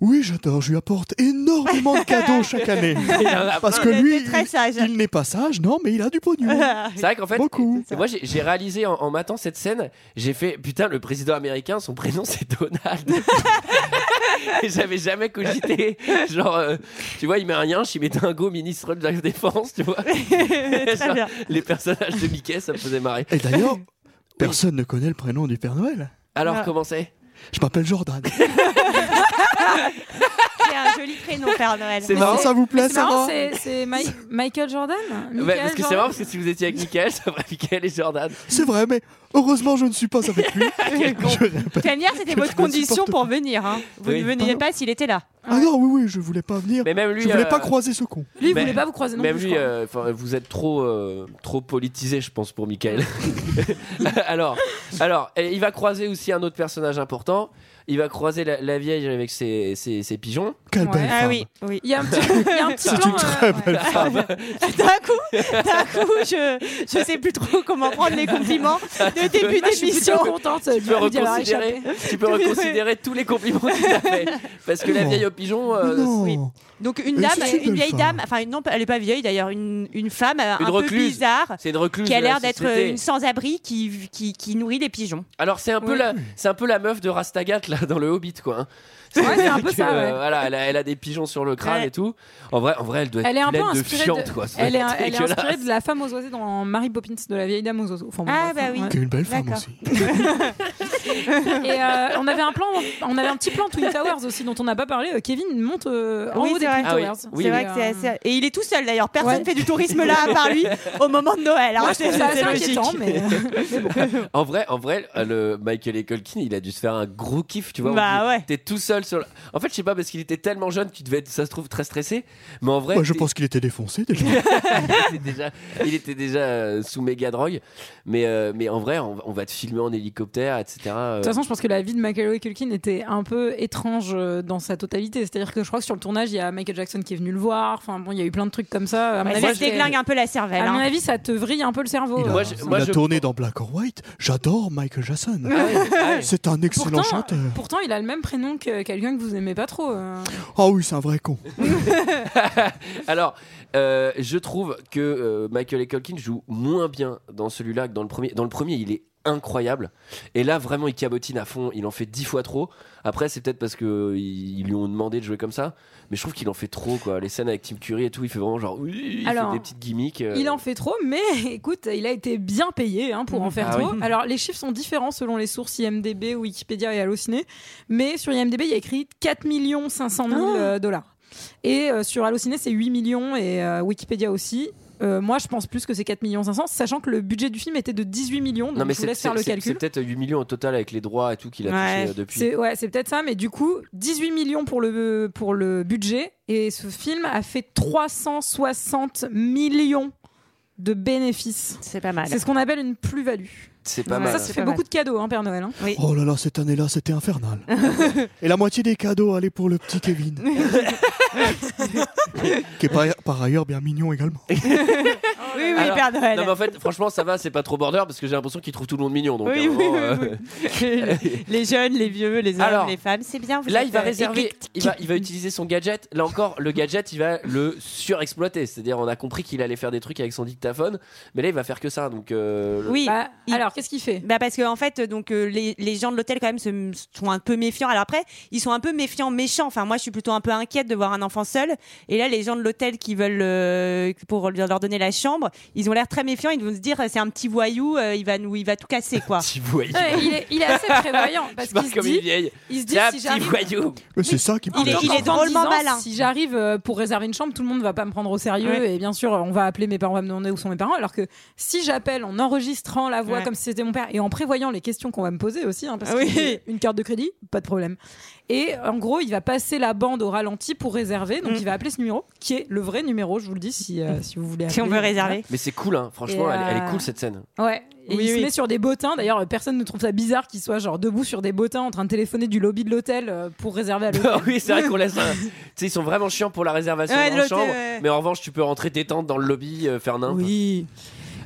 [SPEAKER 5] Oui, j'adore, je lui apporte énormément de cadeaux chaque année.
[SPEAKER 2] Il en a
[SPEAKER 5] Parce
[SPEAKER 2] plein.
[SPEAKER 5] que lui,
[SPEAKER 4] C'est très
[SPEAKER 5] il,
[SPEAKER 4] sage.
[SPEAKER 5] il n'est pas sage, non, mais il a du pognon.
[SPEAKER 2] C'est vrai qu'en fait,
[SPEAKER 5] Beaucoup.
[SPEAKER 2] moi j'ai j'ai réalisé en, en matant cette scène, j'ai fait putain, le président américain, son prénom c'est Donald. Et J'avais jamais cogité. Genre, euh, tu vois, il met un lien, il met dingo, ministre de la Défense, tu vois. Genre,
[SPEAKER 4] bien.
[SPEAKER 2] les personnages de Mickey, ça me faisait marrer.
[SPEAKER 5] Et d'ailleurs, personne ne connaît le prénom du Père Noël.
[SPEAKER 2] Alors,
[SPEAKER 4] Ah.
[SPEAKER 2] comment c'est
[SPEAKER 5] Je m'appelle Jordan.
[SPEAKER 4] C'est un joli prénom, Père Noël.
[SPEAKER 2] C'est marrant.
[SPEAKER 5] ça vous plaît,
[SPEAKER 3] C'est marrant,
[SPEAKER 5] Sarah
[SPEAKER 3] c'est c'est Mi- Michael Jordan
[SPEAKER 2] Ouais,
[SPEAKER 3] Michael
[SPEAKER 2] Parce que c'est
[SPEAKER 3] Jordan
[SPEAKER 2] marrant, parce que si vous étiez avec Michael, ça aurait Michael et Jordan.
[SPEAKER 5] C'est vrai, mais heureusement, je ne suis pas avec lui.
[SPEAKER 2] Ah, Quel con.
[SPEAKER 5] Je répète.
[SPEAKER 4] Quelle manière, c'était votre
[SPEAKER 5] Je
[SPEAKER 4] condition
[SPEAKER 5] supporte
[SPEAKER 4] pour venir. hein. Vous
[SPEAKER 2] Oui.
[SPEAKER 4] ne veniez pas s'il était là.
[SPEAKER 5] Ah non, oui, oui, je voulais pas venir.
[SPEAKER 2] Mais même lui.
[SPEAKER 5] Je voulais
[SPEAKER 2] euh,
[SPEAKER 5] pas croiser ce con.
[SPEAKER 3] Lui, il
[SPEAKER 2] Mais-
[SPEAKER 3] voulait pas vous croiser non
[SPEAKER 2] Même
[SPEAKER 3] plus. je
[SPEAKER 2] lui,
[SPEAKER 3] crois.
[SPEAKER 2] euh, enfin, vous êtes trop, euh, trop politisé, je pense, pour Michael. alors, alors, et il va croiser aussi un autre personnage important. Il va croiser la, la vieille avec ses, ses- ses pigeons.
[SPEAKER 5] Quelle
[SPEAKER 3] Ouais.
[SPEAKER 5] belle
[SPEAKER 3] Ah
[SPEAKER 5] femme.
[SPEAKER 4] oui.
[SPEAKER 3] Il y a un petit, il y a un petit
[SPEAKER 5] C'est
[SPEAKER 3] plan,
[SPEAKER 5] une
[SPEAKER 3] euh,
[SPEAKER 5] très
[SPEAKER 3] ouais.
[SPEAKER 5] belle femme.
[SPEAKER 4] D'un coup, d'un coup, je je sais plus trop comment prendre les compliments de début
[SPEAKER 3] Moi, je suis plutôt
[SPEAKER 4] d'émission.
[SPEAKER 3] contente
[SPEAKER 2] Tu peux
[SPEAKER 3] de lui avoir
[SPEAKER 2] reconsidérer,
[SPEAKER 3] échappé.
[SPEAKER 2] tu peux reconsidérer tous les compliments qu'il a fait. Parce que la
[SPEAKER 5] Non.
[SPEAKER 2] vieille aux pigeons, euh,
[SPEAKER 5] Oh non.
[SPEAKER 4] oui. Donc une
[SPEAKER 5] Mais
[SPEAKER 4] dame,
[SPEAKER 5] c'est une
[SPEAKER 4] une
[SPEAKER 5] belle
[SPEAKER 4] vieille
[SPEAKER 5] femme.
[SPEAKER 4] dame, enfin non, elle est pas vieille d'ailleurs, une une femme euh,
[SPEAKER 2] Une
[SPEAKER 4] un peu
[SPEAKER 2] recluse.
[SPEAKER 4] bizarre.
[SPEAKER 2] c'est une recluse.
[SPEAKER 4] qui a
[SPEAKER 2] de la
[SPEAKER 4] l'air d'être
[SPEAKER 2] société.
[SPEAKER 4] une sans-abri qui, qui, qui nourrit les pigeons.
[SPEAKER 2] Alors c'est un peu
[SPEAKER 3] Oui.
[SPEAKER 2] la, c'est un peu la meuf de Rastagat là dans le Hobbit quoi. hein.
[SPEAKER 3] Ouais, c'est un peu
[SPEAKER 2] Que,
[SPEAKER 3] ça,
[SPEAKER 2] euh,
[SPEAKER 3] ouais.
[SPEAKER 2] Voilà, elle a, elle a des pigeons sur le crâne
[SPEAKER 4] Ouais.
[SPEAKER 2] et tout. En vrai, en vrai, elle doit être
[SPEAKER 3] Elle est un peu
[SPEAKER 2] pleine de
[SPEAKER 3] inspirée de,
[SPEAKER 2] fientes quoi. Ça
[SPEAKER 3] elle est,
[SPEAKER 2] doit être
[SPEAKER 3] elle est
[SPEAKER 2] dégueulasse.
[SPEAKER 3] inspirée de la femme aux oiseaux dans Mary Poppins, de la vieille dame aux oiseaux. Enfin, bon,
[SPEAKER 4] Ah,
[SPEAKER 3] bref,
[SPEAKER 4] bah oui.
[SPEAKER 3] ouais.
[SPEAKER 5] Qui est une belle femme
[SPEAKER 4] D'accord.
[SPEAKER 5] aussi.
[SPEAKER 3] Et euh, on avait un plan, on avait un petit plan Twin Towers aussi dont on n'a pas parlé. Euh, Kevin monte euh, en
[SPEAKER 4] Oui,
[SPEAKER 3] haut
[SPEAKER 4] c'est
[SPEAKER 3] des
[SPEAKER 4] vrai.
[SPEAKER 3] Twin
[SPEAKER 2] Ah oui.
[SPEAKER 3] Towers.
[SPEAKER 2] Oui,
[SPEAKER 4] c'est
[SPEAKER 2] oui.
[SPEAKER 4] vrai que c'est assez... Et il est tout seul d'ailleurs. Personne
[SPEAKER 3] Ouais.
[SPEAKER 4] fait du tourisme là à part lui au moment de Noël. hein.
[SPEAKER 3] Moi, je trouve ça assez
[SPEAKER 4] C'est logique.
[SPEAKER 3] inquiétant, mais
[SPEAKER 2] En vrai, en vrai, euh, le Michael et Colkin, il a dû se faire un gros kiff, tu vois.
[SPEAKER 4] Bah
[SPEAKER 2] on dit,
[SPEAKER 4] ouais.
[SPEAKER 2] T'es tout seul sur. le- En fait, je sais pas parce qu'il était tellement jeune qu'il devait, être, ça se trouve, très stressé. Mais en vrai,
[SPEAKER 5] Moi, je
[SPEAKER 2] t'es-
[SPEAKER 5] pense qu'il était défoncé déjà.
[SPEAKER 2] il était déjà, il était déjà euh, sous méga drogue. Mais euh, mais en vrai, on, va- on va te filmer en hélicoptère, etc. euh,
[SPEAKER 3] De toute façon, je pense que la vie de Michael Culkin était un peu étrange euh, dans sa totalité. C'est-à-dire que je crois que sur le tournage, il y a Michael Jackson qui est venu le voir. Enfin bon, il y a eu plein de trucs comme ça. À mon,
[SPEAKER 4] Ouais,
[SPEAKER 3] avis,
[SPEAKER 4] ça se déglingue un peu la cervelle.
[SPEAKER 3] à mon
[SPEAKER 4] hein.
[SPEAKER 3] avis, ça te vrille un peu le cerveau. Euh,
[SPEAKER 5] Il a,
[SPEAKER 2] Moi, je-
[SPEAKER 5] il
[SPEAKER 2] moi,
[SPEAKER 5] a
[SPEAKER 2] je-
[SPEAKER 5] tourné dans Black or White. J'adore Michael Jackson.
[SPEAKER 2] Ah
[SPEAKER 5] C'est un excellent
[SPEAKER 3] Pourtant,
[SPEAKER 5] chanteur.
[SPEAKER 3] pourtant, il a le même prénom que quelqu'un que vous aimez pas trop. euh.
[SPEAKER 5] Ah oui, c'est un vrai con.
[SPEAKER 2] Alors, euh, je trouve que euh, Michael et Culkin joue moins bien dans celui-là que dans le premier. Dans le premier, il est incroyable. Et là, vraiment, il cabotine à fond. Il en fait dix fois trop. Après, c'est peut-être parce que ils ils lui ont demandé de jouer comme ça. Mais je trouve qu'il en fait trop, quoi. Les scènes avec Tim Curry et tout, il fait vraiment genre. oui, Il
[SPEAKER 3] Alors,
[SPEAKER 2] fait des petites gimmicks. euh.
[SPEAKER 3] Il en fait trop, mais écoute, il a été bien payé hein, pour en faire
[SPEAKER 2] Ah
[SPEAKER 3] trop.
[SPEAKER 2] oui.
[SPEAKER 3] Alors, les chiffres sont différents selon les sources IMDB, Wikipédia et Allociné, mais sur IMDB, il y a écrit 4 500 000
[SPEAKER 2] Ah.
[SPEAKER 3] euh, dollars. Et euh, sur Allociné, c'est 8 millions et euh, Wikipédia aussi. Euh, moi, je pense plus que c'est 4 500 000, sachant que le budget du film était de 18 millions, donc
[SPEAKER 2] Non, mais
[SPEAKER 3] je vous
[SPEAKER 2] c'est
[SPEAKER 3] laisse
[SPEAKER 2] c'est-
[SPEAKER 3] faire le
[SPEAKER 2] c'est- c'est
[SPEAKER 3] calcul.
[SPEAKER 2] peut-être 8 millions au total avec les droits et tout qu'il a touché euh, depuis.
[SPEAKER 3] C'est ouais, c'est peut-être ça, mais du coup, 18 millions pour le, pour le budget, et ce film a fait 360 millions de bénéfices.
[SPEAKER 4] C'est pas mal.
[SPEAKER 3] C'est ce qu'on appelle une plus-value.
[SPEAKER 2] C'est
[SPEAKER 5] pas mal.
[SPEAKER 3] Ça, ça fait beaucoup de cadeaux, hein, Père Noël. hein.
[SPEAKER 5] Oh là là, cette année-là, c'était infernal. Et la moitié des cadeaux allaient pour le petit Kevin. qui est par, par ailleurs bien mignon également.
[SPEAKER 4] Oui, oui,
[SPEAKER 2] Alors,
[SPEAKER 4] Père Noël.
[SPEAKER 2] Non, bah, mais en fait, franchement, ça va, c'est pas trop border parce que j'ai l'impression qu'il trouve tout le monde mignon. Donc, à
[SPEAKER 4] Oui,
[SPEAKER 2] un
[SPEAKER 4] oui,
[SPEAKER 2] moment,
[SPEAKER 4] oui,
[SPEAKER 2] euh,
[SPEAKER 4] les, les jeunes, les vieux, les hommes,
[SPEAKER 2] Alors,
[SPEAKER 4] les femmes, c'est bien. vous
[SPEAKER 2] Là,
[SPEAKER 4] êtes,
[SPEAKER 2] il va
[SPEAKER 4] euh,
[SPEAKER 2] réserver,
[SPEAKER 4] éclectique.
[SPEAKER 2] il va, il va utiliser son gadget. Là encore, le gadget, il va le surexploiter. C'est-à-dire, on a compris qu'il allait faire des trucs avec son dictaphone, mais là, il va faire que ça. Donc, euh, le-
[SPEAKER 4] Oui.
[SPEAKER 3] Bah, alors, qu'est-ce qu'il fait
[SPEAKER 4] bah parce que en fait, donc euh, les, les gens de l'hôtel quand même se- sont un peu méfiants. Alors après, ils sont un peu méfiants, méchants. Enfin, moi, je suis plutôt un peu inquiète de voir un enfant seul. Et là, les gens de l'hôtel qui veulent euh, pour leur donner la chambre, ils ont l'air très méfiants. Ils vont se dire, c'est un petit voyou, euh, il va nous, il va tout casser, quoi.
[SPEAKER 2] petit voyou.
[SPEAKER 3] Ouais, il, est, il est assez prévoyant parce
[SPEAKER 2] Je parle
[SPEAKER 3] qu'il se
[SPEAKER 2] comme une
[SPEAKER 3] dit,
[SPEAKER 2] vieille.
[SPEAKER 3] il se dit
[SPEAKER 2] Tiens,
[SPEAKER 3] si
[SPEAKER 2] petit
[SPEAKER 3] j'arrive.
[SPEAKER 2] voyou.
[SPEAKER 5] Mais c'est ça qui me
[SPEAKER 4] Il est-
[SPEAKER 5] plaît.
[SPEAKER 4] il est
[SPEAKER 3] Dans
[SPEAKER 4] drôlement
[SPEAKER 3] 10 ans,
[SPEAKER 4] malin.
[SPEAKER 3] Si j'arrive euh, pour réserver une chambre, tout le monde va pas me prendre au sérieux
[SPEAKER 4] Ouais.
[SPEAKER 3] et bien sûr, on va appeler mes parents, on va me demander où sont mes parents. Alors que si j'appelle en enregistrant la voix
[SPEAKER 4] Ouais.
[SPEAKER 3] comme si c'était mon père et en prévoyant les questions qu'on va me poser aussi, hein, parce
[SPEAKER 4] Ah oui.
[SPEAKER 3] que une carte de crédit, pas de problème. Et en gros, il va passer la bande au ralenti pour réserver, donc
[SPEAKER 4] Mm.
[SPEAKER 3] il va appeler ce numéro qui est le vrai numéro. Je vous le dis si euh, si vous voulez.
[SPEAKER 4] Si on veut
[SPEAKER 3] appeler, euh, voilà.
[SPEAKER 4] réserver.
[SPEAKER 2] Mais c'est cool, hein. franchement,
[SPEAKER 3] Et,
[SPEAKER 2] elle, elle est
[SPEAKER 3] euh,
[SPEAKER 2] cool cette scène.
[SPEAKER 3] Ouais. Et
[SPEAKER 4] Oui,
[SPEAKER 3] il
[SPEAKER 4] oui.
[SPEAKER 3] se met sur des bottins. D'ailleurs, euh, personne ne trouve ça bizarre qu'il soit genre debout sur des bottins en train de téléphoner du lobby de l'hôtel euh, pour réserver à l'hôtel.
[SPEAKER 2] Ah oui, c'est vrai qu'on laisse. un- tu sais, ils sont vraiment chiants pour la réservation
[SPEAKER 4] Ouais,
[SPEAKER 2] en
[SPEAKER 4] l'hôtel,
[SPEAKER 2] chambre.
[SPEAKER 4] ouais.
[SPEAKER 2] Mais en revanche, tu peux rentrer détente dans le lobby, euh, faire n'importe
[SPEAKER 3] oui.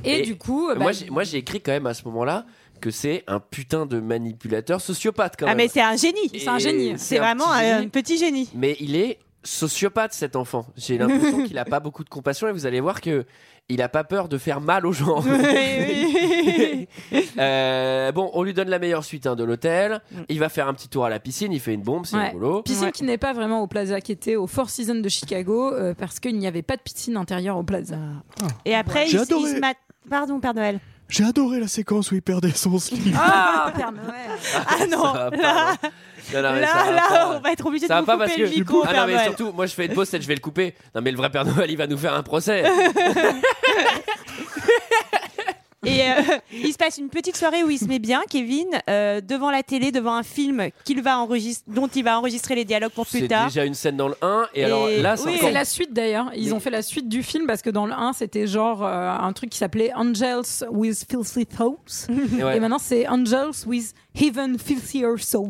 [SPEAKER 3] Et,
[SPEAKER 2] Et
[SPEAKER 3] du coup, euh, bah,
[SPEAKER 2] Moi, j'ai- moi, j'ai écrit quand même à ce moment-là que c'est un putain de manipulateur sociopathe quand
[SPEAKER 4] Ah
[SPEAKER 2] même.
[SPEAKER 4] mais c'est un génie.
[SPEAKER 2] Et
[SPEAKER 3] c'est un génie.
[SPEAKER 4] C'est vraiment
[SPEAKER 2] petit
[SPEAKER 4] un
[SPEAKER 2] génie.
[SPEAKER 4] petit génie.
[SPEAKER 2] mais il est sociopathe cet enfant. J'ai l'impression qu'il a pas beaucoup de compassion et vous allez voir que il a pas peur de faire mal aux gens. Euh, bon, on lui donne la meilleure suite hein, de l'hôtel. Il va faire un petit tour à la piscine. Il fait une bombe, c'est
[SPEAKER 3] Ouais.
[SPEAKER 2] rigolo.
[SPEAKER 3] Piscine
[SPEAKER 4] Mm. Ouais.
[SPEAKER 3] qui n'est pas vraiment au Plaza, qui était au Four Seasons de Chicago, euh, parce qu'il n'y avait pas de piscine intérieure au Plaza.
[SPEAKER 4] Et après,
[SPEAKER 5] J'ai
[SPEAKER 4] il,
[SPEAKER 5] adoré.
[SPEAKER 4] il se mate. Pardon, Père Noël.
[SPEAKER 5] J'ai adoré la séquence où il perdait son slip.
[SPEAKER 3] Ah, Père Noël
[SPEAKER 4] Ah
[SPEAKER 2] Ça
[SPEAKER 4] non,
[SPEAKER 2] va pas,
[SPEAKER 4] là,
[SPEAKER 2] Non, non, mais ça
[SPEAKER 4] là,
[SPEAKER 2] va
[SPEAKER 4] là,
[SPEAKER 2] pas.
[SPEAKER 4] on va être obligé de
[SPEAKER 2] Ça va
[SPEAKER 4] vous
[SPEAKER 2] pas
[SPEAKER 4] couper
[SPEAKER 2] parce que
[SPEAKER 4] le micro,
[SPEAKER 2] ah non
[SPEAKER 4] Père
[SPEAKER 2] mais
[SPEAKER 4] Noël.
[SPEAKER 2] surtout moi je fais une pause je vais le couper. Non mais le vrai Père Noël il va nous faire un procès.
[SPEAKER 4] Et euh, il se passe une petite soirée où il se met bien, Kevin, euh, devant la télé, devant un film qu'il va enregistrer, dont il va enregistrer les dialogues pour plus
[SPEAKER 2] C'est
[SPEAKER 4] tard.
[SPEAKER 2] déjà une scène dans le 1 et, alors
[SPEAKER 4] Et-
[SPEAKER 2] là c'est
[SPEAKER 4] oui.
[SPEAKER 2] encore
[SPEAKER 3] C'est la suite d'ailleurs. Ils ont fait la suite du film parce que dans le 1, c'était genre euh, un truc qui s'appelait Angels with Filthy Thoughts.
[SPEAKER 2] Et ouais.
[SPEAKER 3] Et maintenant, c'est Angels with Even Filthier Souls.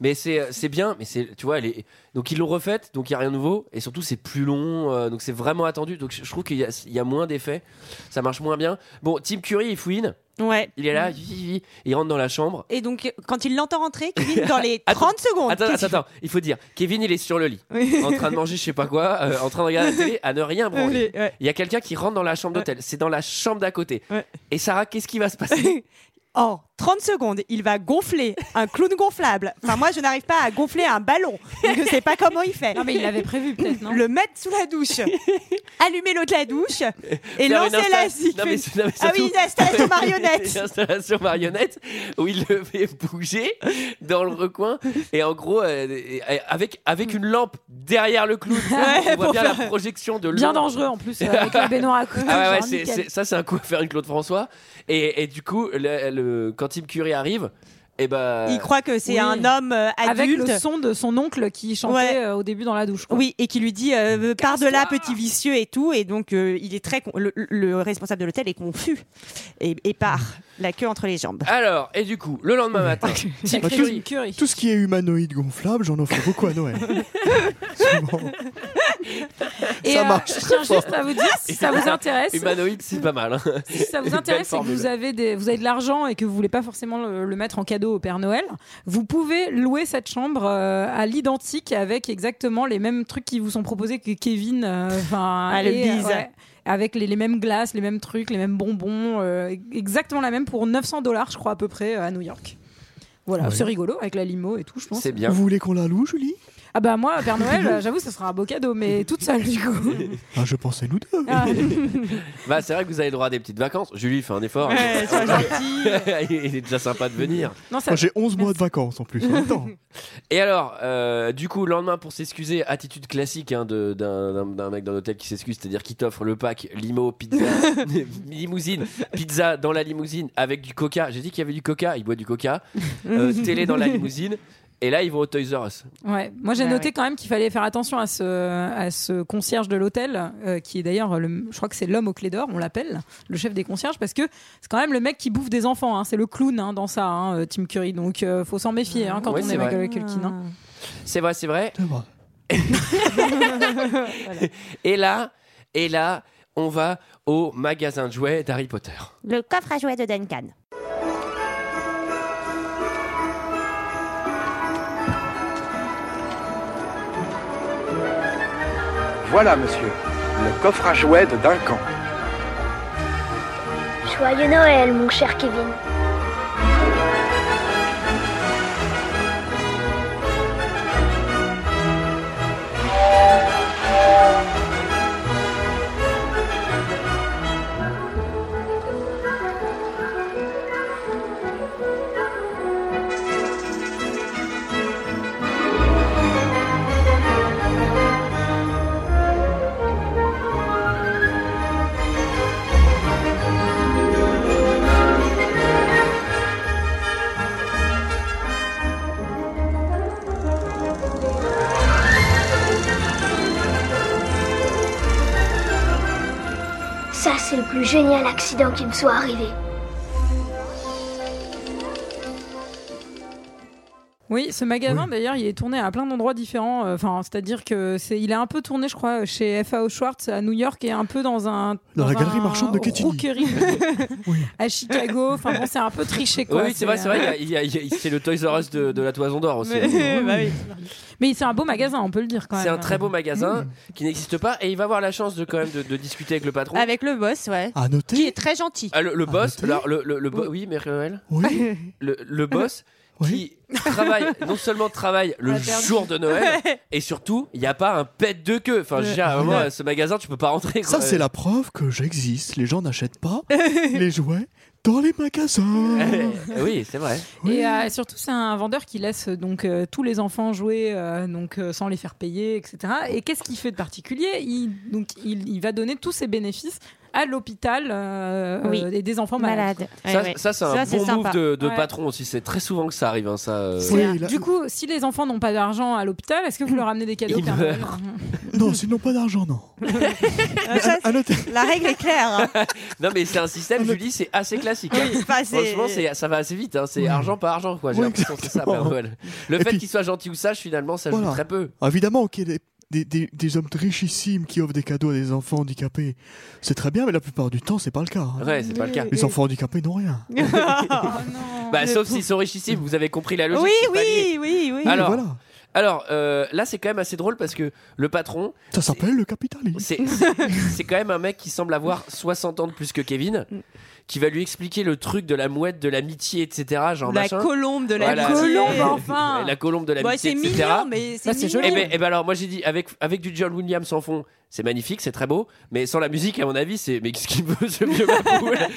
[SPEAKER 2] Mais c'est euh, c'est bien, mais c'est tu vois, elle est- donc ils l'ont refaite, donc il y a rien de nouveau, et surtout c'est plus long, euh, donc c'est vraiment attendu, donc je, je trouve qu'il y, a- il y a moins d'effets, ça marche moins bien. Bon, Tim Curry il fouine,
[SPEAKER 4] Ouais.
[SPEAKER 2] il est là, hi, hi, hi, il rentre dans la chambre.
[SPEAKER 4] Et donc, euh, quand il l'entend rentrer, Kevin, dans les
[SPEAKER 2] Attends,
[SPEAKER 4] 30 secondes.
[SPEAKER 2] Attends,
[SPEAKER 4] Oh, qu'est-ce
[SPEAKER 2] attends, attends, il faut dire, Kevin il est sur le lit,
[SPEAKER 4] Oui.
[SPEAKER 2] en train de manger je sais pas quoi, euh, en train de regarder la télé, à ne rien
[SPEAKER 4] qu'il-
[SPEAKER 2] branler.
[SPEAKER 4] Ouais.
[SPEAKER 2] Il y a quelqu'un qui rentre dans la chambre d'hôtel, c'est dans la chambre d'à côté.
[SPEAKER 4] Ouais.
[SPEAKER 2] Et Sarah, qu'est-ce qui va se passer
[SPEAKER 4] En 30 secondes, il va gonfler un clown gonflable. Enfin, moi, je n'arrive pas à gonfler un ballon. Je ne sais pas comment il fait.
[SPEAKER 3] Non, Ah, mais il l'avait prévu peut-être, non
[SPEAKER 4] Le mettre sous la douche, allumer l'eau de la douche et
[SPEAKER 2] Faire une
[SPEAKER 4] lancer
[SPEAKER 2] insta-
[SPEAKER 4] la zig.
[SPEAKER 2] Non, mais c'est- non, mais
[SPEAKER 4] Ah
[SPEAKER 2] surtout-
[SPEAKER 4] oui, une installation marionnette.
[SPEAKER 2] C'est l'installation marionnette où il le fait bouger dans le recoin et en gros euh, et- et avec avec une lampe derrière le clown. on voit
[SPEAKER 4] pour
[SPEAKER 2] bien
[SPEAKER 4] faire-
[SPEAKER 2] la projection de
[SPEAKER 3] Bien
[SPEAKER 2] l'eau.
[SPEAKER 3] dangereux en plus, euh, avec la baignoire à côté.
[SPEAKER 2] Ah ouais, ouais,
[SPEAKER 3] genre,
[SPEAKER 2] c'est-
[SPEAKER 3] nickel.
[SPEAKER 2] c'est- ça c'est un coup à faire une Claude François et, et du coup le, le- quand Tim Curry arrive et ben
[SPEAKER 4] Il croit que c'est
[SPEAKER 3] Oui.
[SPEAKER 4] un homme euh,
[SPEAKER 3] Avec
[SPEAKER 4] adulte.
[SPEAKER 3] le son de son oncle qui chantait
[SPEAKER 4] Ouais.
[SPEAKER 3] euh, au début dans la douche. quoi.
[SPEAKER 4] Oui, et qui lui dit euh, par de là, petit vicieux et tout. Et donc, euh, il est très con- le, le responsable de l'hôtel est confus et, et part la queue entre les jambes.
[SPEAKER 2] alors et du coup le lendemain matin Tim
[SPEAKER 3] Sacré
[SPEAKER 2] Curry
[SPEAKER 3] Jim Curry.
[SPEAKER 5] Tout ce qui est humanoïde gonflable, j'en offre beaucoup à Noël. Souvent.
[SPEAKER 3] Et
[SPEAKER 5] Ça
[SPEAKER 3] euh,
[SPEAKER 5] marche
[SPEAKER 3] je
[SPEAKER 5] très
[SPEAKER 3] tiens juste
[SPEAKER 5] fort.
[SPEAKER 3] à vous dire, si ça vous intéresse,
[SPEAKER 2] Humanoïde, c'est pas mal. hein.
[SPEAKER 3] si ça vous
[SPEAKER 2] Belle
[SPEAKER 3] intéresse et que
[SPEAKER 2] formule.
[SPEAKER 3] vous avez, des, vous avez de l'argent et que vous voulez pas forcément le, le mettre en cadeau au Père Noël, vous pouvez louer cette chambre euh, à l'identique avec exactement les mêmes trucs qui vous sont proposés que Kevin. euh, enfin,
[SPEAKER 4] Ah, le
[SPEAKER 3] et, euh,
[SPEAKER 4] bise.
[SPEAKER 3] avec les, les mêmes glaces, les mêmes trucs, les mêmes bonbons, euh, exactement la même pour 900 dollars, je crois, à peu près, euh, à New York. Voilà,
[SPEAKER 5] Ouais.
[SPEAKER 3] c'est rigolo avec la limo et tout, je pense.
[SPEAKER 2] Ah C'est bien.
[SPEAKER 5] Vous voulez qu'on la loue, Julie
[SPEAKER 3] Ah bah moi, Père Noël, euh, j'avoue, ça sera un beau cadeau, mais toute seule du coup.
[SPEAKER 5] Ah, je pensais nous deux.
[SPEAKER 3] Ah.
[SPEAKER 2] Bah, c'est vrai que vous avez le droit à des petites vacances. Julie, fais un effort.
[SPEAKER 4] Ouais, sois gentil.
[SPEAKER 2] Il est déjà sympa de venir.
[SPEAKER 3] Non, ça,
[SPEAKER 5] Moi, j'ai 11 mois de vacances en plus. en même temps.
[SPEAKER 2] Et alors, euh, du coup, le lendemain, pour s'excuser, attitude classique hein, de- d'un d'un- d'un mec d'un hôtel qui s'excuse, c'est-à-dire qui t'offre le pack limo, pizza, limousine, pizza dans la limousine avec du coca. J'ai dit qu'il y avait du coca, il boit du coca, euh, télé dans la limousine. Et là, ils vont au Toys R Us.
[SPEAKER 3] Ouais, moi j'ai
[SPEAKER 4] Bah
[SPEAKER 3] noté
[SPEAKER 4] ouais.
[SPEAKER 3] quand même qu'il fallait faire attention à ce, à ce concierge de l'hôtel, euh, qui est d'ailleurs, le- je crois que c'est l'homme aux clés d'or, on l'appelle, le chef des concierges, parce que c'est quand même le mec qui bouffe des enfants, hein, c'est le clown hein, dans ça, hein, euh, Tim Curry, donc euh, faut s'en méfier hein, quand
[SPEAKER 2] Ouais,
[SPEAKER 3] on
[SPEAKER 2] c'est
[SPEAKER 3] est avec
[SPEAKER 2] vrai.
[SPEAKER 3] avec quelqu'un. hein.
[SPEAKER 4] Ah.
[SPEAKER 2] C'est vrai, c'est vrai.
[SPEAKER 5] C'est vrai.
[SPEAKER 2] Et là, et là, on va au magasin de jouets d'Harry Potter.
[SPEAKER 4] Le coffre à jouets de Duncan.
[SPEAKER 8] Voilà, monsieur, le coffre à jouets de Duncan.
[SPEAKER 10] Joyeux Noël, mon cher Kevin. Ça, c'est le plus génial accident qui me soit arrivé.
[SPEAKER 3] Oui, ce magasin d'ailleurs, il est tourné à plein d'endroits différents. euh, Enfin, c'est-à-dire que c'est, il est un peu tourné, je crois, chez FAO Schwartz à New York et un peu dans un
[SPEAKER 5] Dans la
[SPEAKER 3] un
[SPEAKER 5] galerie marchande de Kettini.
[SPEAKER 3] rookery
[SPEAKER 5] Oui.
[SPEAKER 3] à Chicago. Enfin bon, c'est un peu triché
[SPEAKER 2] Oui,
[SPEAKER 3] quoi.
[SPEAKER 2] oui, c'est vrai, c'est vrai. il y a- il y a- il y a- C'est le Toys R Us de, de la Toison d'Or aussi.
[SPEAKER 4] bah
[SPEAKER 3] Mais c'est un beau magasin, on peut le dire quand même.
[SPEAKER 2] C'est un très beau magasin qui n'existe pas et il va avoir la chance de quand même de, de discuter avec le patron.
[SPEAKER 4] Avec le boss, ouais.
[SPEAKER 5] À
[SPEAKER 4] Qui
[SPEAKER 5] noter.
[SPEAKER 4] est très gentil.
[SPEAKER 2] Ah, le, le boss,
[SPEAKER 5] noter.
[SPEAKER 2] alors, le, le, le bo- oui, Mère Noël,
[SPEAKER 5] Oui.
[SPEAKER 2] le, le boss
[SPEAKER 5] Ah, Oui.
[SPEAKER 2] qui travaille, non seulement travaille le
[SPEAKER 3] a perdu.
[SPEAKER 2] jour de Noël, et surtout, il n'y a pas un pet de queue. Enfin, je veux dire, à un moment, à ce magasin, tu peux pas rentrer.
[SPEAKER 5] Ça,
[SPEAKER 2] quoi.
[SPEAKER 5] c'est la preuve que j'existe. Les gens n'achètent pas les jouets dans les magasins.
[SPEAKER 2] oui, c'est vrai.
[SPEAKER 3] Et euh, surtout, c'est un vendeur qui laisse euh, donc euh, tous les enfants jouer euh, donc euh, sans les faire payer, etc. Et qu'est-ce qu'il fait de particulier Il donc il, il va donner tous ses bénéfices à l'hôpital euh,
[SPEAKER 4] Oui.
[SPEAKER 3] euh, et des enfants malades.
[SPEAKER 4] Malade.
[SPEAKER 2] ça,
[SPEAKER 4] Ouais, ouais.
[SPEAKER 2] Oh, ça, c'est
[SPEAKER 4] Ça,
[SPEAKER 2] un
[SPEAKER 4] c'est
[SPEAKER 2] bon move
[SPEAKER 4] sympa.
[SPEAKER 2] de, de
[SPEAKER 3] Ouais.
[SPEAKER 2] patron aussi. C'est très souvent que ça arrive. hein, ça, euh.
[SPEAKER 5] Oui, il a-
[SPEAKER 3] Du coup, si les enfants n'ont pas d'argent à l'hôpital, est-ce que vous leur ramenez des cadeaux
[SPEAKER 2] Ils
[SPEAKER 3] Père Noël
[SPEAKER 5] Non, s'ils n'ont pas d'argent, non. Ah,
[SPEAKER 4] Euh, ça,
[SPEAKER 5] À noter.
[SPEAKER 4] la règle est claire. hein.
[SPEAKER 2] Non, mais c'est un système, Julie, c'est assez classique. hein.
[SPEAKER 4] Enfin, c'est-
[SPEAKER 2] Franchement, c'est- ça va assez vite. hein. C'est
[SPEAKER 5] Oui.
[SPEAKER 2] argent par argent, quoi. J'ai
[SPEAKER 5] Oui,
[SPEAKER 2] l'impression que c'est ça,
[SPEAKER 5] exactement.
[SPEAKER 2] Père Noël. Le
[SPEAKER 5] Et
[SPEAKER 2] fait
[SPEAKER 5] puis-
[SPEAKER 2] qu'il soit gentil ou sage, finalement, ça joue
[SPEAKER 5] Voilà.
[SPEAKER 2] très peu.
[SPEAKER 5] ah, Évidemment, ok, des, des, des- des hommes richissimes qui offrent des cadeaux à des enfants handicapés, c'est très bien, mais la plupart du temps, c'est pas le cas. hein.
[SPEAKER 2] Ouais, c'est pas le cas.
[SPEAKER 5] Les enfants handicapés n'ont rien.
[SPEAKER 2] Bah, sauf s'ils sont richissimes, vous avez compris la logique.
[SPEAKER 4] oui,
[SPEAKER 2] du panier.
[SPEAKER 4] oui, oui, oui.
[SPEAKER 5] Oui,
[SPEAKER 2] Alors-
[SPEAKER 5] voilà.
[SPEAKER 2] Alors euh, là, c'est quand même assez drôle parce que le patron,
[SPEAKER 5] Ça s'appelle le capitalisme.
[SPEAKER 2] c'est c'est- c'est quand même un mec qui semble avoir 60 ans de plus que Kevin, qui va lui expliquer le truc de la mouette, de l'amitié, etc. Genre
[SPEAKER 4] la
[SPEAKER 2] machin.
[SPEAKER 4] colombe de la
[SPEAKER 2] Voilà.
[SPEAKER 4] amitié.
[SPEAKER 3] Colombe, enfin.
[SPEAKER 2] La colombe de
[SPEAKER 4] Bon,
[SPEAKER 2] l'amitié,
[SPEAKER 4] c'est
[SPEAKER 2] etc.
[SPEAKER 4] mignon, mais c'est
[SPEAKER 3] Bah, c'est
[SPEAKER 4] mignon.
[SPEAKER 2] Et ben, eh ben alors, moi j'ai dit avec, avec du John Williams en fond, c'est magnifique, c'est très beau, mais sans la musique, à mon avis, c'est mais qu'est-ce qu'il veut ce vieux babou là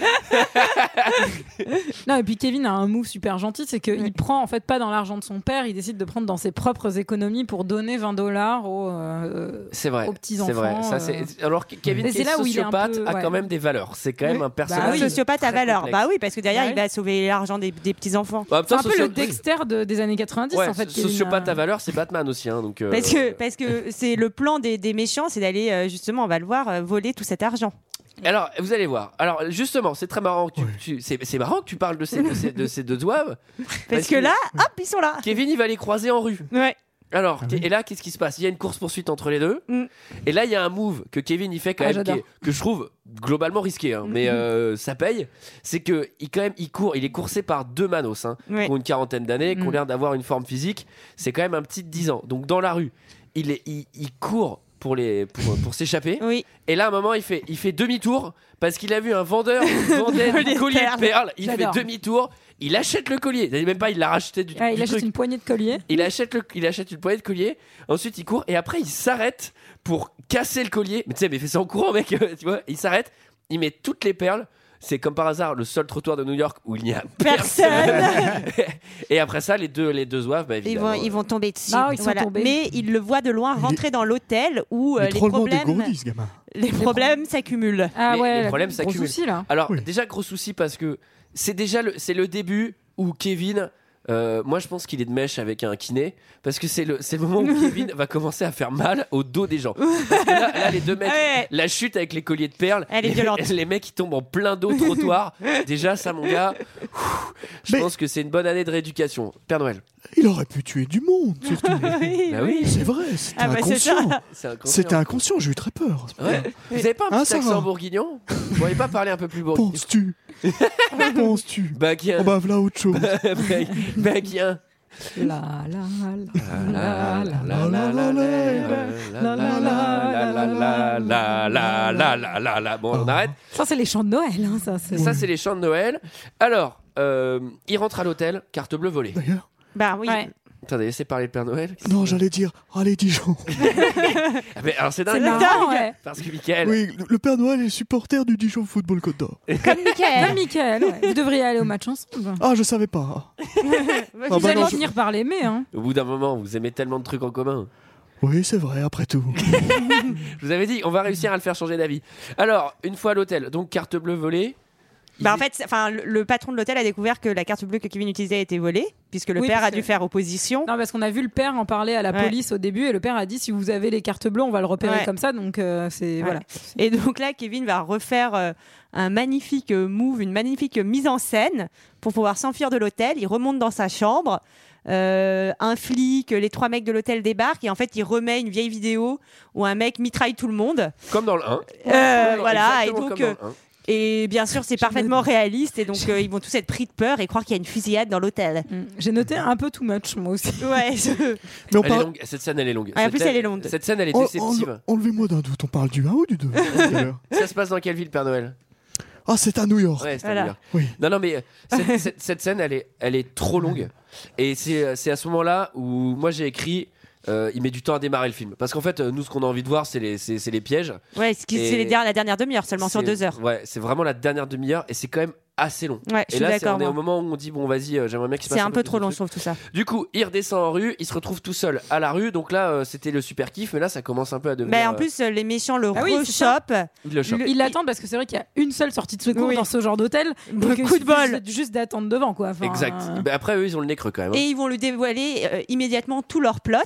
[SPEAKER 3] Non, et puis Kevin a un move super gentil, c'est qu'il prend en fait pas dans l'argent de son père, il décide de prendre dans ses propres économies pour donner 20 dollars au. euh,
[SPEAKER 2] C'est vrai.
[SPEAKER 3] Aux petits
[SPEAKER 2] c'est vrai.
[SPEAKER 3] enfants,
[SPEAKER 2] Ça,
[SPEAKER 3] euh.
[SPEAKER 2] c'est- Alors que Kevin,
[SPEAKER 3] Mais
[SPEAKER 2] qui
[SPEAKER 3] c'est
[SPEAKER 2] est
[SPEAKER 3] là où il est un
[SPEAKER 2] sociopathe,
[SPEAKER 3] peu-
[SPEAKER 2] a quand
[SPEAKER 3] ouais.
[SPEAKER 2] même des valeurs. C'est quand même un personnage.
[SPEAKER 4] Bah, oui. Sociopathe à
[SPEAKER 2] très
[SPEAKER 4] valeur.
[SPEAKER 2] complexe.
[SPEAKER 4] Bah oui, parce que derrière,
[SPEAKER 3] Ouais.
[SPEAKER 4] il va sauver l'argent des, des petits-enfants.
[SPEAKER 2] Bah, en même
[SPEAKER 3] C'est
[SPEAKER 2] temps,
[SPEAKER 3] un peu
[SPEAKER 2] socio-
[SPEAKER 3] le Dexter de- des années 90
[SPEAKER 2] Ouais,
[SPEAKER 3] en fait. Kevin,
[SPEAKER 2] sociopathe
[SPEAKER 3] euh.
[SPEAKER 2] à valeur, c'est Batman aussi. Hein, donc, euh,
[SPEAKER 4] Parce que parce que c'est le plan des, des méchants, c'est d'aller euh, justement, on va le voir, euh, voler tout cet argent.
[SPEAKER 2] Alors, vous allez voir. Alors, justement, c'est très marrant que tu,
[SPEAKER 5] Oui.
[SPEAKER 2] tu- c'est, c'est marrant que tu parles de ces, de ces, de ces deux doigts.
[SPEAKER 4] Parce que là, hop, ils sont là.
[SPEAKER 2] Kevin, il va les croiser en rue.
[SPEAKER 4] Ouais.
[SPEAKER 2] Alors, et là, qu'est-ce qui se passe Il y a une course-poursuite entre les deux. Et là, il y a un move que Kevin il fait quand
[SPEAKER 3] Mm. Ah,
[SPEAKER 2] même, qui
[SPEAKER 3] j'adore. Mm.
[SPEAKER 2] est- que je trouve globalement risqué, hein, mais euh, ça paye. C'est que il, quand même, il court, il est coursé par deux manos, hein,
[SPEAKER 3] Ouais.
[SPEAKER 2] qui ont une quarantaine d'années, qui ont
[SPEAKER 3] Mm.
[SPEAKER 2] l'air d'avoir une forme physique. C'est quand même un petit de 10 ans. Donc, dans la rue, il, est, il, il court pour les pour, pour s'échapper. Et là, à un moment, il fait, il fait demi-tour parce qu'il a vu un vendeur qui vendait
[SPEAKER 3] Collier
[SPEAKER 2] des
[SPEAKER 3] de
[SPEAKER 2] colliers de
[SPEAKER 3] perles.
[SPEAKER 2] perles. Il fait
[SPEAKER 3] J'adore.
[SPEAKER 2] demi-tour. Il achète le collier. Il Même pas, il l'a racheté du,
[SPEAKER 3] Ouais,
[SPEAKER 2] du
[SPEAKER 3] il achète
[SPEAKER 2] truc.
[SPEAKER 3] une poignée de collier.
[SPEAKER 2] Il achète, le, il achète une poignée de collier, ensuite il court et après il s'arrête pour casser le collier. Mais tu sais, mais il fait ça en courant, mec, tu vois. Il s'arrête, il met toutes les perles. C'est comme par hasard le seul trottoir de New York où il n'y a personne. et après ça, les deux, les deux oives, bah,
[SPEAKER 4] Ils vont,
[SPEAKER 2] évidemment.
[SPEAKER 4] ils vont tomber dessus.
[SPEAKER 3] Non, Ah ils sont
[SPEAKER 4] Voilà.
[SPEAKER 3] tombés.
[SPEAKER 4] Mais ils le voient de loin rentrer dans l'hôtel où euh,
[SPEAKER 5] Il est
[SPEAKER 4] les
[SPEAKER 5] drôlement
[SPEAKER 4] problèmes,
[SPEAKER 5] dégourdi, ce gamin.
[SPEAKER 4] les problèmes s'accumulent.
[SPEAKER 3] Ah
[SPEAKER 2] Les-
[SPEAKER 3] ouais,
[SPEAKER 2] les problèmes
[SPEAKER 3] gros
[SPEAKER 2] s'accumulent.
[SPEAKER 3] souci, là.
[SPEAKER 2] Alors déjà gros souci parce que c'est déjà le c'est le début où Kevin euh, moi je pense qu'il est de mèche avec un kiné parce que c'est le c'est le moment où Kevin va commencer à faire mal au dos des gens. Parce que là, là, les deux mecs
[SPEAKER 4] Ah Ouais.
[SPEAKER 2] la chute avec les colliers de perles
[SPEAKER 4] Elle est
[SPEAKER 2] les-
[SPEAKER 4] violente.
[SPEAKER 2] les mecs qui tombent en plein dos trottoir. déjà ça mon gars ouf, je
[SPEAKER 5] Mais-
[SPEAKER 2] pense que c'est une bonne année de rééducation. Père Noël.
[SPEAKER 5] Il aurait pu tuer du monde, surtout.
[SPEAKER 4] Oui,
[SPEAKER 2] Bah oui,
[SPEAKER 4] oui.
[SPEAKER 5] C'est vrai, c'était
[SPEAKER 4] Ah bah, c'est ça.
[SPEAKER 5] inconscient.
[SPEAKER 2] c'est inconscient.
[SPEAKER 5] C'était inconscient, j'ai eu très peur.
[SPEAKER 2] Ouais. Vous avez pas un
[SPEAKER 5] Hein,
[SPEAKER 2] petit
[SPEAKER 5] ça
[SPEAKER 2] accent
[SPEAKER 5] va.
[SPEAKER 2] bourguignon Vous pourriez pas parler un peu plus bourguignon
[SPEAKER 5] Penses-tu Penses-tu
[SPEAKER 2] Bah qui bah,
[SPEAKER 5] Oh bah voilà autre chose.
[SPEAKER 2] Ah
[SPEAKER 3] La, la, la, la, la, la.
[SPEAKER 2] Bon, on arrête.
[SPEAKER 3] Ça, c'est les chants de Noël. hein, ça, c'est-
[SPEAKER 2] Ça, c'est les chants de Noël. Alors, euh, il rentre à l'hôtel, carte bleue volée.
[SPEAKER 5] D'ailleurs,
[SPEAKER 4] Bah oui.
[SPEAKER 3] Ouais.
[SPEAKER 2] Attendez, laissez parler le Père Noël.
[SPEAKER 5] non, j'allais dire, allez Dijon.
[SPEAKER 2] Ah, mais alors, c'est
[SPEAKER 3] C'est
[SPEAKER 2] dingue.
[SPEAKER 3] marrant, ouais.
[SPEAKER 2] Parce que Michael,
[SPEAKER 5] Oui, le- le Père Noël est supporter du Dijon Football Côte d'Or.
[SPEAKER 3] Comme Mickaël. Comme Mickaël, ouais. Vous devriez aller au match ensemble.
[SPEAKER 5] Ah, je savais pas. Ah
[SPEAKER 2] Oh,
[SPEAKER 3] Vous
[SPEAKER 5] bah
[SPEAKER 3] allez
[SPEAKER 5] non, je-
[SPEAKER 3] finir par l'aimer. Hein.
[SPEAKER 2] au bout d'un moment, vous aimez tellement de trucs en commun.
[SPEAKER 5] Oui, c'est vrai, après tout.
[SPEAKER 2] Je vous avais dit, on va réussir à le faire changer d'avis. Alors, une fois à l'hôtel, donc carte bleue volée.
[SPEAKER 4] Bah en fait, c'est- enfin, le, le patron de l'hôtel a découvert que la carte bleue que Kevin utilisait a été volée, puisque le
[SPEAKER 3] Oui,
[SPEAKER 4] père
[SPEAKER 3] parce
[SPEAKER 4] a dû
[SPEAKER 3] que-
[SPEAKER 4] faire opposition.
[SPEAKER 3] Non, parce qu'on a vu le père en parler à la
[SPEAKER 4] Ouais.
[SPEAKER 3] police au début et le père a dit si vous avez les cartes bleues, on va le repérer
[SPEAKER 4] Ouais.
[SPEAKER 3] comme ça. Donc, euh, c'est.
[SPEAKER 4] Ouais.
[SPEAKER 3] Voilà.
[SPEAKER 4] Et donc là, Kevin va refaire euh, un magnifique euh, move, une magnifique euh, mise en scène pour pouvoir s'enfuir de l'hôtel. Il remonte dans sa chambre. Euh, un flic, les trois mecs de l'hôtel débarquent et en fait il remet une vieille vidéo où un mec mitraille tout le monde.
[SPEAKER 2] Comme dans le 1.
[SPEAKER 4] Euh, voilà, et donc euh,
[SPEAKER 2] comme dans le 1.
[SPEAKER 4] et bien sûr c'est parfaitement réaliste et donc euh, ils vont tous être pris de peur et croire qu'il y a une fusillade dans l'hôtel.
[SPEAKER 3] Mm. J'ai noté un peu too much, moi aussi.
[SPEAKER 4] Ouais, je-
[SPEAKER 5] Mais on
[SPEAKER 2] Elle est
[SPEAKER 5] parle.
[SPEAKER 2] longue. Cette scène, elle est longue.
[SPEAKER 4] Ah, en
[SPEAKER 2] Cette
[SPEAKER 4] plus,
[SPEAKER 2] scène-
[SPEAKER 4] elle est longue.
[SPEAKER 2] Cette scène, elle est
[SPEAKER 5] en- en-
[SPEAKER 2] déceptive.
[SPEAKER 5] Enlevez-moi d'un doute, on parle du 1 ou du 2
[SPEAKER 2] Ça se passe dans quelle ville, Père Noël
[SPEAKER 5] Ah, c'est à New York.
[SPEAKER 2] Ouais, c'est à
[SPEAKER 4] Voilà.
[SPEAKER 2] New York.
[SPEAKER 5] Oui.
[SPEAKER 2] Non, non, mais euh, cette, cette- cette scène, elle est, elle est trop longue. Et c'est euh, c'est à ce moment-là où moi j'ai écrit. euh, il met du temps à démarrer le film. Parce qu'en fait, euh, nous, ce qu'on a envie de voir, c'est les, c'est- c'est les pièges.
[SPEAKER 4] ouais, ce qui-
[SPEAKER 2] Et-
[SPEAKER 4] c'est les der- la dernière demi-heure seulement sur
[SPEAKER 2] C'est-
[SPEAKER 4] deux heures.
[SPEAKER 2] Ouais, c'est vraiment la dernière demi-heure et c'est quand même assez long.
[SPEAKER 4] Ouais,
[SPEAKER 2] Et
[SPEAKER 4] je suis
[SPEAKER 2] là, c'est-
[SPEAKER 4] d'accord.
[SPEAKER 2] on est au
[SPEAKER 4] moi.
[SPEAKER 2] moment où on dit, bon, vas-y, euh, j'aimerais bien qu'il se passe
[SPEAKER 4] C'est un peu
[SPEAKER 2] plus
[SPEAKER 4] trop
[SPEAKER 2] de
[SPEAKER 4] long, je
[SPEAKER 2] trucs.
[SPEAKER 4] trouve tout ça.
[SPEAKER 2] Du coup, il redescend en rue, il se retrouve tout seul à la rue. Donc là, euh, c'était le super kiff, mais là, ça commence un peu à devenir.
[SPEAKER 4] Mais en
[SPEAKER 2] euh,
[SPEAKER 4] plus, euh, les méchants le
[SPEAKER 3] Ah oui, c'est ça.
[SPEAKER 4] rechopent.
[SPEAKER 2] il le chope.
[SPEAKER 4] Le-
[SPEAKER 3] Il l'attend parce que c'est vrai qu'il y a une seule sortie de secours
[SPEAKER 4] Oui.
[SPEAKER 3] dans ce genre d'hôtel.
[SPEAKER 4] Bah,
[SPEAKER 3] Donc, il
[SPEAKER 4] coup de
[SPEAKER 3] suffit
[SPEAKER 4] bol.
[SPEAKER 3] juste- Juste d'attendre devant, quoi. Enfin,
[SPEAKER 2] Exact. Bah-
[SPEAKER 3] euh,
[SPEAKER 2] Mais après, eux, ils ont le nez creux quand même. hein.
[SPEAKER 4] Et ils vont lui dévoiler euh, immédiatement tout leur plot.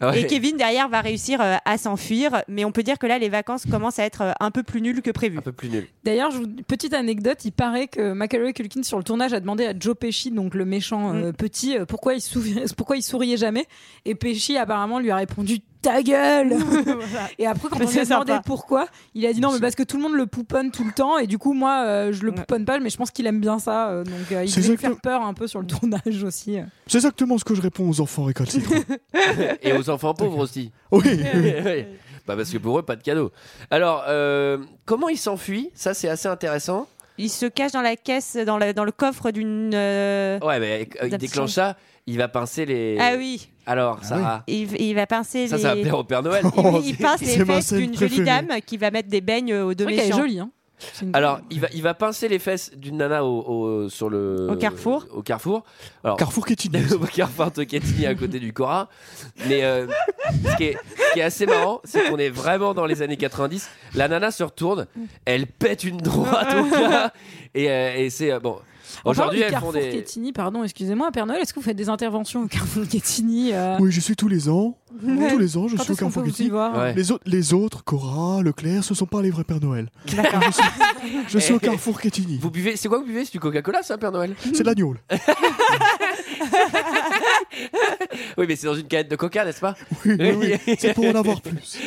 [SPEAKER 2] Ah ouais.
[SPEAKER 4] Et Kevin, derrière, va réussir euh, à s'enfuir. Mais on peut dire que là, les vacances commencent à être euh, un peu plus nulles que prévu.
[SPEAKER 2] Un peu plus nul.
[SPEAKER 3] D'ailleurs, je vous- petite anecdote, il paraît que Macaulay Culkin sur le tournage a demandé à Joe Pesci, donc le méchant euh, petit, euh, pourquoi il, souriait, pourquoi il souriait jamais. Et Pesci apparemment lui a répondu ta gueule.
[SPEAKER 2] bah.
[SPEAKER 3] et après quand on lui
[SPEAKER 4] C'est
[SPEAKER 3] a demandé
[SPEAKER 4] sympa.
[SPEAKER 3] pourquoi, il a dit non mais parce que tout le monde le pouponne tout le temps et du coup moi euh, je le
[SPEAKER 4] Ouais.
[SPEAKER 3] pouponne pas, mais je pense qu'il aime bien ça. euh, donc euh, il
[SPEAKER 5] C'est
[SPEAKER 3] voulait lui faire
[SPEAKER 5] exactement-
[SPEAKER 3] peur un peu sur le tournage aussi. euh.
[SPEAKER 5] C'est exactement ce que je réponds aux enfants récalcitrants.
[SPEAKER 2] Et aux enfants pauvres aussi.
[SPEAKER 5] oui, oui.
[SPEAKER 2] Oui. bah parce que pour eux, pas de cadeau. Alors, euh, comment il s'enfuit Ça, c'est assez intéressant.
[SPEAKER 4] Il se cache dans la caisse, dans, la- dans le coffre d'une. euh,
[SPEAKER 2] Ouais, mais euh, il
[SPEAKER 4] D'un
[SPEAKER 2] déclenche ça, il va pincer les.
[SPEAKER 4] Ah oui,
[SPEAKER 2] Alors, Sarah,
[SPEAKER 4] il, il va pincer
[SPEAKER 2] ça,
[SPEAKER 4] les.
[SPEAKER 2] ça va plaire au Père Noël.
[SPEAKER 4] Il-
[SPEAKER 5] Oh,
[SPEAKER 4] il pince les
[SPEAKER 5] c'est ma
[SPEAKER 4] fesses
[SPEAKER 5] scène
[SPEAKER 4] d'une jolie
[SPEAKER 5] préférée.
[SPEAKER 4] dame qui va mettre des beignes euh, aux deux
[SPEAKER 3] C'est vrai qu'elle est
[SPEAKER 4] méchants.
[SPEAKER 3] jolie. hein. C'est une-
[SPEAKER 2] Alors, il va, il va pincer les fesses d'une nana au, au- sur le.
[SPEAKER 4] Au carrefour.
[SPEAKER 2] Au carrefour. Alors,
[SPEAKER 5] Carrefour Kétine.
[SPEAKER 2] au carrefour Tocatini à côté du Cora. Mais euh, ce, qui est, ce qui est assez marrant, c'est qu'on est vraiment dans les années 90. La nana se retourne, elle pète une droite au gars. Et, euh, et c'est. euh, bon.
[SPEAKER 3] En parlant
[SPEAKER 2] Aujourd'hui,
[SPEAKER 3] du
[SPEAKER 2] elles font
[SPEAKER 3] Carrefour
[SPEAKER 2] des.
[SPEAKER 3] Quetigny, pardon, excusez-moi, Père Noël, est-ce que vous faites des interventions au Carrefour Quetigny euh,
[SPEAKER 5] Oui, je suis tous les ans.
[SPEAKER 3] Ouais.
[SPEAKER 5] Tous les ans, je
[SPEAKER 3] Quand
[SPEAKER 5] suis au
[SPEAKER 3] est-ce qu'on peut
[SPEAKER 5] Carrefour
[SPEAKER 3] vous y
[SPEAKER 5] Kétine.
[SPEAKER 3] voir
[SPEAKER 2] Ouais.
[SPEAKER 5] Les autres, les autres, Cora, Leclerc, ce sont pas les vrais Père Noël. Je suis, je suis au Carrefour Kétini.
[SPEAKER 2] Vous buvez, c'est quoi que vous buvez C'est du Coca-Cola, ça, Père Noël
[SPEAKER 5] C'est de l'agneau. là.
[SPEAKER 2] Oui, mais c'est dans une canette de coca, n'est-ce pas
[SPEAKER 5] Oui, oui, oui, c'est pour en avoir plus.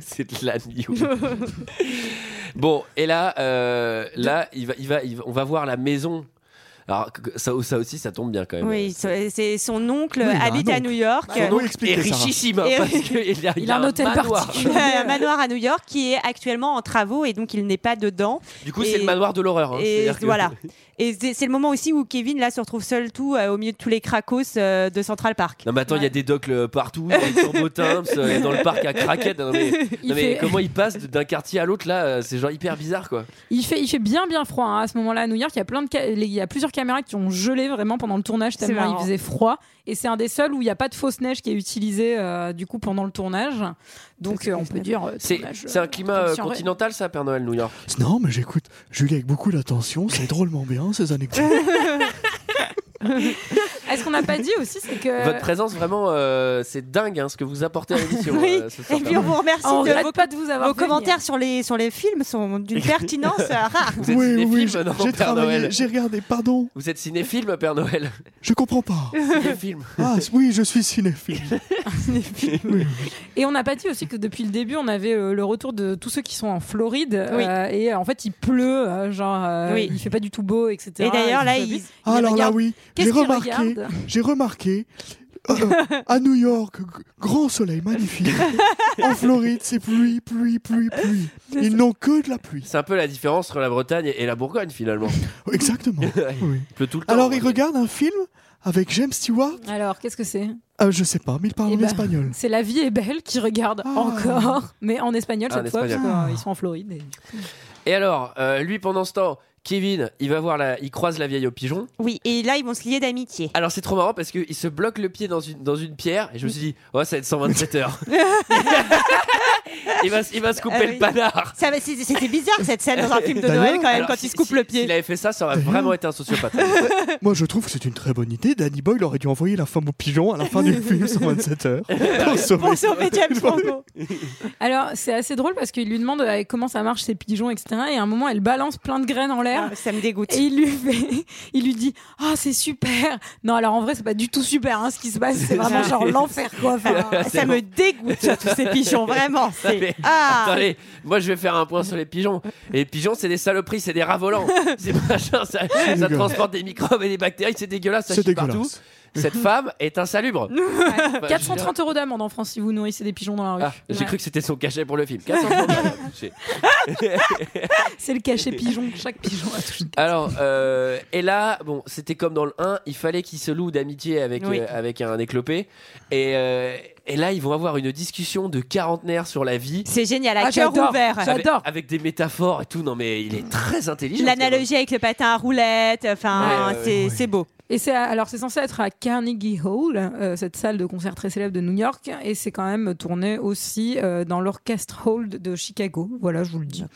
[SPEAKER 2] c'est de la new. bon, et là, euh, là, il va, il va, il va- on va voir la maison. Alors que- ça, ça aussi, ça tombe bien quand même. Euh,
[SPEAKER 4] Oui, c'est c'est- son oncle
[SPEAKER 2] Oui, il a un
[SPEAKER 4] habite à
[SPEAKER 2] oncle.
[SPEAKER 4] New York.
[SPEAKER 2] Son oncle est richissime hein,
[SPEAKER 4] Et-
[SPEAKER 2] parce qu'il a, il a un hôtel manoir.
[SPEAKER 4] Il a un manoir à New York qui est actuellement en travaux et donc il n'est pas dedans.
[SPEAKER 2] Du coup,
[SPEAKER 4] Et-
[SPEAKER 2] c'est le manoir de l'horreur. hein.
[SPEAKER 4] Et
[SPEAKER 2] C'est-à-dire que-
[SPEAKER 4] voilà. Et c'est c'est le moment aussi où Kevin là se retrouve seul tout euh, au milieu de tous les cracos euh, de Central Park.
[SPEAKER 2] Non mais attends, il y a des docks euh, partout, il y a des tambours Timps, euh, il y a dans le parc à Craquette. Non mais, non,
[SPEAKER 3] Il
[SPEAKER 2] mais
[SPEAKER 3] fait-
[SPEAKER 2] comment il passe de- d'un quartier à l'autre là euh, C'est genre hyper bizarre quoi.
[SPEAKER 3] Il fait, il fait bien bien froid hein. à ce moment-là à New York. Il y a plein de, ca- les- il y a plusieurs caméras qui ont gelé vraiment pendant le tournage
[SPEAKER 4] C'est
[SPEAKER 3] tellement
[SPEAKER 4] marrant.
[SPEAKER 3] il faisait froid. Et c'est un des seuls où il n'y a pas de fausse neige qui est utilisée euh, du coup pendant le tournage. Donc euh, on peut dire. euh,
[SPEAKER 2] C'est
[SPEAKER 3] tournage,
[SPEAKER 2] c'est
[SPEAKER 3] euh,
[SPEAKER 2] un climat euh,
[SPEAKER 3] condition-
[SPEAKER 2] continental ça, Père Noël, New York.
[SPEAKER 5] Non, mais j'écoute Julie avec beaucoup d'attention, c'est drôlement bien ces anecdotes.
[SPEAKER 3] Ah, ce qu'on n'a pas dit aussi, c'est que
[SPEAKER 2] Votre présence vraiment, euh, c'est dingue hein, ce que vous apportez à l'émission.
[SPEAKER 4] Oui.
[SPEAKER 2] euh, ce soir,
[SPEAKER 4] Et
[SPEAKER 2] Père
[SPEAKER 4] puis on
[SPEAKER 2] Noël.
[SPEAKER 4] vous remercie
[SPEAKER 3] On
[SPEAKER 4] de
[SPEAKER 3] regrette
[SPEAKER 4] vos,
[SPEAKER 3] pas de vous avoir
[SPEAKER 4] vos
[SPEAKER 3] fait venir.
[SPEAKER 4] commentaires sur les sur les films sont d'une pertinence euh, rare.
[SPEAKER 2] Vous êtes
[SPEAKER 5] Oui, oui,
[SPEAKER 2] cinéphile, non,
[SPEAKER 5] j'ai
[SPEAKER 2] Père Noël
[SPEAKER 5] travaillé, j'ai regardé, pardon,
[SPEAKER 2] Vous êtes cinéphile, Père Noël
[SPEAKER 5] je comprends pas.
[SPEAKER 2] Cinéphile.
[SPEAKER 5] Ah oui, je suis cinéphile.
[SPEAKER 3] et on n'a pas dit aussi que depuis le début, on avait euh, le retour de tous ceux qui sont en Floride
[SPEAKER 4] Oui.
[SPEAKER 3] euh, et euh, en fait il pleut, euh, genre euh,
[SPEAKER 4] Oui.
[SPEAKER 3] il fait pas du tout beau, etc.
[SPEAKER 4] Et d'ailleurs là,
[SPEAKER 3] se
[SPEAKER 4] il,
[SPEAKER 3] habitent.
[SPEAKER 5] Ah, alors là
[SPEAKER 3] regarde-
[SPEAKER 5] oui,
[SPEAKER 3] Qu'est-ce
[SPEAKER 5] j'ai
[SPEAKER 3] qu'il
[SPEAKER 5] remarqué,
[SPEAKER 3] regarde
[SPEAKER 5] j'ai remarqué euh, à New York, g- grand soleil magnifique. en Floride, c'est pluie, pluie, pluie, pluie. Ils n'ont que de la pluie.
[SPEAKER 2] C'est un peu la différence entre la Bretagne et la Bourgogne finalement.
[SPEAKER 5] Exactement. Oui.
[SPEAKER 2] Il pleut tout le temps.
[SPEAKER 5] Alors ils
[SPEAKER 2] hein.
[SPEAKER 5] regardent un film avec James Stewart.
[SPEAKER 3] Alors qu'est-ce que c'est
[SPEAKER 5] Ah, je sais pas, mais il parle
[SPEAKER 3] Eh
[SPEAKER 5] en
[SPEAKER 3] ben,
[SPEAKER 5] espagnol.
[SPEAKER 3] C'est La vie est belle qui regarde
[SPEAKER 5] Ah.
[SPEAKER 3] encore, mais en espagnol
[SPEAKER 2] Ah, en
[SPEAKER 3] cette fois,
[SPEAKER 2] espagnol.
[SPEAKER 3] parce qu'ils sont en Floride. et-
[SPEAKER 2] Et alors, euh, lui pendant ce temps, Kevin, il va voir la, il croise la vieille au pigeon.
[SPEAKER 4] oui, et là ils vont se lier d'amitié.
[SPEAKER 2] Alors c'est trop marrant parce qu'il se bloque le pied dans une, dans une pierre et je me suis dit, oh ça va être 127 heures. il, va, s- il va se couper
[SPEAKER 4] Ah oui.
[SPEAKER 2] le panard.
[SPEAKER 4] Ça va- c'est- C'était bizarre cette scène dans un film de
[SPEAKER 5] D'ailleurs-
[SPEAKER 4] Noël quand même
[SPEAKER 2] Bah Alors,
[SPEAKER 4] quand
[SPEAKER 2] si-
[SPEAKER 4] il se coupe
[SPEAKER 2] si-
[SPEAKER 4] le pied.
[SPEAKER 2] S'il avait fait ça, ça aurait vraiment été un sociopathe.
[SPEAKER 5] Moi, je trouve que c'est une très bonne idée. Danny Boyle aurait dû envoyer la femme au pigeon à la fin du film 127 heures pour sauver.
[SPEAKER 4] Pour sauver James Franco.
[SPEAKER 3] Alors c'est assez drôle parce qu'il lui demande euh, comment ça marche ces pigeons, etc. Et à un moment, elle balance plein de graines en l'air.
[SPEAKER 4] Ah, Ça me dégoûte.
[SPEAKER 3] Et il lui, fait, il lui dit Ah, c'est super Non, alors en vrai, c'est pas du tout super hein, ce qui se passe, c'est vraiment
[SPEAKER 4] Ah.
[SPEAKER 3] genre l'enfer quoi. Enfin,
[SPEAKER 4] Ça me dégoûte tous ces pigeons vraiment. c'est-
[SPEAKER 2] Mais-
[SPEAKER 4] Ah.
[SPEAKER 2] Attendez, moi je vais faire un point sur les pigeons. Et les pigeons, c'est des saloperies, c'est des rats volants. C'est machin, ça, ça
[SPEAKER 5] dégueulasse.
[SPEAKER 2] transporte des microbes et des bactéries, c'est dégueulasse, ça
[SPEAKER 5] C'est
[SPEAKER 2] chie partout.
[SPEAKER 5] dégueulasse.
[SPEAKER 2] Cette femme est insalubre. Bah,
[SPEAKER 3] 430 euros d'amende en France si vous nourrissez des pigeons dans la
[SPEAKER 2] Ah,
[SPEAKER 3] rue.
[SPEAKER 2] j'ai
[SPEAKER 3] Ouais.
[SPEAKER 2] cru que c'était son cachet pour le film. 430 euros. J'ai-
[SPEAKER 3] C'est le cachet pigeon, chaque pigeon a touché.
[SPEAKER 2] Alors, euh, et là, bon, c'était comme dans le 1, il fallait qu'ils se louent d'amitié avec,
[SPEAKER 4] Oui.
[SPEAKER 2] euh, avec un éclopé. Et, euh, et là, ils vont avoir une discussion de quarantenaire sur la vie.
[SPEAKER 4] C'est génial, à
[SPEAKER 3] Ah,
[SPEAKER 4] cœur
[SPEAKER 3] j'adore.
[SPEAKER 4] ouvert.
[SPEAKER 3] J'adore.
[SPEAKER 2] Avec, avec des métaphores et tout. Non, mais il est très intelligent. ce
[SPEAKER 4] L'analogie avec le patin à roulette, enfin,
[SPEAKER 2] Ouais, ouais,
[SPEAKER 4] c'est c'est beau.
[SPEAKER 3] Et c'est à- alors c'est censé être à Carnegie Hall, euh, cette salle de concert très célèbre de New York, et c'est quand même tourné aussi euh, dans l'orchestre hall de Chicago. Voilà, je vous le dis.
[SPEAKER 2] gamin.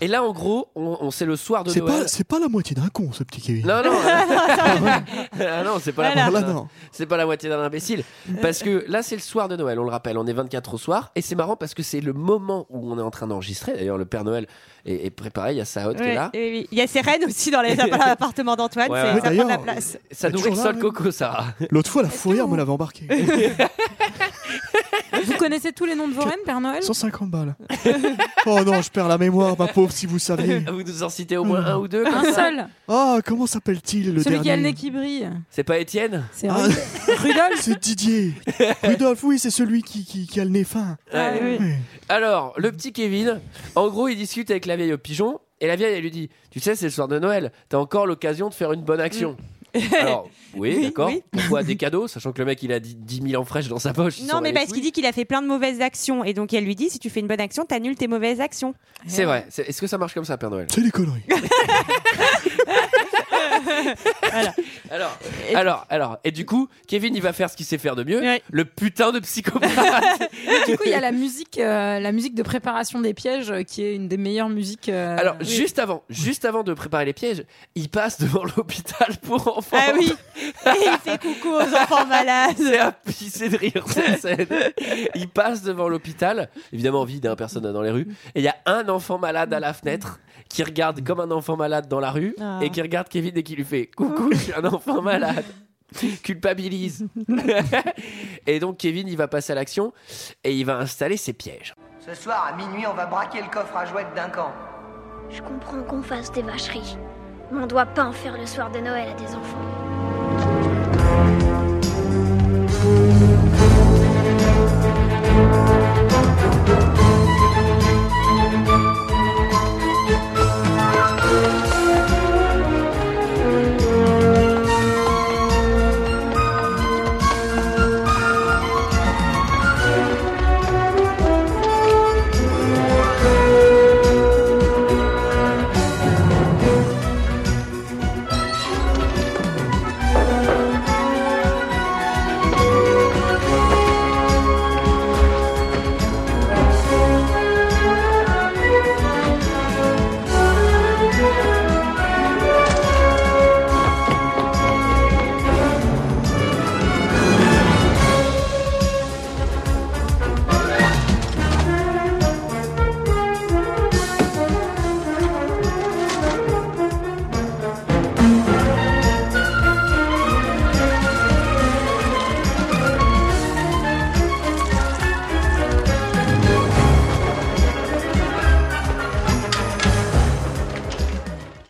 [SPEAKER 2] Et là, en gros, on, on- c'est le soir de
[SPEAKER 5] C'est
[SPEAKER 2] Noël.
[SPEAKER 5] pas, c'est pas la moitié d'un con, ce petit Kevin.
[SPEAKER 2] Non, non, ah non, c'est pas la
[SPEAKER 5] Ah,
[SPEAKER 2] moitié
[SPEAKER 5] là,
[SPEAKER 2] d'un-
[SPEAKER 5] non.
[SPEAKER 2] C'est pas la moitié d'un imbécile. Parce que là, c'est le soir de Noël, on le rappelle. On est 24 au soir. Et c'est marrant parce que c'est le moment où on est en train d'enregistrer. D'ailleurs, le Père Noël est, est préparé. Il y a sa hotte qui est
[SPEAKER 4] Ouais,
[SPEAKER 2] là.
[SPEAKER 4] oui, oui. Il y a ces rennes aussi dans les appart- appartements d'Antoine,
[SPEAKER 2] Ouais,
[SPEAKER 4] c'est-
[SPEAKER 2] ouais.
[SPEAKER 4] ça prend de la
[SPEAKER 5] D'ailleurs,
[SPEAKER 4] place.
[SPEAKER 2] Ça
[SPEAKER 5] Elle est
[SPEAKER 2] nourrit le
[SPEAKER 5] toujours là,
[SPEAKER 2] sol
[SPEAKER 5] oui.
[SPEAKER 2] coco, Sarah.
[SPEAKER 5] L'autre fois, la fourrière me l'avait embarqué.
[SPEAKER 3] Vous connaissez tous les noms de vos reines, Père Noël
[SPEAKER 5] 150 balles. oh non, je perds la mémoire, ma pauvre, si vous saviez.
[SPEAKER 2] Vous nous en citez au
[SPEAKER 5] Mm.
[SPEAKER 2] moins un ou deux.
[SPEAKER 3] Un seul,
[SPEAKER 5] Ah, comment s'appelle-t-il le
[SPEAKER 3] celui qui a le
[SPEAKER 5] dernier
[SPEAKER 3] nez qui brille.
[SPEAKER 2] C'est pas Étienne
[SPEAKER 3] C'est
[SPEAKER 5] Ah,
[SPEAKER 3] Rudolf. Rudolf.
[SPEAKER 5] C'est Didier. Rudolf, oui, c'est celui qui, qui, qui a le nez fin.
[SPEAKER 3] Ah,
[SPEAKER 2] Ouais.
[SPEAKER 3] oui.
[SPEAKER 5] Oui.
[SPEAKER 2] Alors, le petit Kevin, en gros, il discute avec la vieille au pigeon. Et la vieille, elle lui dit Tu sais, c'est le soir de Noël. T'as encore l'occasion de faire une bonne action. Alors, oui,
[SPEAKER 4] Oui,
[SPEAKER 2] d'accord.
[SPEAKER 4] Mm. oui.
[SPEAKER 2] Pourquoi des cadeaux Sachant que le mec, il a dix- 10 000 en fraîche dans sa poche. il s'en
[SPEAKER 4] Non,
[SPEAKER 2] bat
[SPEAKER 4] mais
[SPEAKER 2] les
[SPEAKER 4] parce qu'il
[SPEAKER 2] couilles.
[SPEAKER 4] dit qu'il a fait plein de mauvaises actions. Et donc, elle lui dit si tu fais une bonne action, t'annules tes mauvaises actions.
[SPEAKER 2] C'est vrai. C'est- Est-ce que ça marche comme ça, Père Noël
[SPEAKER 5] C'est des conneries.
[SPEAKER 2] Alors,
[SPEAKER 4] Et-
[SPEAKER 2] alors, alors. Et du coup, Kevin, il va faire ce qu'il sait faire de mieux
[SPEAKER 4] Ouais.
[SPEAKER 2] le putain de psychopathe.
[SPEAKER 3] Du coup, il y a la musique, euh, la musique de préparation des pièges, euh, qui est une des meilleures musiques. euh,
[SPEAKER 2] Alors,
[SPEAKER 3] oui.
[SPEAKER 2] juste avant, juste avant de préparer les pièges, il passe devant l'hôpital pour enfants.
[SPEAKER 4] Ah oui Et il fait coucou aux enfants malades.
[SPEAKER 2] C'est à pisser de rire cette scène. Il passe devant l'hôpital, évidemment vide, hein, personne dans les rues, et il y a un enfant malade à la fenêtre qui regarde comme un enfant malade dans la rue
[SPEAKER 4] Ah.
[SPEAKER 2] et qui regarde Kevin et qui lui fait coucou, je suis un enfant malade. culpabilise. et donc Kevin, il va passer à l'action et il va installer ses pièges.
[SPEAKER 12] Ce soir, à minuit, on va braquer le coffre à jouets d'un camp.
[SPEAKER 10] Je comprends qu'on fasse des vacheries, mais on doit pas en faire le soir de Noël à des enfants.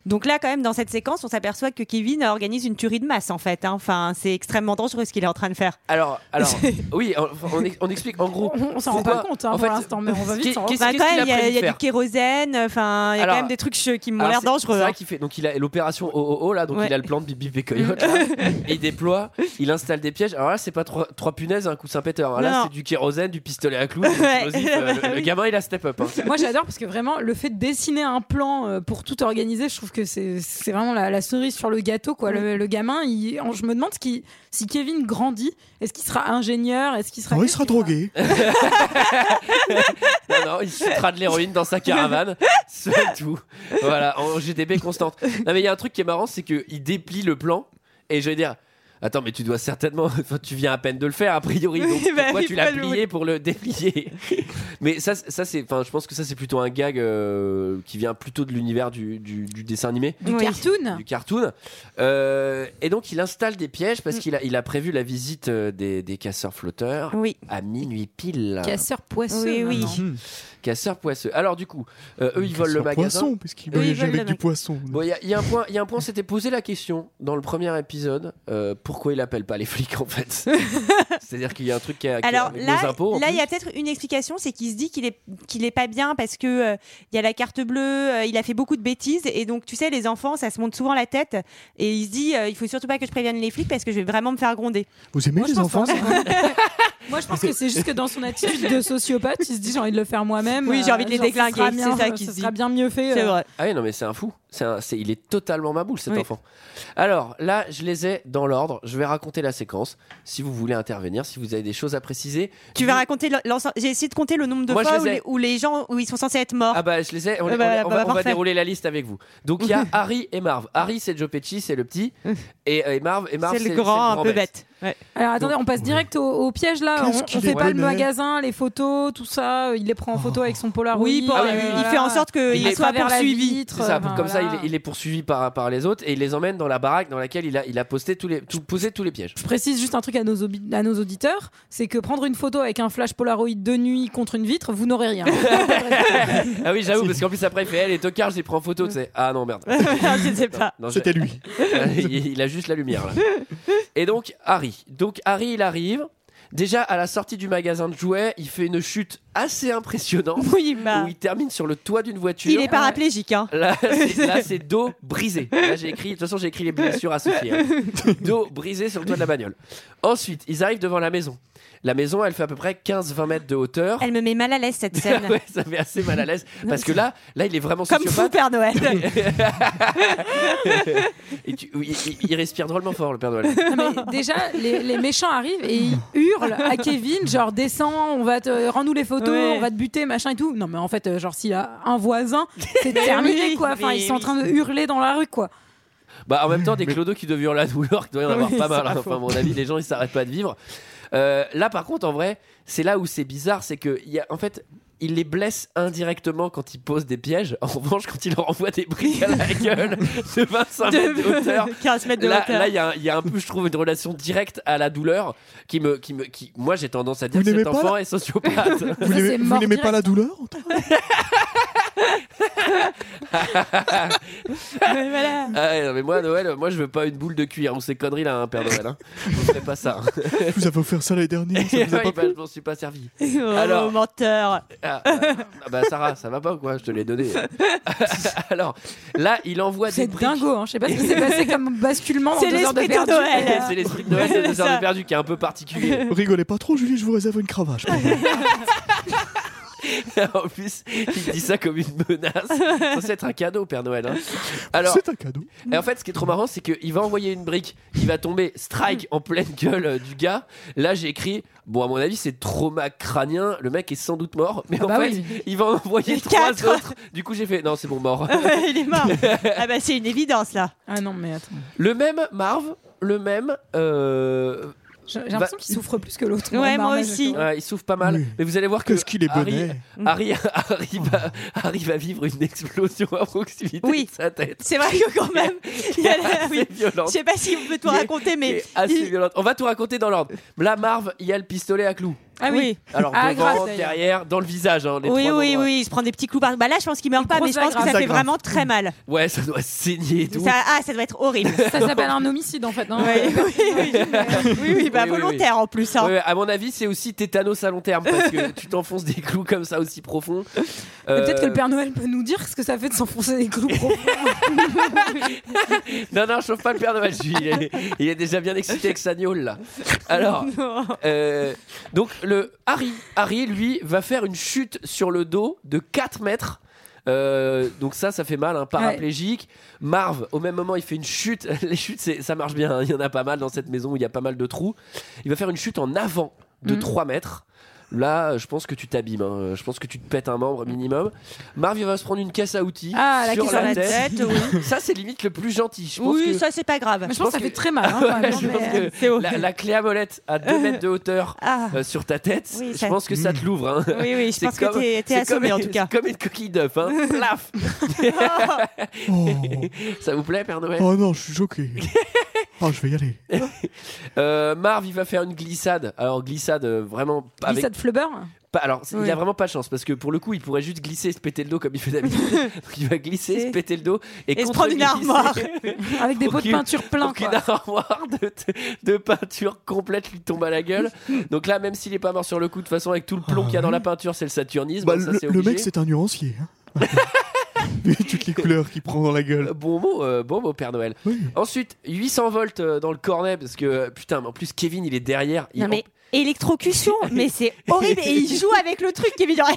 [SPEAKER 4] Donc là, quand même, dans cette séquence, on s'aperçoit que Kevin organise une tuerie de masse, en fait. hein. Enfin, c'est extrêmement dangereux ce qu'il est en train de faire.
[SPEAKER 2] Alors, alors oui, on, on ex- on explique en gros.
[SPEAKER 3] On s'en rend
[SPEAKER 2] pourquoi-
[SPEAKER 3] pas compte hein,
[SPEAKER 2] en
[SPEAKER 3] pour
[SPEAKER 2] fait,
[SPEAKER 3] l'instant, mais on va
[SPEAKER 2] qu'est-
[SPEAKER 3] vite. s'en rendre
[SPEAKER 2] qu'est-ce-
[SPEAKER 3] compte.
[SPEAKER 4] Bah,
[SPEAKER 2] qu'est-ce
[SPEAKER 4] quand
[SPEAKER 2] qu'il
[SPEAKER 4] même, il y a,
[SPEAKER 2] prévu
[SPEAKER 4] il y a
[SPEAKER 2] de
[SPEAKER 4] du kérosène, enfin, il y a
[SPEAKER 2] Alors,
[SPEAKER 4] quand même des trucs che- qui m'ont
[SPEAKER 2] Alors,
[SPEAKER 4] l'air
[SPEAKER 2] c'est-
[SPEAKER 4] dangereux.
[SPEAKER 2] C'est
[SPEAKER 4] hein.
[SPEAKER 2] vrai qu'il fait donc il a l'opération OOO là, donc
[SPEAKER 4] Ouais.
[SPEAKER 2] il a le plan de Bip Bip et Coyote. là. il déploie, il installe des pièges. Alors là, c'est pas trois, trois punaises, un coussin péteur. hein. Là,
[SPEAKER 3] Non.
[SPEAKER 2] c'est du kérosène, du pistolet à clous, du
[SPEAKER 3] Ouais.
[SPEAKER 2] explosif. Euh, le- le,
[SPEAKER 3] Oui.
[SPEAKER 2] gamin, il a step up. hein.
[SPEAKER 3] Moi j'adore parce que vraiment le fait de dessiner un plan euh, pour tout organiser, je trouve que c'est c'est vraiment la, la cerise sur le gâteau quoi. Le, le gamin, il- en- je me demande ce qu'il- si Kevin grandit, est-ce qu'il sera ingénieur, est-ce qu'il sera
[SPEAKER 5] Non, Ah, Oh, il sera drogué.
[SPEAKER 2] Non, non, il chutera de l'héroïne dans sa caravane. C'est tout. Voilà, en GDB constante. Non, mais il y a un truc qui est marrant, c'est qu'il déplie le plan. Et je vais dire, attends, mais tu dois certainement. enfin, tu viens à peine de le faire, a priori. Donc
[SPEAKER 4] Oui, bah,
[SPEAKER 2] pourquoi
[SPEAKER 4] il
[SPEAKER 2] tu l'as
[SPEAKER 4] faut le-
[SPEAKER 2] plié pour le déplier Mais ça, c'est- ça c'est. Enfin, je pense que ça, c'est plutôt un gag euh, qui vient plutôt de l'univers du, du- du dessin animé.
[SPEAKER 3] du
[SPEAKER 4] Ah.
[SPEAKER 3] cartoon
[SPEAKER 2] Du cartoon. Euh, et donc, il installe des pièges
[SPEAKER 4] Mm.
[SPEAKER 2] parce qu'il a, il a prévu la visite euh, des, des casseurs-flotteurs
[SPEAKER 4] Oui.
[SPEAKER 2] à minuit pile.
[SPEAKER 3] Casseur poisseux.
[SPEAKER 4] Oui, oui.
[SPEAKER 3] maintenant.
[SPEAKER 2] Casseurs poisseux. Alors du coup, euh, eux ils volent le
[SPEAKER 5] Casseur
[SPEAKER 2] magasin.
[SPEAKER 5] poisson, parce qu'il
[SPEAKER 2] Eux, ils
[SPEAKER 5] voyage
[SPEAKER 2] volent le
[SPEAKER 5] avec du
[SPEAKER 2] mag-
[SPEAKER 5] poisson.
[SPEAKER 2] Bon, il y, a- il y a un point, il y a un point, c'était poser la question dans le premier épisode, euh, pourquoi il appelle pas les flics en fait C'est-à-dire qu'il y a un truc qui a, qui a-
[SPEAKER 4] Alors
[SPEAKER 2] avec
[SPEAKER 4] là,
[SPEAKER 2] nos impôts. en
[SPEAKER 4] là, il
[SPEAKER 2] plus.
[SPEAKER 4] y a peut-être une explication, c'est qu'il se dit qu'il est qu'il est pas bien parce que euh, il y a la carte bleue, euh, il a fait beaucoup de bêtises et donc tu sais les enfants ça se monte souvent la tête et il se dit euh, il faut surtout pas que je prévienne les flics parce que je vais vraiment me faire gronder.
[SPEAKER 5] Vous aimez
[SPEAKER 3] Moi,
[SPEAKER 5] les
[SPEAKER 3] je pense
[SPEAKER 5] enfants
[SPEAKER 3] pas. Moi je pense que c'est juste que dans son attitude de sociopathe, il se dit j'ai envie de le faire moi-même. euh,
[SPEAKER 4] Oui, j'ai envie de les
[SPEAKER 3] genre, ce sera
[SPEAKER 4] déglinguer,
[SPEAKER 3] bien,
[SPEAKER 4] c'est ça
[SPEAKER 3] euh,
[SPEAKER 4] qu'il
[SPEAKER 3] ce
[SPEAKER 4] se dit.
[SPEAKER 3] sera bien mieux fait.
[SPEAKER 4] C'est
[SPEAKER 3] euh.
[SPEAKER 4] vrai.
[SPEAKER 2] Ah oui, non mais c'est un fou. C'est un- c'est- il est totalement ma boule cet
[SPEAKER 4] Oui.
[SPEAKER 2] enfant. Alors là, je les ai dans l'ordre. Je vais raconter la séquence. Si vous voulez intervenir, si vous avez des choses à préciser.
[SPEAKER 4] Tu vas raconter l'en- l'ensemble. J'ai essayé de compter le nombre de
[SPEAKER 2] Moi, je
[SPEAKER 4] fois
[SPEAKER 2] les
[SPEAKER 4] où
[SPEAKER 2] ai.
[SPEAKER 4] les, où les gens où ils sont censés être morts.
[SPEAKER 2] Ah bah je les ai, on,
[SPEAKER 4] Ah
[SPEAKER 2] les-
[SPEAKER 4] bah,
[SPEAKER 2] on les-
[SPEAKER 4] bah,
[SPEAKER 2] on va,
[SPEAKER 4] bah,
[SPEAKER 2] on va
[SPEAKER 4] parfait.
[SPEAKER 2] dérouler la liste avec vous. Donc il y a Harry et Marv. Harry c'est Joe Pesci, c'est le petit. Et, et Marv, et Marv
[SPEAKER 4] c'est le
[SPEAKER 2] bah, c'est
[SPEAKER 4] grand un peu
[SPEAKER 2] bête.
[SPEAKER 4] bête. Ouais.
[SPEAKER 3] Alors attendez, on passe direct au, au piège là. On,
[SPEAKER 5] Qu'est-ce
[SPEAKER 3] on
[SPEAKER 5] qu'il
[SPEAKER 3] fait
[SPEAKER 5] est
[SPEAKER 3] pas le
[SPEAKER 5] bonnet.
[SPEAKER 3] magasin, les photos, tout ça. euh, Il les prend en photo avec son Polaroid.
[SPEAKER 4] Oui, pour-
[SPEAKER 2] Ah oui,
[SPEAKER 3] euh,
[SPEAKER 2] oui, oui.
[SPEAKER 4] il fait en sorte
[SPEAKER 3] à
[SPEAKER 4] qu'il soit
[SPEAKER 3] travers la
[SPEAKER 4] poursuivi.
[SPEAKER 3] vitre,
[SPEAKER 2] C'est ça,
[SPEAKER 3] enfin,
[SPEAKER 2] comme ça
[SPEAKER 3] voilà.
[SPEAKER 2] il est, il est poursuivi par, par les autres et il les emmène dans la baraque dans laquelle il a, il a posté tous les, tout- posé tous les pièges.
[SPEAKER 3] Je précise juste un truc à nos, obi- à nos auditeurs, c'est que prendre une photo avec un flash Polaroid de nuit contre une vitre, vous n'aurez rien.
[SPEAKER 2] Ah oui, j'avoue, parce qu'en plus après il fait elle et Tocard, j'ai pris en photo, tu sais. Ah non, merde.
[SPEAKER 4] je ne sais
[SPEAKER 2] Non,
[SPEAKER 4] pas.
[SPEAKER 2] non, j'ai-
[SPEAKER 5] C'était lui.
[SPEAKER 2] il, il a juste la lumière là. Et donc Harry. Donc Harry il arrive. Déjà à la sortie du magasin de jouets, il fait une chute assez impressionnante
[SPEAKER 4] Oui, bah,
[SPEAKER 3] Ah.
[SPEAKER 2] où il termine sur le toit d'une voiture.
[SPEAKER 4] il est paraplégique. Hein.
[SPEAKER 2] Là, c'est- là, c'est dos brisé. Là, j'ai écrit. De toute façon, j'ai écrit les blessures associées. hein. Dos brisé sur le toit de la bagnole. Ensuite, ils arrivent devant la maison. La maison, elle fait à peu près 15-20 mètres de hauteur.
[SPEAKER 4] Elle me met mal à l'aise cette scène.
[SPEAKER 2] Ouais, ça fait assez mal à l'aise parce que là, là, il est vraiment
[SPEAKER 4] Comme fou
[SPEAKER 2] sociopathe.
[SPEAKER 4] Père Noël.
[SPEAKER 2] Et tu- oui, il, il- il respire drôlement fort, le Père Noël.
[SPEAKER 3] Non, mais déjà, les, les méchants arrivent et ils hurlent à Kevin, genre descends, on va te rends-nous les photos,
[SPEAKER 4] Ouais.
[SPEAKER 3] on va te buter, machin et tout. Non mais en fait, euh, genre s'il a un voisin, c'est terminé
[SPEAKER 4] oui,
[SPEAKER 3] quoi. Enfin,
[SPEAKER 4] mais
[SPEAKER 3] ils sont en
[SPEAKER 4] oui.
[SPEAKER 3] train de hurler dans la rue quoi.
[SPEAKER 2] Bah, en même temps, des clodos qui deviennent la douleur, il doit y en avoir
[SPEAKER 4] Oui,
[SPEAKER 2] pas
[SPEAKER 4] c'est
[SPEAKER 2] mal.
[SPEAKER 4] pas
[SPEAKER 2] hein.
[SPEAKER 4] faux.
[SPEAKER 2] Enfin, à mon avis, les gens, ils s'arrêtent pas de vivre. Euh, là, par contre, en vrai, c'est là où c'est bizarre, c'est que il y a, en fait. il- il les blesse indirectement quand il pose des pièges. En revanche, quand il leur envoie des briques à la gueule de 25 mètres de hauteur,
[SPEAKER 4] 15 mètres de
[SPEAKER 2] là,
[SPEAKER 4] hauteur.
[SPEAKER 2] là, il y, a un- il y a un peu, je trouve, une relation directe à la douleur qui me, qui me, qui, moi, j'ai tendance à dire
[SPEAKER 5] Vous
[SPEAKER 2] que cet
[SPEAKER 5] n'aimez pas
[SPEAKER 2] enfant
[SPEAKER 5] la-
[SPEAKER 2] est sociopathe.
[SPEAKER 5] Vous n'aimez- vous n'aimez pas la douleur
[SPEAKER 4] voilà.
[SPEAKER 2] Ah, non, mais moi, Noël, moi, je veux pas une boule de cuir ou ces conneries là, hein, Père Noël. Hein. Je ferai pas ça. hein.
[SPEAKER 5] Je vous avais offert ça l'année dernière. Ça vous a
[SPEAKER 2] Oui,
[SPEAKER 5] pas
[SPEAKER 2] bah,
[SPEAKER 5] plu
[SPEAKER 2] je m'en suis pas servi.
[SPEAKER 4] Oh,
[SPEAKER 2] Alors-
[SPEAKER 4] menteur.
[SPEAKER 2] Ah, ah, ah, bah Sarah, ça va pas ou quoi Je te l'ai donné. Alors là, il envoie des
[SPEAKER 3] C'est
[SPEAKER 2] briques.
[SPEAKER 3] dingo, hein. je sais pas ce qui s'est passé comme basculement. en
[SPEAKER 4] C'est
[SPEAKER 3] deux heures
[SPEAKER 4] l'esprit de
[SPEAKER 3] perdu.
[SPEAKER 4] Noël.
[SPEAKER 2] C'est l'esprit de Noël de deux heures de perdu qui est un peu particulier.
[SPEAKER 5] Rigolez pas trop, Julie, je vous réserve une cravache.
[SPEAKER 2] en plus, il dit ça comme une menace. C'est censé être un cadeau, Père Noël. hein. Alors,
[SPEAKER 5] C'est un cadeau.
[SPEAKER 2] et en fait, ce qui est trop marrant, c'est qu'il va envoyer une brique, il va tomber strike en pleine gueule euh, du gars. Là, j'ai écrit, bon, à mon avis, c'est trauma crânien. Le mec est sans doute mort, mais
[SPEAKER 3] Ah
[SPEAKER 2] en
[SPEAKER 3] bah
[SPEAKER 2] fait,
[SPEAKER 3] oui.
[SPEAKER 2] il va en envoyer
[SPEAKER 4] Et
[SPEAKER 2] trois
[SPEAKER 4] quatre.
[SPEAKER 2] autres. Du coup, j'ai fait, non, c'est bon, mort.
[SPEAKER 4] il est mort. Ah bah c'est une évidence là.
[SPEAKER 3] Ah non, mais attends.
[SPEAKER 2] Le même Marv, le même. euh,
[SPEAKER 3] J'ai j'ai
[SPEAKER 2] Bah-
[SPEAKER 3] l'impression qu'il souffre plus que l'autre.
[SPEAKER 4] Ouais,
[SPEAKER 3] Bah,
[SPEAKER 4] moi
[SPEAKER 3] bah,
[SPEAKER 4] aussi.
[SPEAKER 3] je-
[SPEAKER 2] ouais, il souffre pas mal,
[SPEAKER 5] Oui.
[SPEAKER 2] mais vous allez voir que
[SPEAKER 5] Qu'est-ce qu'il est
[SPEAKER 2] Harry,
[SPEAKER 5] bonnet.
[SPEAKER 4] Mm.
[SPEAKER 2] Harry, Harry va- arrive à vivre une explosion à proximité
[SPEAKER 4] Oui.
[SPEAKER 2] de sa tête.
[SPEAKER 4] C'est vrai que quand même, il y a la-
[SPEAKER 2] Assez
[SPEAKER 4] oui.
[SPEAKER 2] violente.
[SPEAKER 4] je sais pas si on peut tout
[SPEAKER 2] Il est-
[SPEAKER 4] raconter,
[SPEAKER 2] qui
[SPEAKER 4] mais
[SPEAKER 2] est assez
[SPEAKER 4] il-
[SPEAKER 2] violente. On va tout raconter dans l'ordre. Là, Marv, il y a le pistolet à clous.
[SPEAKER 3] Ah oui.
[SPEAKER 2] Alors
[SPEAKER 3] Ah, grave,
[SPEAKER 2] devant,
[SPEAKER 3] d'ailleurs.
[SPEAKER 2] derrière, dans le visage. hein, les
[SPEAKER 4] oui,
[SPEAKER 2] trois
[SPEAKER 4] oui,
[SPEAKER 2] endroits.
[SPEAKER 4] oui, il se prend des petits coups par. Bah là, je pense qu'il meurt pas, mais
[SPEAKER 3] grosse
[SPEAKER 4] je pense que ça
[SPEAKER 5] agrafe.
[SPEAKER 4] fait vraiment très mal.
[SPEAKER 2] Ouais, ça doit saigner et tout.
[SPEAKER 4] Ça- ah, ça doit être horrible.
[SPEAKER 3] Ça s'appelle un homicide en fait. hein. non
[SPEAKER 4] Ouais, oui, oui, oui, oui, bah
[SPEAKER 2] Oui, oui,
[SPEAKER 4] volontaire en plus. hein.
[SPEAKER 2] Ouais, ouais, à mon avis, c'est aussi tétanos à long terme parce que tu t'enfonces des clous comme ça aussi profonds.
[SPEAKER 3] Mais
[SPEAKER 2] Euh,
[SPEAKER 3] Peut-être que le Père Noël peut nous dire ce que ça fait de s'enfoncer des clous profonds.
[SPEAKER 2] Non, non, chauffe pas le Père Noël. je suis- Il est, il est déjà bien excité avec sa gnôle, là. Alors,
[SPEAKER 4] Non.
[SPEAKER 2] euh, donc, le Harry, Harry, lui, va faire une chute sur le dos de 4 mètres. Euh, donc ça, ça fait mal, hein, paraplégique. Marv, au même moment, il fait une chute. Les chutes, c'est- ça marche bien. hein. Il y en a pas mal dans cette maison où il y a pas mal de trous. Il va faire une chute en avant
[SPEAKER 3] Mm.
[SPEAKER 2] de 3 mètres. Là, je pense que tu t'abîmes. hein. Je pense que tu te pètes un membre minimum. Marv, il va se prendre une caisse à outils
[SPEAKER 3] Ah, la
[SPEAKER 2] sur
[SPEAKER 3] caisse
[SPEAKER 2] la,
[SPEAKER 3] à outils.
[SPEAKER 2] tête. Ça, c'est limite le plus gentil. Je pense
[SPEAKER 4] Oui,
[SPEAKER 2] que...
[SPEAKER 4] ça c'est pas grave.
[SPEAKER 3] Mais je pense que ça
[SPEAKER 2] que-
[SPEAKER 3] fait très mal. hein,
[SPEAKER 2] Ouais,
[SPEAKER 3] quand même,
[SPEAKER 2] je
[SPEAKER 3] mais-
[SPEAKER 2] pense que
[SPEAKER 4] C'est horrible.
[SPEAKER 2] la, la clé à molette à 2 mètres de hauteur
[SPEAKER 4] Ah,
[SPEAKER 2] euh, sur ta tête,
[SPEAKER 4] Oui,
[SPEAKER 2] je
[SPEAKER 4] ça-
[SPEAKER 2] pense que ça te l'ouvre. hein.
[SPEAKER 4] oui, oui, je
[SPEAKER 2] C'est
[SPEAKER 4] pense que
[SPEAKER 2] comme-
[SPEAKER 4] t'es- t'es
[SPEAKER 2] c'est
[SPEAKER 4] assommé
[SPEAKER 2] comme-
[SPEAKER 4] en tout cas.
[SPEAKER 2] c'est comme une coquille d'œuf. hein. Plaf
[SPEAKER 5] Oh,
[SPEAKER 2] Ça vous plaît, Père Noël
[SPEAKER 5] Oh non, je suis choqué. Ah, je vais y aller.
[SPEAKER 2] Euh, Marv, il va faire une glissade. Alors, glissade, euh, vraiment. pas- avec-
[SPEAKER 3] Glissade flubber
[SPEAKER 2] pas- alors, c'est- il a
[SPEAKER 3] Oui.
[SPEAKER 2] vraiment pas de chance parce que pour le coup, il pourrait juste glisser et se péter le dos comme il fait d'habitude. Donc, il va glisser, se
[SPEAKER 4] C'est-
[SPEAKER 2] péter le dos et,
[SPEAKER 4] Et se
[SPEAKER 2] contre
[SPEAKER 4] prendre une
[SPEAKER 2] glisser.
[SPEAKER 4] armoire.
[SPEAKER 3] avec des pots de
[SPEAKER 2] Aucune-
[SPEAKER 3] peinture pleins.
[SPEAKER 2] Donc une
[SPEAKER 3] quoi.
[SPEAKER 2] armoire de, de peinture complète lui tombe à la gueule. Donc là, même s'il est pas mort sur le coup, de toute façon, avec tout le plomb qu'il y a dans la peinture, c'est le saturnisme.
[SPEAKER 5] Ah
[SPEAKER 2] hein,
[SPEAKER 5] Bah,
[SPEAKER 2] ça,
[SPEAKER 5] le,
[SPEAKER 2] c'est
[SPEAKER 5] le
[SPEAKER 2] obligé.
[SPEAKER 5] mec, c'est un nuancier. hein. Mais toutes les couleurs qu'il prend dans la gueule.
[SPEAKER 2] Bon mot, euh, bon mot, Père Noël.
[SPEAKER 5] Oui.
[SPEAKER 2] Ensuite, 800 volts euh, dans le cornet, parce que euh, putain, mais en plus, Kevin, il est derrière. Il-
[SPEAKER 4] Non mais électrocution, mais c'est horrible et il joue avec le truc qui est genre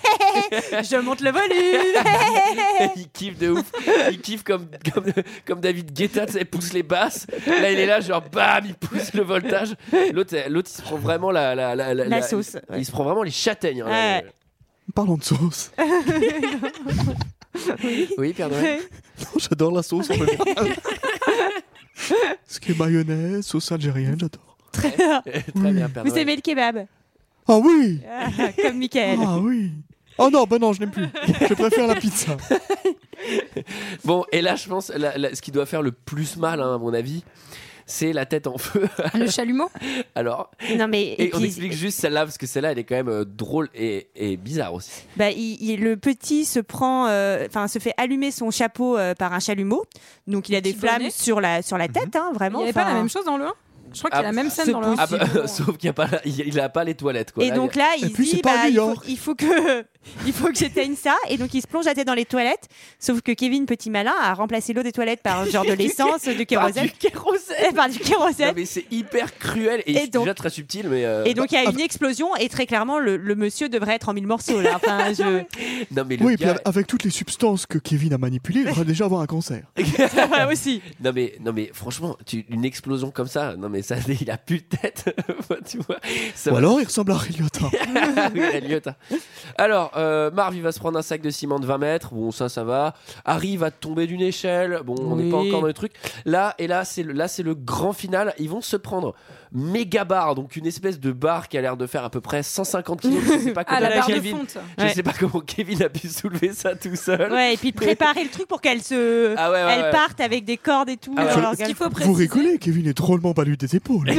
[SPEAKER 4] je monte le volume.
[SPEAKER 2] il kiffe de ouf. Il kiffe comme, comme, comme David Guetta, tu sais, il pousse les basses. Là, il est là, genre bam, il pousse le voltage. L'autre, euh, l'autre, il se prend vraiment la, la, la, la-
[SPEAKER 4] La
[SPEAKER 2] la-
[SPEAKER 4] sauce,
[SPEAKER 2] Il,
[SPEAKER 4] ouais.
[SPEAKER 2] se prend vraiment les châtaignes. hein,
[SPEAKER 4] Ouais.
[SPEAKER 2] là.
[SPEAKER 5] Parlons de sauce.
[SPEAKER 2] Oui, Père Noël.
[SPEAKER 5] Oh, J'adore la sauce. en général. Ce qui est mayonnaise, sauce algérienne, j'adore.
[SPEAKER 2] Très bien, Père
[SPEAKER 4] Vous
[SPEAKER 2] Noël.
[SPEAKER 4] aimez le kebab
[SPEAKER 5] Ah oui
[SPEAKER 4] Ah, Comme Michael.
[SPEAKER 5] Ah oui Oh non, bah non, je n'aime plus. Je préfère la pizza.
[SPEAKER 2] Bon, et là, je pense, là, là, ce qui doit faire le plus mal, hein, à mon avis, c'est la tête en feu.
[SPEAKER 3] Le chalumeau
[SPEAKER 2] Alors,
[SPEAKER 4] Non mais
[SPEAKER 2] et,
[SPEAKER 4] et
[SPEAKER 2] on
[SPEAKER 4] puis-
[SPEAKER 2] explique juste celle-là, parce que celle-là, elle est quand même euh, drôle et, et bizarre aussi.
[SPEAKER 4] bah, il- il- le petit se prend, euh, enfin se fait allumer son chapeau euh, par un chalumeau, donc il a des
[SPEAKER 3] Petit
[SPEAKER 4] flammes
[SPEAKER 3] bonnet.
[SPEAKER 4] sur la sur
[SPEAKER 2] Mhm.
[SPEAKER 4] la tête, hein,
[SPEAKER 3] Il
[SPEAKER 4] vraiment.
[SPEAKER 3] n'y avait pas
[SPEAKER 4] enfin.
[SPEAKER 3] la même chose dans le 1 Je crois qu'il y
[SPEAKER 2] Ah,
[SPEAKER 3] a la même scène
[SPEAKER 4] c'est
[SPEAKER 3] dans le hein. 1.
[SPEAKER 2] Ah bah, sauf qu'il n'a pas, la- il, il a pas les toilettes, quoi.
[SPEAKER 4] Et
[SPEAKER 2] Là,
[SPEAKER 4] donc là,
[SPEAKER 5] Et
[SPEAKER 4] il
[SPEAKER 5] puis,
[SPEAKER 4] se
[SPEAKER 5] c'est
[SPEAKER 4] dit
[SPEAKER 5] pas
[SPEAKER 4] bah,
[SPEAKER 5] à New
[SPEAKER 4] il, faut,
[SPEAKER 5] York.
[SPEAKER 4] il faut que il faut que j'éteigne ça et donc il se plonge la tête dans les toilettes sauf que Kevin petit malin a remplacé l'eau des toilettes par genre de l'essence du
[SPEAKER 2] il y a- Ah,
[SPEAKER 4] kérosène
[SPEAKER 2] du kérosène.
[SPEAKER 4] Eh, par du
[SPEAKER 2] Non,
[SPEAKER 4] kérosène
[SPEAKER 2] mais c'est hyper cruel et,
[SPEAKER 4] Et
[SPEAKER 2] c'est
[SPEAKER 4] donc-
[SPEAKER 2] déjà très subtil, mais. euh,
[SPEAKER 4] et donc il y a une explosion et très clairement le, le monsieur devrait être en mille morceaux là. Enfin, je...
[SPEAKER 2] Non, mais le
[SPEAKER 5] Oui, et puis
[SPEAKER 2] gars-
[SPEAKER 5] avec toutes les substances que Kevin a manipulées, il va déjà avoir un cancer.
[SPEAKER 4] Ouais, aussi.
[SPEAKER 2] Non mais, non mais franchement, tu- une explosion comme ça, non mais ça, il a plus de tête, tu vois. Ça
[SPEAKER 5] Ou
[SPEAKER 2] va-
[SPEAKER 5] alors, il ressemble à Ray Liotta.
[SPEAKER 2] Ah oui, Elliot, hein. Alors, euh, Marv, il va se prendre un sac de ciment de 20 mètres. Bon, ça, ça va. Harry va tomber d'une échelle. Bon, on n'est pas
[SPEAKER 13] Oui.
[SPEAKER 2] encore dans le truc. Là, et là, c'est le, là, c'est le grand final. Ils vont se prendre méga barre, donc une espèce de barre qui a l'air de faire à peu près 150 kilos. Je sais pas
[SPEAKER 3] Ah, la
[SPEAKER 2] comment
[SPEAKER 3] barre de
[SPEAKER 2] Kevin,
[SPEAKER 3] fonte.
[SPEAKER 2] je
[SPEAKER 3] Ouais.
[SPEAKER 2] sais pas comment Kevin a pu soulever ça tout seul.
[SPEAKER 4] Ouais, et puis préparer le truc pour qu'elle se.
[SPEAKER 2] Ah ouais, ouais,
[SPEAKER 4] elle
[SPEAKER 2] ouais.
[SPEAKER 4] parte avec des cordes et tout.
[SPEAKER 2] Ah ouais.
[SPEAKER 4] dans leur
[SPEAKER 2] Ce qu'il
[SPEAKER 4] galop.
[SPEAKER 5] Vous rigolez, Kevin est drôlement balu des épaules.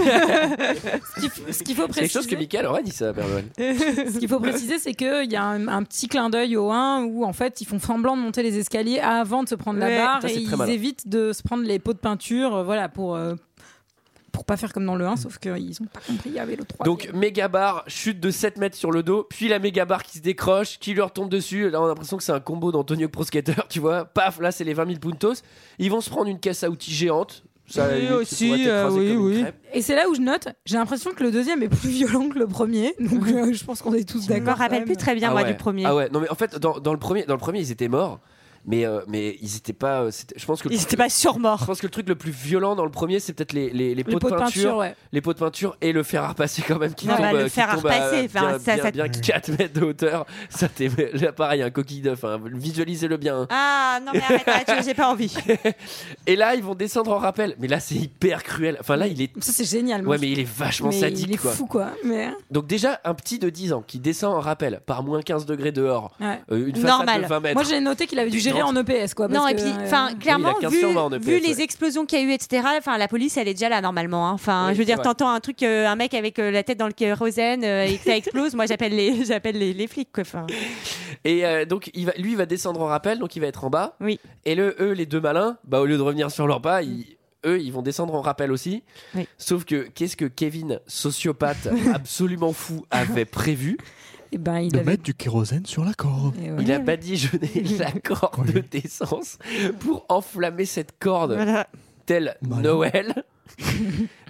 [SPEAKER 3] Ce qu'il faut
[SPEAKER 2] C'est quelque chose
[SPEAKER 3] préciser.
[SPEAKER 2] que Michael aurait dit ça, Bergman.
[SPEAKER 3] Ce qu'il faut préciser, c'est qu'il y a un, un petit clin d'œil au 1 où en fait ils font semblant de monter les escaliers avant de se prendre
[SPEAKER 2] Ouais.
[SPEAKER 3] la barre
[SPEAKER 2] Ça, c'est
[SPEAKER 3] et
[SPEAKER 2] très
[SPEAKER 3] ils
[SPEAKER 2] malin.
[SPEAKER 3] évitent de se prendre les pots de peinture, euh, voilà pour euh, pour pas faire comme dans le 1, sauf qu'ils ont pas compris, il y avait le 3.
[SPEAKER 2] Donc méga barre, chute de 7 mètres sur le dos, puis la méga barre qui se décroche, qui leur tombe dessus. Là, on a l'impression que c'est un combo d'Antonio Pro Skater, tu vois. Paf, là, c'est les 20 000 puntos. Ils vont se prendre une caisse à outils géante. Ça, à la
[SPEAKER 3] Oui,
[SPEAKER 2] limite, ça
[SPEAKER 3] aussi,
[SPEAKER 2] pourrait t'écraser
[SPEAKER 3] euh, oui,
[SPEAKER 2] comme une
[SPEAKER 3] oui.
[SPEAKER 2] crêpe.
[SPEAKER 3] Et c'est là où je note, j'ai l'impression que le deuxième est plus violent que le premier, donc euh, je pense qu'on est tous d'accord. Je me rappelle plus
[SPEAKER 4] très
[SPEAKER 2] Ah ouais. Ah ouais, non mais en fait, dans, dans le premier, dans le premier, ils étaient morts. Mais, euh, mais ils étaient pas. euh, c'était- je pense que
[SPEAKER 4] Ils étaient pas surmorts.
[SPEAKER 2] Je pense que le truc le plus violent dans le premier, c'est peut-être les, les, les pots, de peinture.
[SPEAKER 4] ouais.
[SPEAKER 2] Les pots de peinture et le fer à repasser quand même qui
[SPEAKER 4] Non,
[SPEAKER 2] tombe.
[SPEAKER 4] bah, le
[SPEAKER 2] euh, qui
[SPEAKER 4] fer à
[SPEAKER 2] tombe à
[SPEAKER 4] repasser,
[SPEAKER 2] bien,
[SPEAKER 4] enfin, ça-
[SPEAKER 2] bien-
[SPEAKER 4] ça-
[SPEAKER 2] bien 4 mètres de hauteur. Ça, t'es. Là, pareil, un coquille d'œuf. hein. Visualisez-le bien.
[SPEAKER 4] Ah non, mais arrête, arrête, j'ai pas envie.
[SPEAKER 2] Et là, ils vont descendre en rappel. Mais là, c'est hyper cruel. Enfin, là, il est.
[SPEAKER 3] Ça, c'est génial.
[SPEAKER 2] Ouais,
[SPEAKER 3] moi, je-
[SPEAKER 2] mais il est vachement
[SPEAKER 3] mais
[SPEAKER 2] sadique,
[SPEAKER 3] Il est
[SPEAKER 2] quoi.
[SPEAKER 3] fou, quoi. Mais...
[SPEAKER 2] Donc, déjà, un petit de 10 ans qui descend en rappel par moins 15 degrés dehors.
[SPEAKER 3] Ouais.
[SPEAKER 2] Euh, une façade
[SPEAKER 3] Normal.
[SPEAKER 2] de 20 mètres.
[SPEAKER 3] Moi, j'ai noté qu'il avait dû gérer en EPS, quoi.
[SPEAKER 4] Non,
[SPEAKER 3] parce
[SPEAKER 4] et
[SPEAKER 3] que,
[SPEAKER 4] puis,
[SPEAKER 3] euh,
[SPEAKER 4] enfin, clairement,
[SPEAKER 2] Oui, la
[SPEAKER 4] vu,
[SPEAKER 2] 1500 va en EPS,
[SPEAKER 4] vu
[SPEAKER 2] ouais.
[SPEAKER 4] les explosions qu'il y a eu, etc., enfin, la police, elle est déjà là, normalement. hein. Enfin,
[SPEAKER 2] Oui,
[SPEAKER 4] je veux dire,
[SPEAKER 2] c'est vrai.
[SPEAKER 4] t'entends un truc, euh, un mec avec euh, la tête dans le kérosène euh, et que ça explose, moi, j'appelle les, j'appelle les, les flics, quoi. Enfin,
[SPEAKER 2] Et euh, donc, il va, lui, il va descendre en rappel, donc il va être en bas.
[SPEAKER 4] Oui.
[SPEAKER 2] Et le, eux, les deux malins, bah, au lieu de revenir sur leur pas, ils- eux, ils vont descendre en rappel aussi.
[SPEAKER 4] Oui.
[SPEAKER 2] Sauf que, qu'est-ce que Kevin, sociopathe absolument fou, avait prévu
[SPEAKER 3] Eh ben, il
[SPEAKER 5] de
[SPEAKER 3] avait.
[SPEAKER 5] mettre du kérosène sur la corde.
[SPEAKER 2] Il a badigeonné la corde d'essence pour enflammer cette corde,
[SPEAKER 5] Voilà.
[SPEAKER 2] telle
[SPEAKER 5] Malin.
[SPEAKER 2] Noël.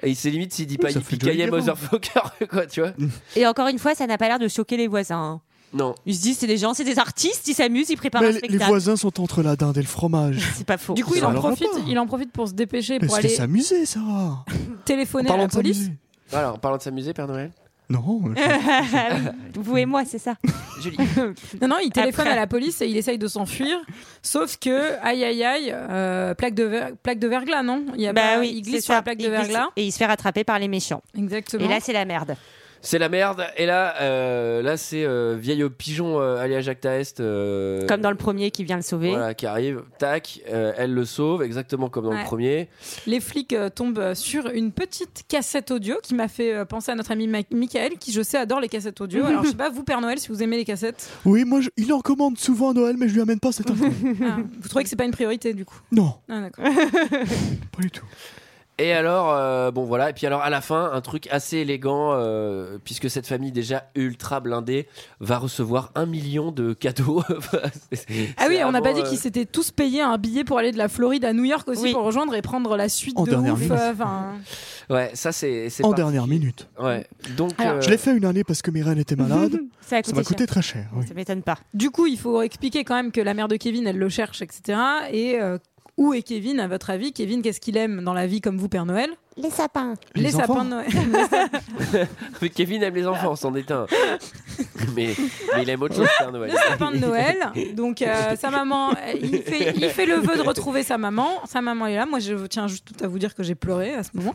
[SPEAKER 2] Et il s'est limite s'il dit pas
[SPEAKER 5] Ça
[SPEAKER 2] il
[SPEAKER 5] fait
[SPEAKER 2] pique
[SPEAKER 5] joli avant.
[SPEAKER 2] Motherfucker, quoi, tu vois.
[SPEAKER 4] Et encore une fois, ça n'a pas l'air de choquer les voisins. hein.
[SPEAKER 2] Non.
[SPEAKER 4] Ils se disent, c'est des gens, c'est des artistes, ils s'amusent, ils préparent
[SPEAKER 5] Mais
[SPEAKER 4] un
[SPEAKER 5] les- les
[SPEAKER 4] spectacle.
[SPEAKER 5] voisins sont entre la dinde et le fromage.
[SPEAKER 4] C'est pas faux.
[SPEAKER 3] Du coup, il en,
[SPEAKER 5] Alors,
[SPEAKER 3] profite,
[SPEAKER 5] rapport.
[SPEAKER 3] il en profite pour se dépêcher,
[SPEAKER 5] Mais
[SPEAKER 3] pour
[SPEAKER 5] c'était
[SPEAKER 3] aller
[SPEAKER 5] s'amuser, Sarah.
[SPEAKER 3] téléphoner à la police.
[SPEAKER 2] Voilà, en parlant de s'amuser, Père Noël.
[SPEAKER 5] Non.
[SPEAKER 4] Ah bah Vous et moi, c'est ça.
[SPEAKER 3] Non, non, il téléphone
[SPEAKER 4] Après.
[SPEAKER 3] à la police et il essaye de s'enfuir. Sauf que, aïe, aïe, aïe, euh, plaque, de ver- plaque de verglas, non il, y a
[SPEAKER 4] Bah
[SPEAKER 3] pas-
[SPEAKER 4] oui,
[SPEAKER 3] il
[SPEAKER 4] c'est
[SPEAKER 3] glisse sur
[SPEAKER 4] ça.
[SPEAKER 3] la plaque de
[SPEAKER 4] Il glisse
[SPEAKER 3] verglas.
[SPEAKER 4] Et il se fait rattraper par les méchants.
[SPEAKER 3] Exactement.
[SPEAKER 4] Et là, c'est la merde.
[SPEAKER 2] Euh. C'est la merde. Et là, euh, là c'est euh, vieille pigeon euh, allée à Jacques Taest. euh,
[SPEAKER 4] Comme dans le premier qui vient le sauver.
[SPEAKER 2] Voilà, qui arrive. Tac, euh, elle le sauve, exactement comme dans
[SPEAKER 3] Ouais.
[SPEAKER 2] le premier.
[SPEAKER 3] Les flics euh, tombent euh, sur une petite cassette audio qui m'a fait euh, penser à notre ami Ma- Michael, qui je sais adore les cassettes audio. Alors je sais pas, vous Père Noël, si vous aimez les cassettes,
[SPEAKER 5] Oui, moi, je- il en commande souvent à Noël, mais je lui amène pas cette info.
[SPEAKER 3] Ah, vous trouvez que c'est pas une priorité du coup
[SPEAKER 5] Non,
[SPEAKER 3] Ah, d'accord.
[SPEAKER 5] pas du tout.
[SPEAKER 2] Et alors, euh, bon voilà. Et puis alors, à la fin, un truc assez élégant, euh, puisque cette famille déjà ultra blindée va recevoir un million de cadeaux.
[SPEAKER 3] Ah oui, on n'a pas dit
[SPEAKER 2] euh,
[SPEAKER 3] qu'ils s'étaient tous payés un billet pour aller de la Floride à New York aussi
[SPEAKER 4] Oui.
[SPEAKER 3] pour rejoindre et prendre la suite
[SPEAKER 5] En
[SPEAKER 3] de
[SPEAKER 5] dernière
[SPEAKER 3] ouf,
[SPEAKER 5] minute.
[SPEAKER 3] euh, enfin,
[SPEAKER 2] Ouais, ça c'est. c'est
[SPEAKER 5] En
[SPEAKER 2] parti.
[SPEAKER 5] dernière minute.
[SPEAKER 2] Ouais. Donc. euh,
[SPEAKER 5] Je l'ai fait une année parce que Myrène était malade.
[SPEAKER 4] Ça a
[SPEAKER 5] Ça
[SPEAKER 4] coûté,
[SPEAKER 5] m'a
[SPEAKER 4] cher.
[SPEAKER 5] coûté très cher. oui.
[SPEAKER 4] Ça m'étonne pas.
[SPEAKER 3] Du coup, il faut expliquer quand même que la mère de Kevin, elle le cherche, etc. Et euh, où est Kevin à votre avis Kevin, qu'est-ce qu'il aime dans la vie comme vous Père Noël
[SPEAKER 4] Les sapins.
[SPEAKER 5] Les enfants.
[SPEAKER 3] sapins de Noël.
[SPEAKER 2] Mais Kevin aime les enfants, c'en est un. mais, mais il aime autre chose, Père Noël.
[SPEAKER 3] le sapin de Noël. Donc euh, sa maman, euh, il fait, il fait le vœu de retrouver sa maman. Sa maman est là. Moi, je tiens juste à vous dire que j'ai pleuré à ce moment.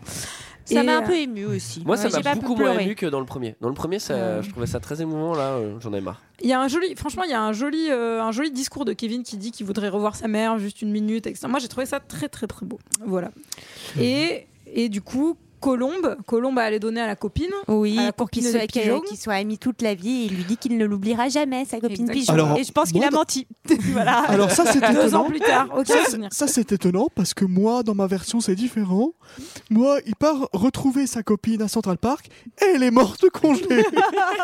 [SPEAKER 4] Ça
[SPEAKER 3] Et,
[SPEAKER 4] m'a un
[SPEAKER 3] euh,
[SPEAKER 4] peu ému aussi.
[SPEAKER 2] Moi, ça
[SPEAKER 4] Ouais, j'ai
[SPEAKER 2] m'a
[SPEAKER 4] pas
[SPEAKER 2] beaucoup
[SPEAKER 4] pu
[SPEAKER 2] moins
[SPEAKER 4] pleurer.
[SPEAKER 2] ému que dans le premier. Dans le premier, ça, je trouvais ça très émouvant. Là, euh, j'en ai marre.
[SPEAKER 3] Il y a un joli, franchement, il y a un joli, euh, un joli discours de Kevin qui dit qu'il voudrait revoir sa mère juste une minute. Etc. Moi, j'ai trouvé ça très, très, très beau. Voilà. Et et du coup. Colombe, Colombe allait donner à la copine.
[SPEAKER 4] Oui,
[SPEAKER 3] à la
[SPEAKER 4] pour qu'il
[SPEAKER 3] copine
[SPEAKER 4] soit,
[SPEAKER 3] de Pigeon.
[SPEAKER 4] qu'il soit ami toute la vie et il lui dit qu'il ne l'oubliera jamais, sa copine
[SPEAKER 3] Exactement.
[SPEAKER 4] Pigeon.
[SPEAKER 5] Alors,
[SPEAKER 4] et je pense qu'il
[SPEAKER 5] moi,
[SPEAKER 4] a
[SPEAKER 5] dans-
[SPEAKER 4] menti. voilà.
[SPEAKER 5] Alors ça c'est
[SPEAKER 3] Deux ans
[SPEAKER 5] étonnant.
[SPEAKER 3] plus tard, aucun
[SPEAKER 5] Ça, c'est-
[SPEAKER 3] souvenir.
[SPEAKER 5] Ça c'est étonnant parce que moi dans ma version c'est différent. Moi il part retrouver sa copine à Central Park et elle est morte congelée.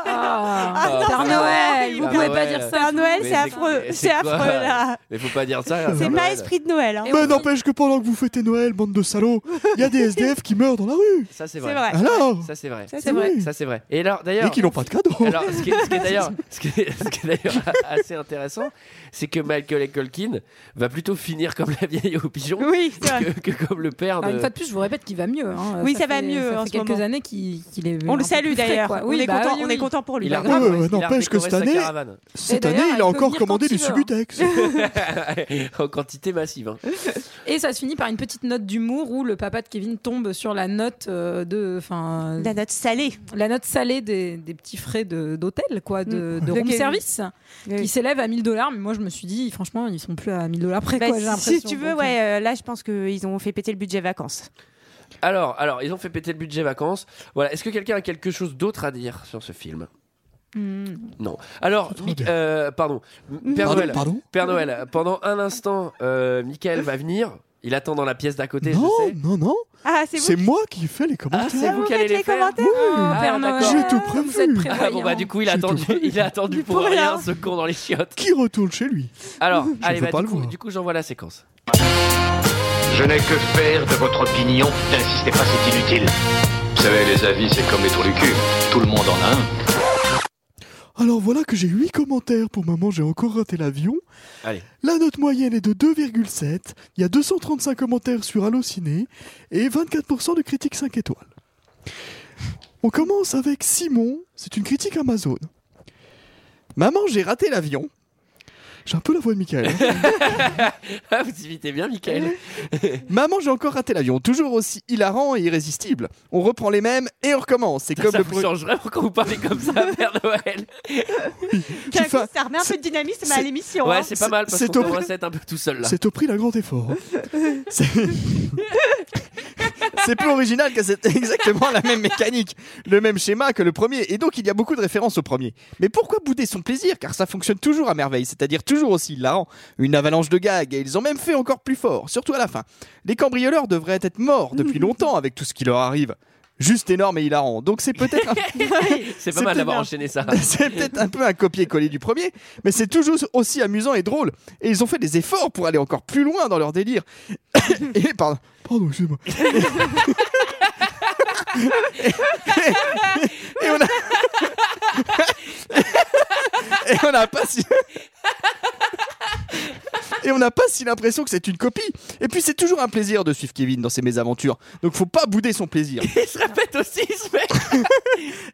[SPEAKER 3] Ah,
[SPEAKER 2] Ah,
[SPEAKER 3] Père
[SPEAKER 2] c'est
[SPEAKER 3] Noël, vous
[SPEAKER 2] horrible.
[SPEAKER 3] pouvez
[SPEAKER 2] Ah,
[SPEAKER 3] pas
[SPEAKER 2] ouais.
[SPEAKER 3] dire ça.
[SPEAKER 4] Père Noël,
[SPEAKER 2] Mais
[SPEAKER 4] c'est affreux.
[SPEAKER 2] c'est-
[SPEAKER 4] C'est
[SPEAKER 2] c'est
[SPEAKER 4] affreux
[SPEAKER 2] quoi
[SPEAKER 4] là.
[SPEAKER 2] Mais faut pas dire ça.
[SPEAKER 4] C'est
[SPEAKER 2] Père
[SPEAKER 4] pas
[SPEAKER 2] Noël.
[SPEAKER 4] esprit de Noël. hein.
[SPEAKER 3] Et
[SPEAKER 5] Mais
[SPEAKER 3] on-
[SPEAKER 5] n'empêche que pendant que vous fêtez Noël bande de salauds, il y a des SDF qui meurent dans la rue.
[SPEAKER 2] Ça c'est
[SPEAKER 4] C'est
[SPEAKER 2] vrai.
[SPEAKER 3] Ah,
[SPEAKER 4] vrai.
[SPEAKER 5] Alors
[SPEAKER 2] ça c'est vrai.
[SPEAKER 4] Ça, c'est vrai.
[SPEAKER 2] Ça c'est vrai. Et alors d'ailleurs.
[SPEAKER 5] Mmh. Et qu'ils n'ont pas de cadeau.
[SPEAKER 2] Alors, ce qui est, ce qui est d'ailleurs, ce qui est- ce qui est d'ailleurs assez intéressant, c'est que Michael et Colkin va plutôt finir comme la vieille au pigeon
[SPEAKER 4] Oui, c'est vrai.
[SPEAKER 2] que, que comme le
[SPEAKER 4] Ah,
[SPEAKER 2] père
[SPEAKER 3] Alors,
[SPEAKER 2] de.
[SPEAKER 3] une fois de plus, je vous répète qu'il va mieux. hein.
[SPEAKER 4] Oui, ça
[SPEAKER 3] fait-
[SPEAKER 4] va mieux
[SPEAKER 3] Ça
[SPEAKER 4] en
[SPEAKER 3] fait
[SPEAKER 4] ce
[SPEAKER 3] quelques
[SPEAKER 4] moment.
[SPEAKER 3] années qu'il qu'il est.
[SPEAKER 4] On
[SPEAKER 3] un
[SPEAKER 4] le
[SPEAKER 3] peu
[SPEAKER 4] salue
[SPEAKER 3] plus frais,
[SPEAKER 4] d'ailleurs.
[SPEAKER 3] quoi.
[SPEAKER 4] On,
[SPEAKER 3] Oui,
[SPEAKER 4] est
[SPEAKER 3] bah
[SPEAKER 4] content,
[SPEAKER 3] oui,
[SPEAKER 4] on
[SPEAKER 3] oui.
[SPEAKER 4] est content pour lui.
[SPEAKER 2] Il a
[SPEAKER 3] grave.
[SPEAKER 2] redécoré-
[SPEAKER 5] Ouais,
[SPEAKER 2] il a
[SPEAKER 5] n'empêche que
[SPEAKER 2] redécoré
[SPEAKER 5] cette
[SPEAKER 2] sa
[SPEAKER 5] année-
[SPEAKER 2] caravane.
[SPEAKER 5] Cette
[SPEAKER 3] Et
[SPEAKER 5] année,
[SPEAKER 3] d'ailleurs,
[SPEAKER 5] il a
[SPEAKER 3] il peut
[SPEAKER 5] encore
[SPEAKER 3] venir
[SPEAKER 5] commandé
[SPEAKER 3] quand
[SPEAKER 5] du
[SPEAKER 3] il veut, hein.
[SPEAKER 5] Subutex.
[SPEAKER 2] en quantité massive. hein.
[SPEAKER 3] Et ça se finit par une petite note d'humour où le papa de Kevin tombe sur la note euh, de, enfin,
[SPEAKER 4] La note salée.
[SPEAKER 3] la note salée des, des petits frais de- d'hôtel, quoi, de, de
[SPEAKER 4] De
[SPEAKER 3] room
[SPEAKER 4] Kevin.
[SPEAKER 3] service, qui s'élève à 1000 dollars. Mais moi, je me suis dit, franchement, ils sont plus à 1000 dollars près.
[SPEAKER 4] Bah,
[SPEAKER 3] quoi, j'ai
[SPEAKER 4] si
[SPEAKER 3] l'impression.
[SPEAKER 4] tu veux,
[SPEAKER 3] Donc,
[SPEAKER 4] ouais, euh, là je pense qu'ils ont fait péter le budget vacances.
[SPEAKER 2] Alors, alors, ils ont fait péter le budget vacances. Voilà. Est-ce que quelqu'un a quelque chose d'autre à dire sur ce film
[SPEAKER 3] hmm.
[SPEAKER 2] Non. Alors, Mi- euh, pardon, M- Père
[SPEAKER 5] Pardon,
[SPEAKER 2] Noël.
[SPEAKER 5] pardon
[SPEAKER 2] Père Noël. Pendant un instant, euh, Michael va venir. Il attend dans la pièce d'à côté.
[SPEAKER 5] Non,
[SPEAKER 2] je sais.
[SPEAKER 5] non, non.
[SPEAKER 4] Ah, c'est
[SPEAKER 5] C'est
[SPEAKER 4] vous,
[SPEAKER 5] moi qui fais les
[SPEAKER 2] Ah,
[SPEAKER 5] commentaires.
[SPEAKER 2] c'est vous qui allez
[SPEAKER 4] faites
[SPEAKER 2] les
[SPEAKER 4] les
[SPEAKER 2] faire.
[SPEAKER 4] commentaires
[SPEAKER 3] Ah,
[SPEAKER 2] Ah,
[SPEAKER 3] Père Noël,
[SPEAKER 2] d'accord.
[SPEAKER 5] J'ai tout
[SPEAKER 3] Vous êtes
[SPEAKER 5] prévu.
[SPEAKER 2] Ah bon bah du coup il a
[SPEAKER 5] J'ai tout
[SPEAKER 2] attendu,
[SPEAKER 5] fait.
[SPEAKER 2] il a attendu pour
[SPEAKER 4] Pour
[SPEAKER 2] rien
[SPEAKER 4] rien.
[SPEAKER 2] ce con dans les chiottes.
[SPEAKER 5] Qui retourne chez lui
[SPEAKER 2] Alors
[SPEAKER 5] Je
[SPEAKER 2] allez
[SPEAKER 5] veux
[SPEAKER 2] bah,
[SPEAKER 5] pas
[SPEAKER 2] du,
[SPEAKER 5] le
[SPEAKER 2] coup,
[SPEAKER 5] voir.
[SPEAKER 2] du coup j'envoie la séquence.
[SPEAKER 9] Je n'ai que faire de votre opinion. N'insistez pas, c'est inutile. Vous savez, les avis, c'est comme les trous du cul. Tout le monde en a un.
[SPEAKER 5] Alors voilà que j'ai 8 commentaires pour maman, j'ai encore raté l'avion.
[SPEAKER 2] Allez.
[SPEAKER 5] La note moyenne est de 2,7. Il y a 235 commentaires sur Allociné et 24% de critiques 5 étoiles. On commence avec Simon, c'est une critique Amazon. Maman, j'ai raté l'avion. J'ai un peu la voix de Michael. hein.
[SPEAKER 2] Ah, vous imitez bien Michael.
[SPEAKER 5] Maman, j'ai encore raté l'avion. Toujours aussi hilarant et irrésistible. On reprend les mêmes et on recommence. C'est comme
[SPEAKER 2] ça
[SPEAKER 5] le
[SPEAKER 2] vous
[SPEAKER 5] pre-
[SPEAKER 2] change vraiment quand vous parlez comme ça Père Noël.
[SPEAKER 5] J'ai
[SPEAKER 4] Tiens,
[SPEAKER 5] faim.
[SPEAKER 4] Ça remet un peu de dynamisme à
[SPEAKER 5] c'est-
[SPEAKER 4] l'émission.
[SPEAKER 2] Ouais
[SPEAKER 4] hein.
[SPEAKER 2] c'est pas mal parce
[SPEAKER 5] c'est
[SPEAKER 2] qu'on
[SPEAKER 5] au-
[SPEAKER 2] se recette un peu tout seul là.
[SPEAKER 5] C'est au prix d'un grand effort. hein. C'est C'est plus original que c'est exactement la même mécanique, le même schéma que le premier, et donc il y a beaucoup de références au premier. Mais pourquoi bouder son plaisir Car ça fonctionne toujours à merveille, c'est-à-dire toujours aussi hilarant. Une avalanche de gags, et ils ont même fait encore plus fort, surtout à la fin. Les cambrioleurs devraient être morts depuis longtemps avec tout ce qui leur arrive. Juste énorme et hilarant. Donc c'est peut-être un...
[SPEAKER 2] C'est pas
[SPEAKER 5] c'est
[SPEAKER 2] mal d'avoir
[SPEAKER 5] bien.
[SPEAKER 2] enchaîné ça.
[SPEAKER 5] C'est peut-être un peu un copier-coller du premier, mais c'est toujours aussi amusant et drôle. Et ils ont fait des efforts pour aller encore plus loin dans leur délire. et pardon, pardon, excusez-moi. et, et on a. et on n'a pas si. Et on n'a pas si l'impression que c'est une copie. Et puis c'est toujours un plaisir de suivre Kevin dans ses mésaventures. Donc faut pas bouder son plaisir.
[SPEAKER 2] Il se répète aussi ce mec.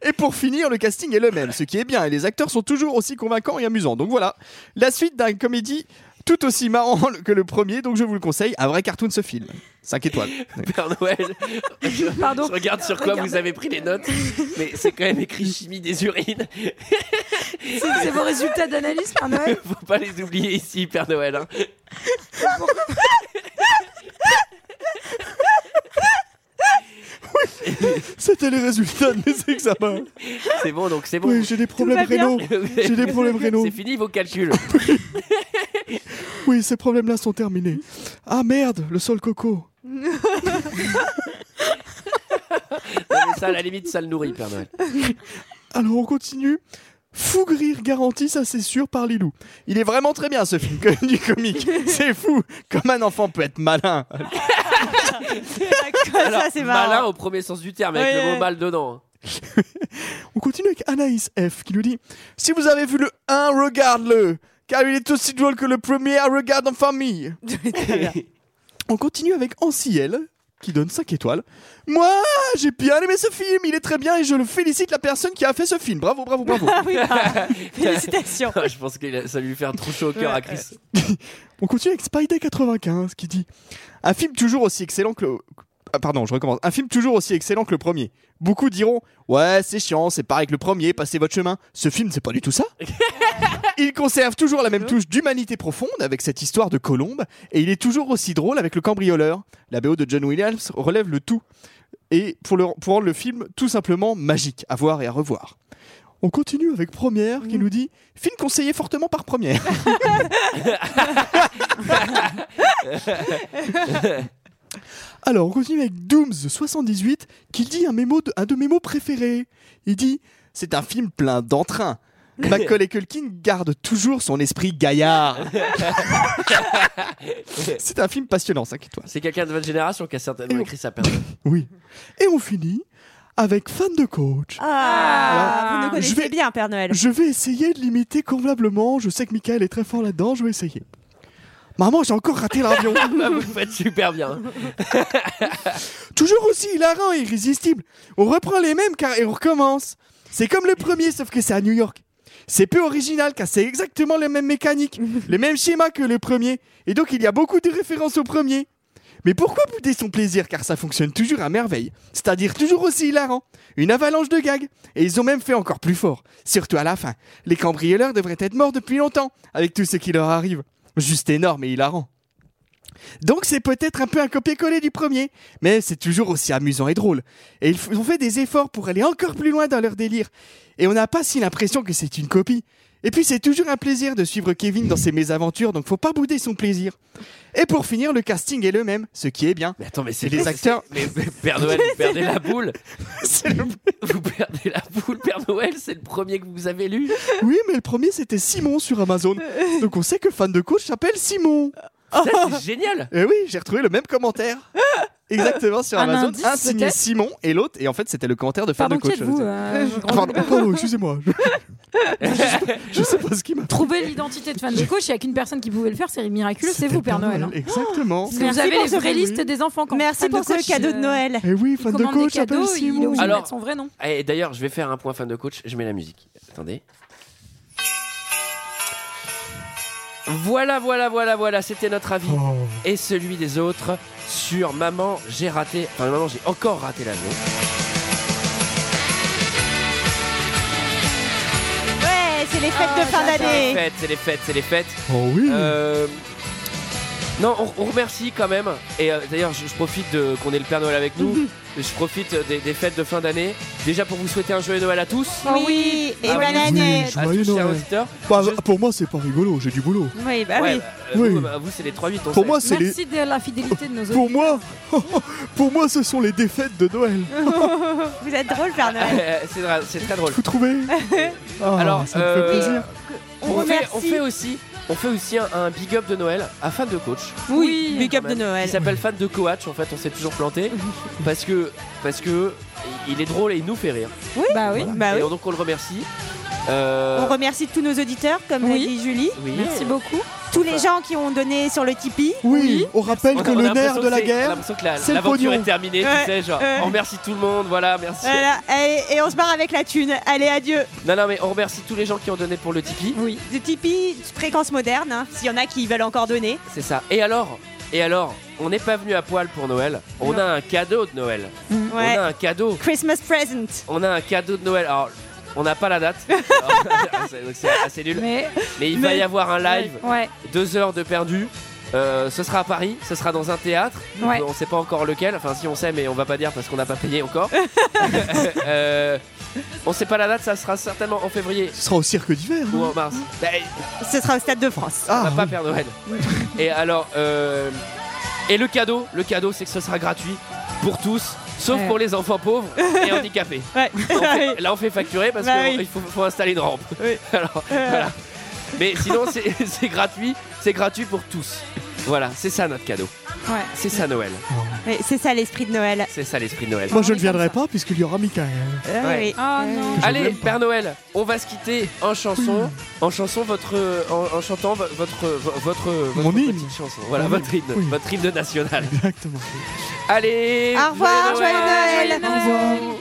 [SPEAKER 5] Et pour finir, le casting est le même, ce qui est bien, et les acteurs sont toujours aussi convaincants et amusants. Donc voilà, la suite d'un comédie tout aussi marrant que le premier, donc je vous le conseille, un vrai cartoon ce film. 5 étoiles.
[SPEAKER 2] Père Noël. Je,
[SPEAKER 3] Pardon.
[SPEAKER 2] je regarde sur quoi
[SPEAKER 3] Regarde.
[SPEAKER 2] vous avez pris les notes mais c'est quand même écrit chimie des urines.
[SPEAKER 3] C'est c'est vos résultats d'analyse, Père Noël
[SPEAKER 2] Faut pas les oublier ici Père Noël. hein.
[SPEAKER 5] C'était les résultats de mes examens.
[SPEAKER 2] C'est bon donc c'est bon.
[SPEAKER 5] Oui, j'ai des problèmes
[SPEAKER 4] va bien
[SPEAKER 5] rénaux. J'ai des problèmes rénaux.
[SPEAKER 2] C'est fini vos calculs.
[SPEAKER 5] Oui, ces problèmes-là sont terminés. Ah merde, le sol coco.
[SPEAKER 2] Non, mais ça, à la limite, ça le nourrit, Père Noël.
[SPEAKER 5] Alors on continue. Fougrir garanti, ça c'est sûr, par Lilou. Il est vraiment très bien ce film que- du comique. C'est fou, comme un enfant peut être malin.
[SPEAKER 2] Alors,
[SPEAKER 4] ça c'est
[SPEAKER 2] malin
[SPEAKER 4] marrant.
[SPEAKER 2] au premier sens du terme, avec
[SPEAKER 4] Ouais,
[SPEAKER 2] le mot
[SPEAKER 4] ouais.
[SPEAKER 2] mal dedans. hein.
[SPEAKER 5] On continue avec Anaïs F qui nous dit Si vous avez vu le 1, regarde-le, car il est aussi drôle que le premier, regarde en famille. On continue avec Anciel qui donne 5 étoiles. Moi, j'ai bien aimé ce film, il est très bien et je le félicite la personne qui a fait ce film. Bravo, bravo, bravo.
[SPEAKER 4] Ah oui, bah, félicitations.
[SPEAKER 2] Je pense que ça lui fait un trou chaud au cœur à Chris.
[SPEAKER 5] On continue avec Spidey95 qui dit Un film toujours aussi excellent que le. Ah, pardon, je recommence. Un film toujours aussi excellent que le premier. Beaucoup diront Ouais, c'est chiant, c'est pareil que le premier, passez votre chemin. Ce film, c'est pas du tout ça. il conserve toujours la même touche d'humanité profonde avec cette histoire de colombe et il est toujours aussi drôle avec le cambrioleur. La BO de John Williams relève le tout et pour, le, pour rendre le film tout simplement magique à voir et à revoir. On continue avec Première qui nous dit Film conseillé fortement par Première. Alors, on continue avec Dooms78 qui dit un, mémo de, un de mes mots préférés. Il dit C'est un film plein d'entrain. Macaulay Culkin garde toujours son esprit gaillard. C'est un film passionnant, 5 étoiles.
[SPEAKER 2] C'est quelqu'un de votre génération qui a certainement écrit sa période.
[SPEAKER 5] Oui. Et on finit avec fan de coach.
[SPEAKER 4] Ah,
[SPEAKER 5] Voilà.
[SPEAKER 4] vous nous connaissez
[SPEAKER 5] Je vais-
[SPEAKER 4] bien, Père Noël.
[SPEAKER 5] Je vais essayer de l'imiter convenablement. Je sais que Michael est très fort là-dedans. Je vais essayer. Maman, j'ai encore raté l'avion.
[SPEAKER 2] Bah, vous faites super bien. hein.
[SPEAKER 5] Toujours aussi hilarant et irrésistible. On reprend les mêmes car et on recommence. C'est comme le premier, sauf que c'est à New York. C'est peu original car c'est exactement les mêmes mécaniques, les mêmes schémas que le premier. Et donc il y a beaucoup de références au premier. Mais pourquoi bouder son plaisir Car ça fonctionne toujours à merveille. C'est-à-dire toujours aussi hilarant. Une avalanche de gags. Et ils ont même fait encore plus fort. Surtout à la fin. Les cambrioleurs devraient être morts depuis longtemps, avec tout ce qui leur arrive. Juste énorme et hilarant. Donc c'est peut-être un peu un copier-coller du premier, mais c'est toujours aussi amusant et drôle. Et ils f- ont fait des efforts pour aller encore plus loin dans leur délire. Et on n'a pas si l'impression que c'est une copie. Et puis c'est toujours un plaisir de suivre Kevin dans ses mésaventures, donc faut pas bouder son plaisir. Et pour finir, le casting est le même, ce qui est bien.
[SPEAKER 2] Mais attends, mais c'est
[SPEAKER 5] Et les acteurs.
[SPEAKER 2] Mais, mais Père Noël, vous perdez la boule. Vous perdez la boule, Père Noël, c'est le premier que vous avez lu.
[SPEAKER 5] Oui, mais le premier c'était Simon sur Amazon.
[SPEAKER 3] Euh.
[SPEAKER 5] Donc on sait que fan de coach s'appelle Simon.
[SPEAKER 2] Ça,
[SPEAKER 4] Oh.
[SPEAKER 2] c'est génial.
[SPEAKER 5] Et oui, j'ai retrouvé le même commentaire. Exactement sur
[SPEAKER 3] Un
[SPEAKER 5] Amazon.
[SPEAKER 3] indice,
[SPEAKER 5] un signé
[SPEAKER 3] peut-être
[SPEAKER 5] Simon et l'autre, et en fait c'était le commentaire de fan
[SPEAKER 3] Pardon,
[SPEAKER 5] de coach.
[SPEAKER 3] qui êtes-vous, euh, je-
[SPEAKER 5] Ah, pardon, pardon, excusez-moi. Je... je sais pas ce qui m'a.
[SPEAKER 3] Trouver l'identité de fan de coach, il n'y a qu'une personne qui pouvait le faire, c'est miraculeux, c'est vous, Père Noël. hein.
[SPEAKER 5] Exactement.
[SPEAKER 3] Parce que vous avez les vraies listes des enfants. Quand
[SPEAKER 4] Merci pour ce cadeau de Noël.
[SPEAKER 5] Et Eh oui, fan de
[SPEAKER 3] euh, commande des
[SPEAKER 5] coach s'appelle
[SPEAKER 3] cadeaux, Il est
[SPEAKER 5] Simon.
[SPEAKER 3] obligé de
[SPEAKER 2] Alors-
[SPEAKER 3] mettre son vrai nom.
[SPEAKER 2] Et Eh, d'ailleurs, je vais faire un point fan de coach. Je mets la musique. Attendez. Voilà, voilà, voilà, voilà. C'était notre avis
[SPEAKER 5] Oh,
[SPEAKER 2] et celui des autres sur Maman, j'ai raté. Enfin, Maman, j'ai encore raté l'avion.
[SPEAKER 4] Ouais, c'est les Oh, fêtes de fin
[SPEAKER 2] C'est les
[SPEAKER 4] d'année.
[SPEAKER 2] fêtes, c'est les fêtes, c'est les fêtes.
[SPEAKER 5] Oh oui.
[SPEAKER 2] Euh, Non, on, on remercie quand même. Et euh, d'ailleurs, je, je profite de- qu'on ait le Père Noël avec nous. Je profite des, des fêtes de fin d'année. Déjà pour vous souhaiter un joyeux Noël à tous.
[SPEAKER 4] Oh oui, et
[SPEAKER 2] Ah oui.
[SPEAKER 4] bonne
[SPEAKER 5] Oui,
[SPEAKER 4] année.
[SPEAKER 5] joyeux
[SPEAKER 2] Chers
[SPEAKER 5] Noël.
[SPEAKER 2] auditeurs.
[SPEAKER 5] Bah, Pour moi, c'est pas rigolo, j'ai du boulot.
[SPEAKER 4] Oui, bah
[SPEAKER 2] Ouais,
[SPEAKER 4] oui.
[SPEAKER 2] euh,
[SPEAKER 5] Oui.
[SPEAKER 2] Vous, bah, vous, c'est les 3-8. on
[SPEAKER 5] Pour
[SPEAKER 2] sait.
[SPEAKER 5] moi, c'est les.
[SPEAKER 3] Merci de la fidélité de nos
[SPEAKER 5] Pour
[SPEAKER 3] autres.
[SPEAKER 5] moi, pour moi, ce sont les défaites de Noël.
[SPEAKER 4] Vous êtes drôle, Père Noël.
[SPEAKER 2] Euh, c'est dra- c'est très drôle.
[SPEAKER 5] Vous trouvez Ah,
[SPEAKER 2] Alors,
[SPEAKER 5] ça me
[SPEAKER 2] euh,
[SPEAKER 5] fait plaisir.
[SPEAKER 4] On
[SPEAKER 2] On fait,
[SPEAKER 4] remercie.
[SPEAKER 2] on fait aussi, on fait aussi un, un big up de Noël à fan de coach.
[SPEAKER 4] Oui, big up
[SPEAKER 2] quand
[SPEAKER 4] de
[SPEAKER 2] même,
[SPEAKER 4] Noël.
[SPEAKER 2] Qui s'appelle fan de coach. En fait, on s'est toujours planté parce que parce que il est drôle et il nous fait rire.
[SPEAKER 3] Bah oui.
[SPEAKER 4] Bah
[SPEAKER 2] et
[SPEAKER 4] oui.
[SPEAKER 2] donc on le remercie. Euh,
[SPEAKER 4] On remercie tous nos auditeurs, comme l'a
[SPEAKER 3] Oui.
[SPEAKER 4] dit Julie.
[SPEAKER 2] oui.
[SPEAKER 3] Merci beaucoup.
[SPEAKER 4] Tous les gens qui ont donné sur le Tipeee.
[SPEAKER 5] Oui, on rappelle
[SPEAKER 2] On a-
[SPEAKER 5] que
[SPEAKER 2] on a
[SPEAKER 5] le nerf
[SPEAKER 2] l'impression
[SPEAKER 5] de la
[SPEAKER 2] c'est- on a
[SPEAKER 5] guerre,
[SPEAKER 2] l'impression que la-
[SPEAKER 5] c'est le
[SPEAKER 2] l'aventure
[SPEAKER 5] pognon.
[SPEAKER 2] est terminée,
[SPEAKER 4] Ouais,
[SPEAKER 2] tu sais, genre,
[SPEAKER 4] ouais.
[SPEAKER 2] on remercie tout le monde, voilà, merci.
[SPEAKER 4] Voilà. Et, et on se barre avec la thune. Allez, adieu.
[SPEAKER 2] Non, non, mais on remercie tous les gens qui ont donné pour le Tipeee,
[SPEAKER 3] Oui.
[SPEAKER 4] Du Tipeee, fréquence moderne, hein, s'il y en a qui veulent encore donner.
[SPEAKER 2] c'est ça. Et alors, et alors, on n'est pas venu à poil pour Noël, on
[SPEAKER 4] Non.
[SPEAKER 2] a un cadeau de Noël.
[SPEAKER 4] Ouais.
[SPEAKER 2] On a un cadeau.
[SPEAKER 4] Christmas present.
[SPEAKER 2] On a un cadeau de Noël. Alors, on n'a pas la date. Alors, ah, c'est- donc c'est assez nul. Mais,
[SPEAKER 3] Mais
[SPEAKER 2] il va
[SPEAKER 4] mais-
[SPEAKER 2] y avoir un live,
[SPEAKER 3] ouais.
[SPEAKER 2] deux heures de perdu. Euh, ce sera à Paris, ce sera dans un théâtre. On
[SPEAKER 3] Ouais.
[SPEAKER 2] peut- On sait pas encore lequel. Enfin, si on sait, mais on va pas dire parce qu'on n'a pas payé encore. euh, on sait pas la date. Ça sera certainement en février
[SPEAKER 5] ce sera au cirque d'hiver.
[SPEAKER 2] ou en mars. Bah,
[SPEAKER 4] Ce sera au Stade de France.
[SPEAKER 2] on
[SPEAKER 5] Ah,
[SPEAKER 2] va pas Père Noël. Et alors, euh, et le cadeau, le cadeau, c'est que ce sera gratuit pour tous, sauf
[SPEAKER 3] Ouais.
[SPEAKER 2] pour les enfants pauvres et handicapés.
[SPEAKER 4] Ouais.
[SPEAKER 2] On fait- là, on fait facturer parce
[SPEAKER 4] Bah
[SPEAKER 2] qu'il
[SPEAKER 4] oui.
[SPEAKER 2] faut, faut installer une rampe.
[SPEAKER 4] Oui.
[SPEAKER 2] Alors,
[SPEAKER 4] Euh.
[SPEAKER 2] voilà. Mais sinon, c'est c'est gratuit, c'est gratuit pour tous. Voilà, c'est ça notre cadeau.
[SPEAKER 4] Ouais.
[SPEAKER 2] C'est ça Noël.
[SPEAKER 4] Mais C'est ça l'esprit de Noël.
[SPEAKER 2] C'est ça l'esprit de Noël.
[SPEAKER 3] Ah
[SPEAKER 5] Moi, je ne viendrai pas puisqu'il y aura Michael.
[SPEAKER 4] Euh,
[SPEAKER 2] Ouais.
[SPEAKER 4] oui.
[SPEAKER 3] Oh non.
[SPEAKER 5] Je
[SPEAKER 2] Allez,
[SPEAKER 5] l'aime pas.
[SPEAKER 2] Père Noël, on va se quitter en chanson, en chanson votre, en, en chantant vo- votre, vo- votre, votre
[SPEAKER 5] Mon
[SPEAKER 2] petite
[SPEAKER 5] hymne.
[SPEAKER 2] chanson. Voilà,
[SPEAKER 5] Mon
[SPEAKER 2] votre hymne,
[SPEAKER 5] Oui.
[SPEAKER 2] votre hymne national.
[SPEAKER 5] Exactement.
[SPEAKER 2] Allez,
[SPEAKER 4] Au revoir,
[SPEAKER 2] joyeux
[SPEAKER 4] joyeux Noël.
[SPEAKER 2] Au revoir.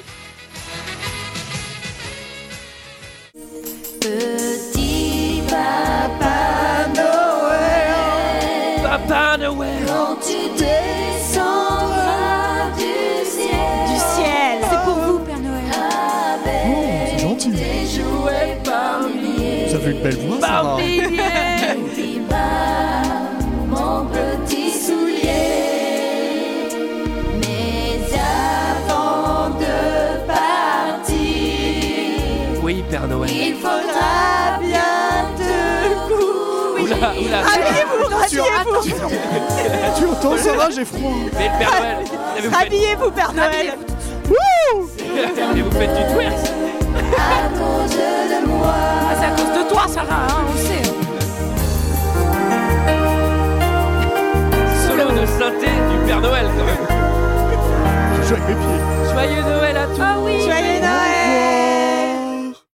[SPEAKER 13] Petit papa Noël,
[SPEAKER 2] Papa Noël.
[SPEAKER 13] quand tu descendras du ciel,
[SPEAKER 4] Du ciel.
[SPEAKER 3] C'est pour vous, Père Noël.
[SPEAKER 13] avec
[SPEAKER 5] C'est gentil.
[SPEAKER 13] des jouets par milliers, Bah,
[SPEAKER 5] Vous avez une belle voix, Sarah.
[SPEAKER 13] qui bat mon petit soulier. Mais avant de partir,
[SPEAKER 2] Oui, Père Noël.
[SPEAKER 13] Il faudra bien te courir.
[SPEAKER 2] Oula, oula.
[SPEAKER 4] Habillez-vous, habillez-vous.
[SPEAKER 5] Ah, Tu entends, Sarah, j'ai froid.
[SPEAKER 2] Mais le Père Noël.
[SPEAKER 4] Ah,
[SPEAKER 2] mais vous faites-
[SPEAKER 4] Habillez-vous, Père Noël. ah.
[SPEAKER 2] Et vous faites du twerk
[SPEAKER 13] À cause de moi,
[SPEAKER 3] Ça Sarah, hein, on sait. hein.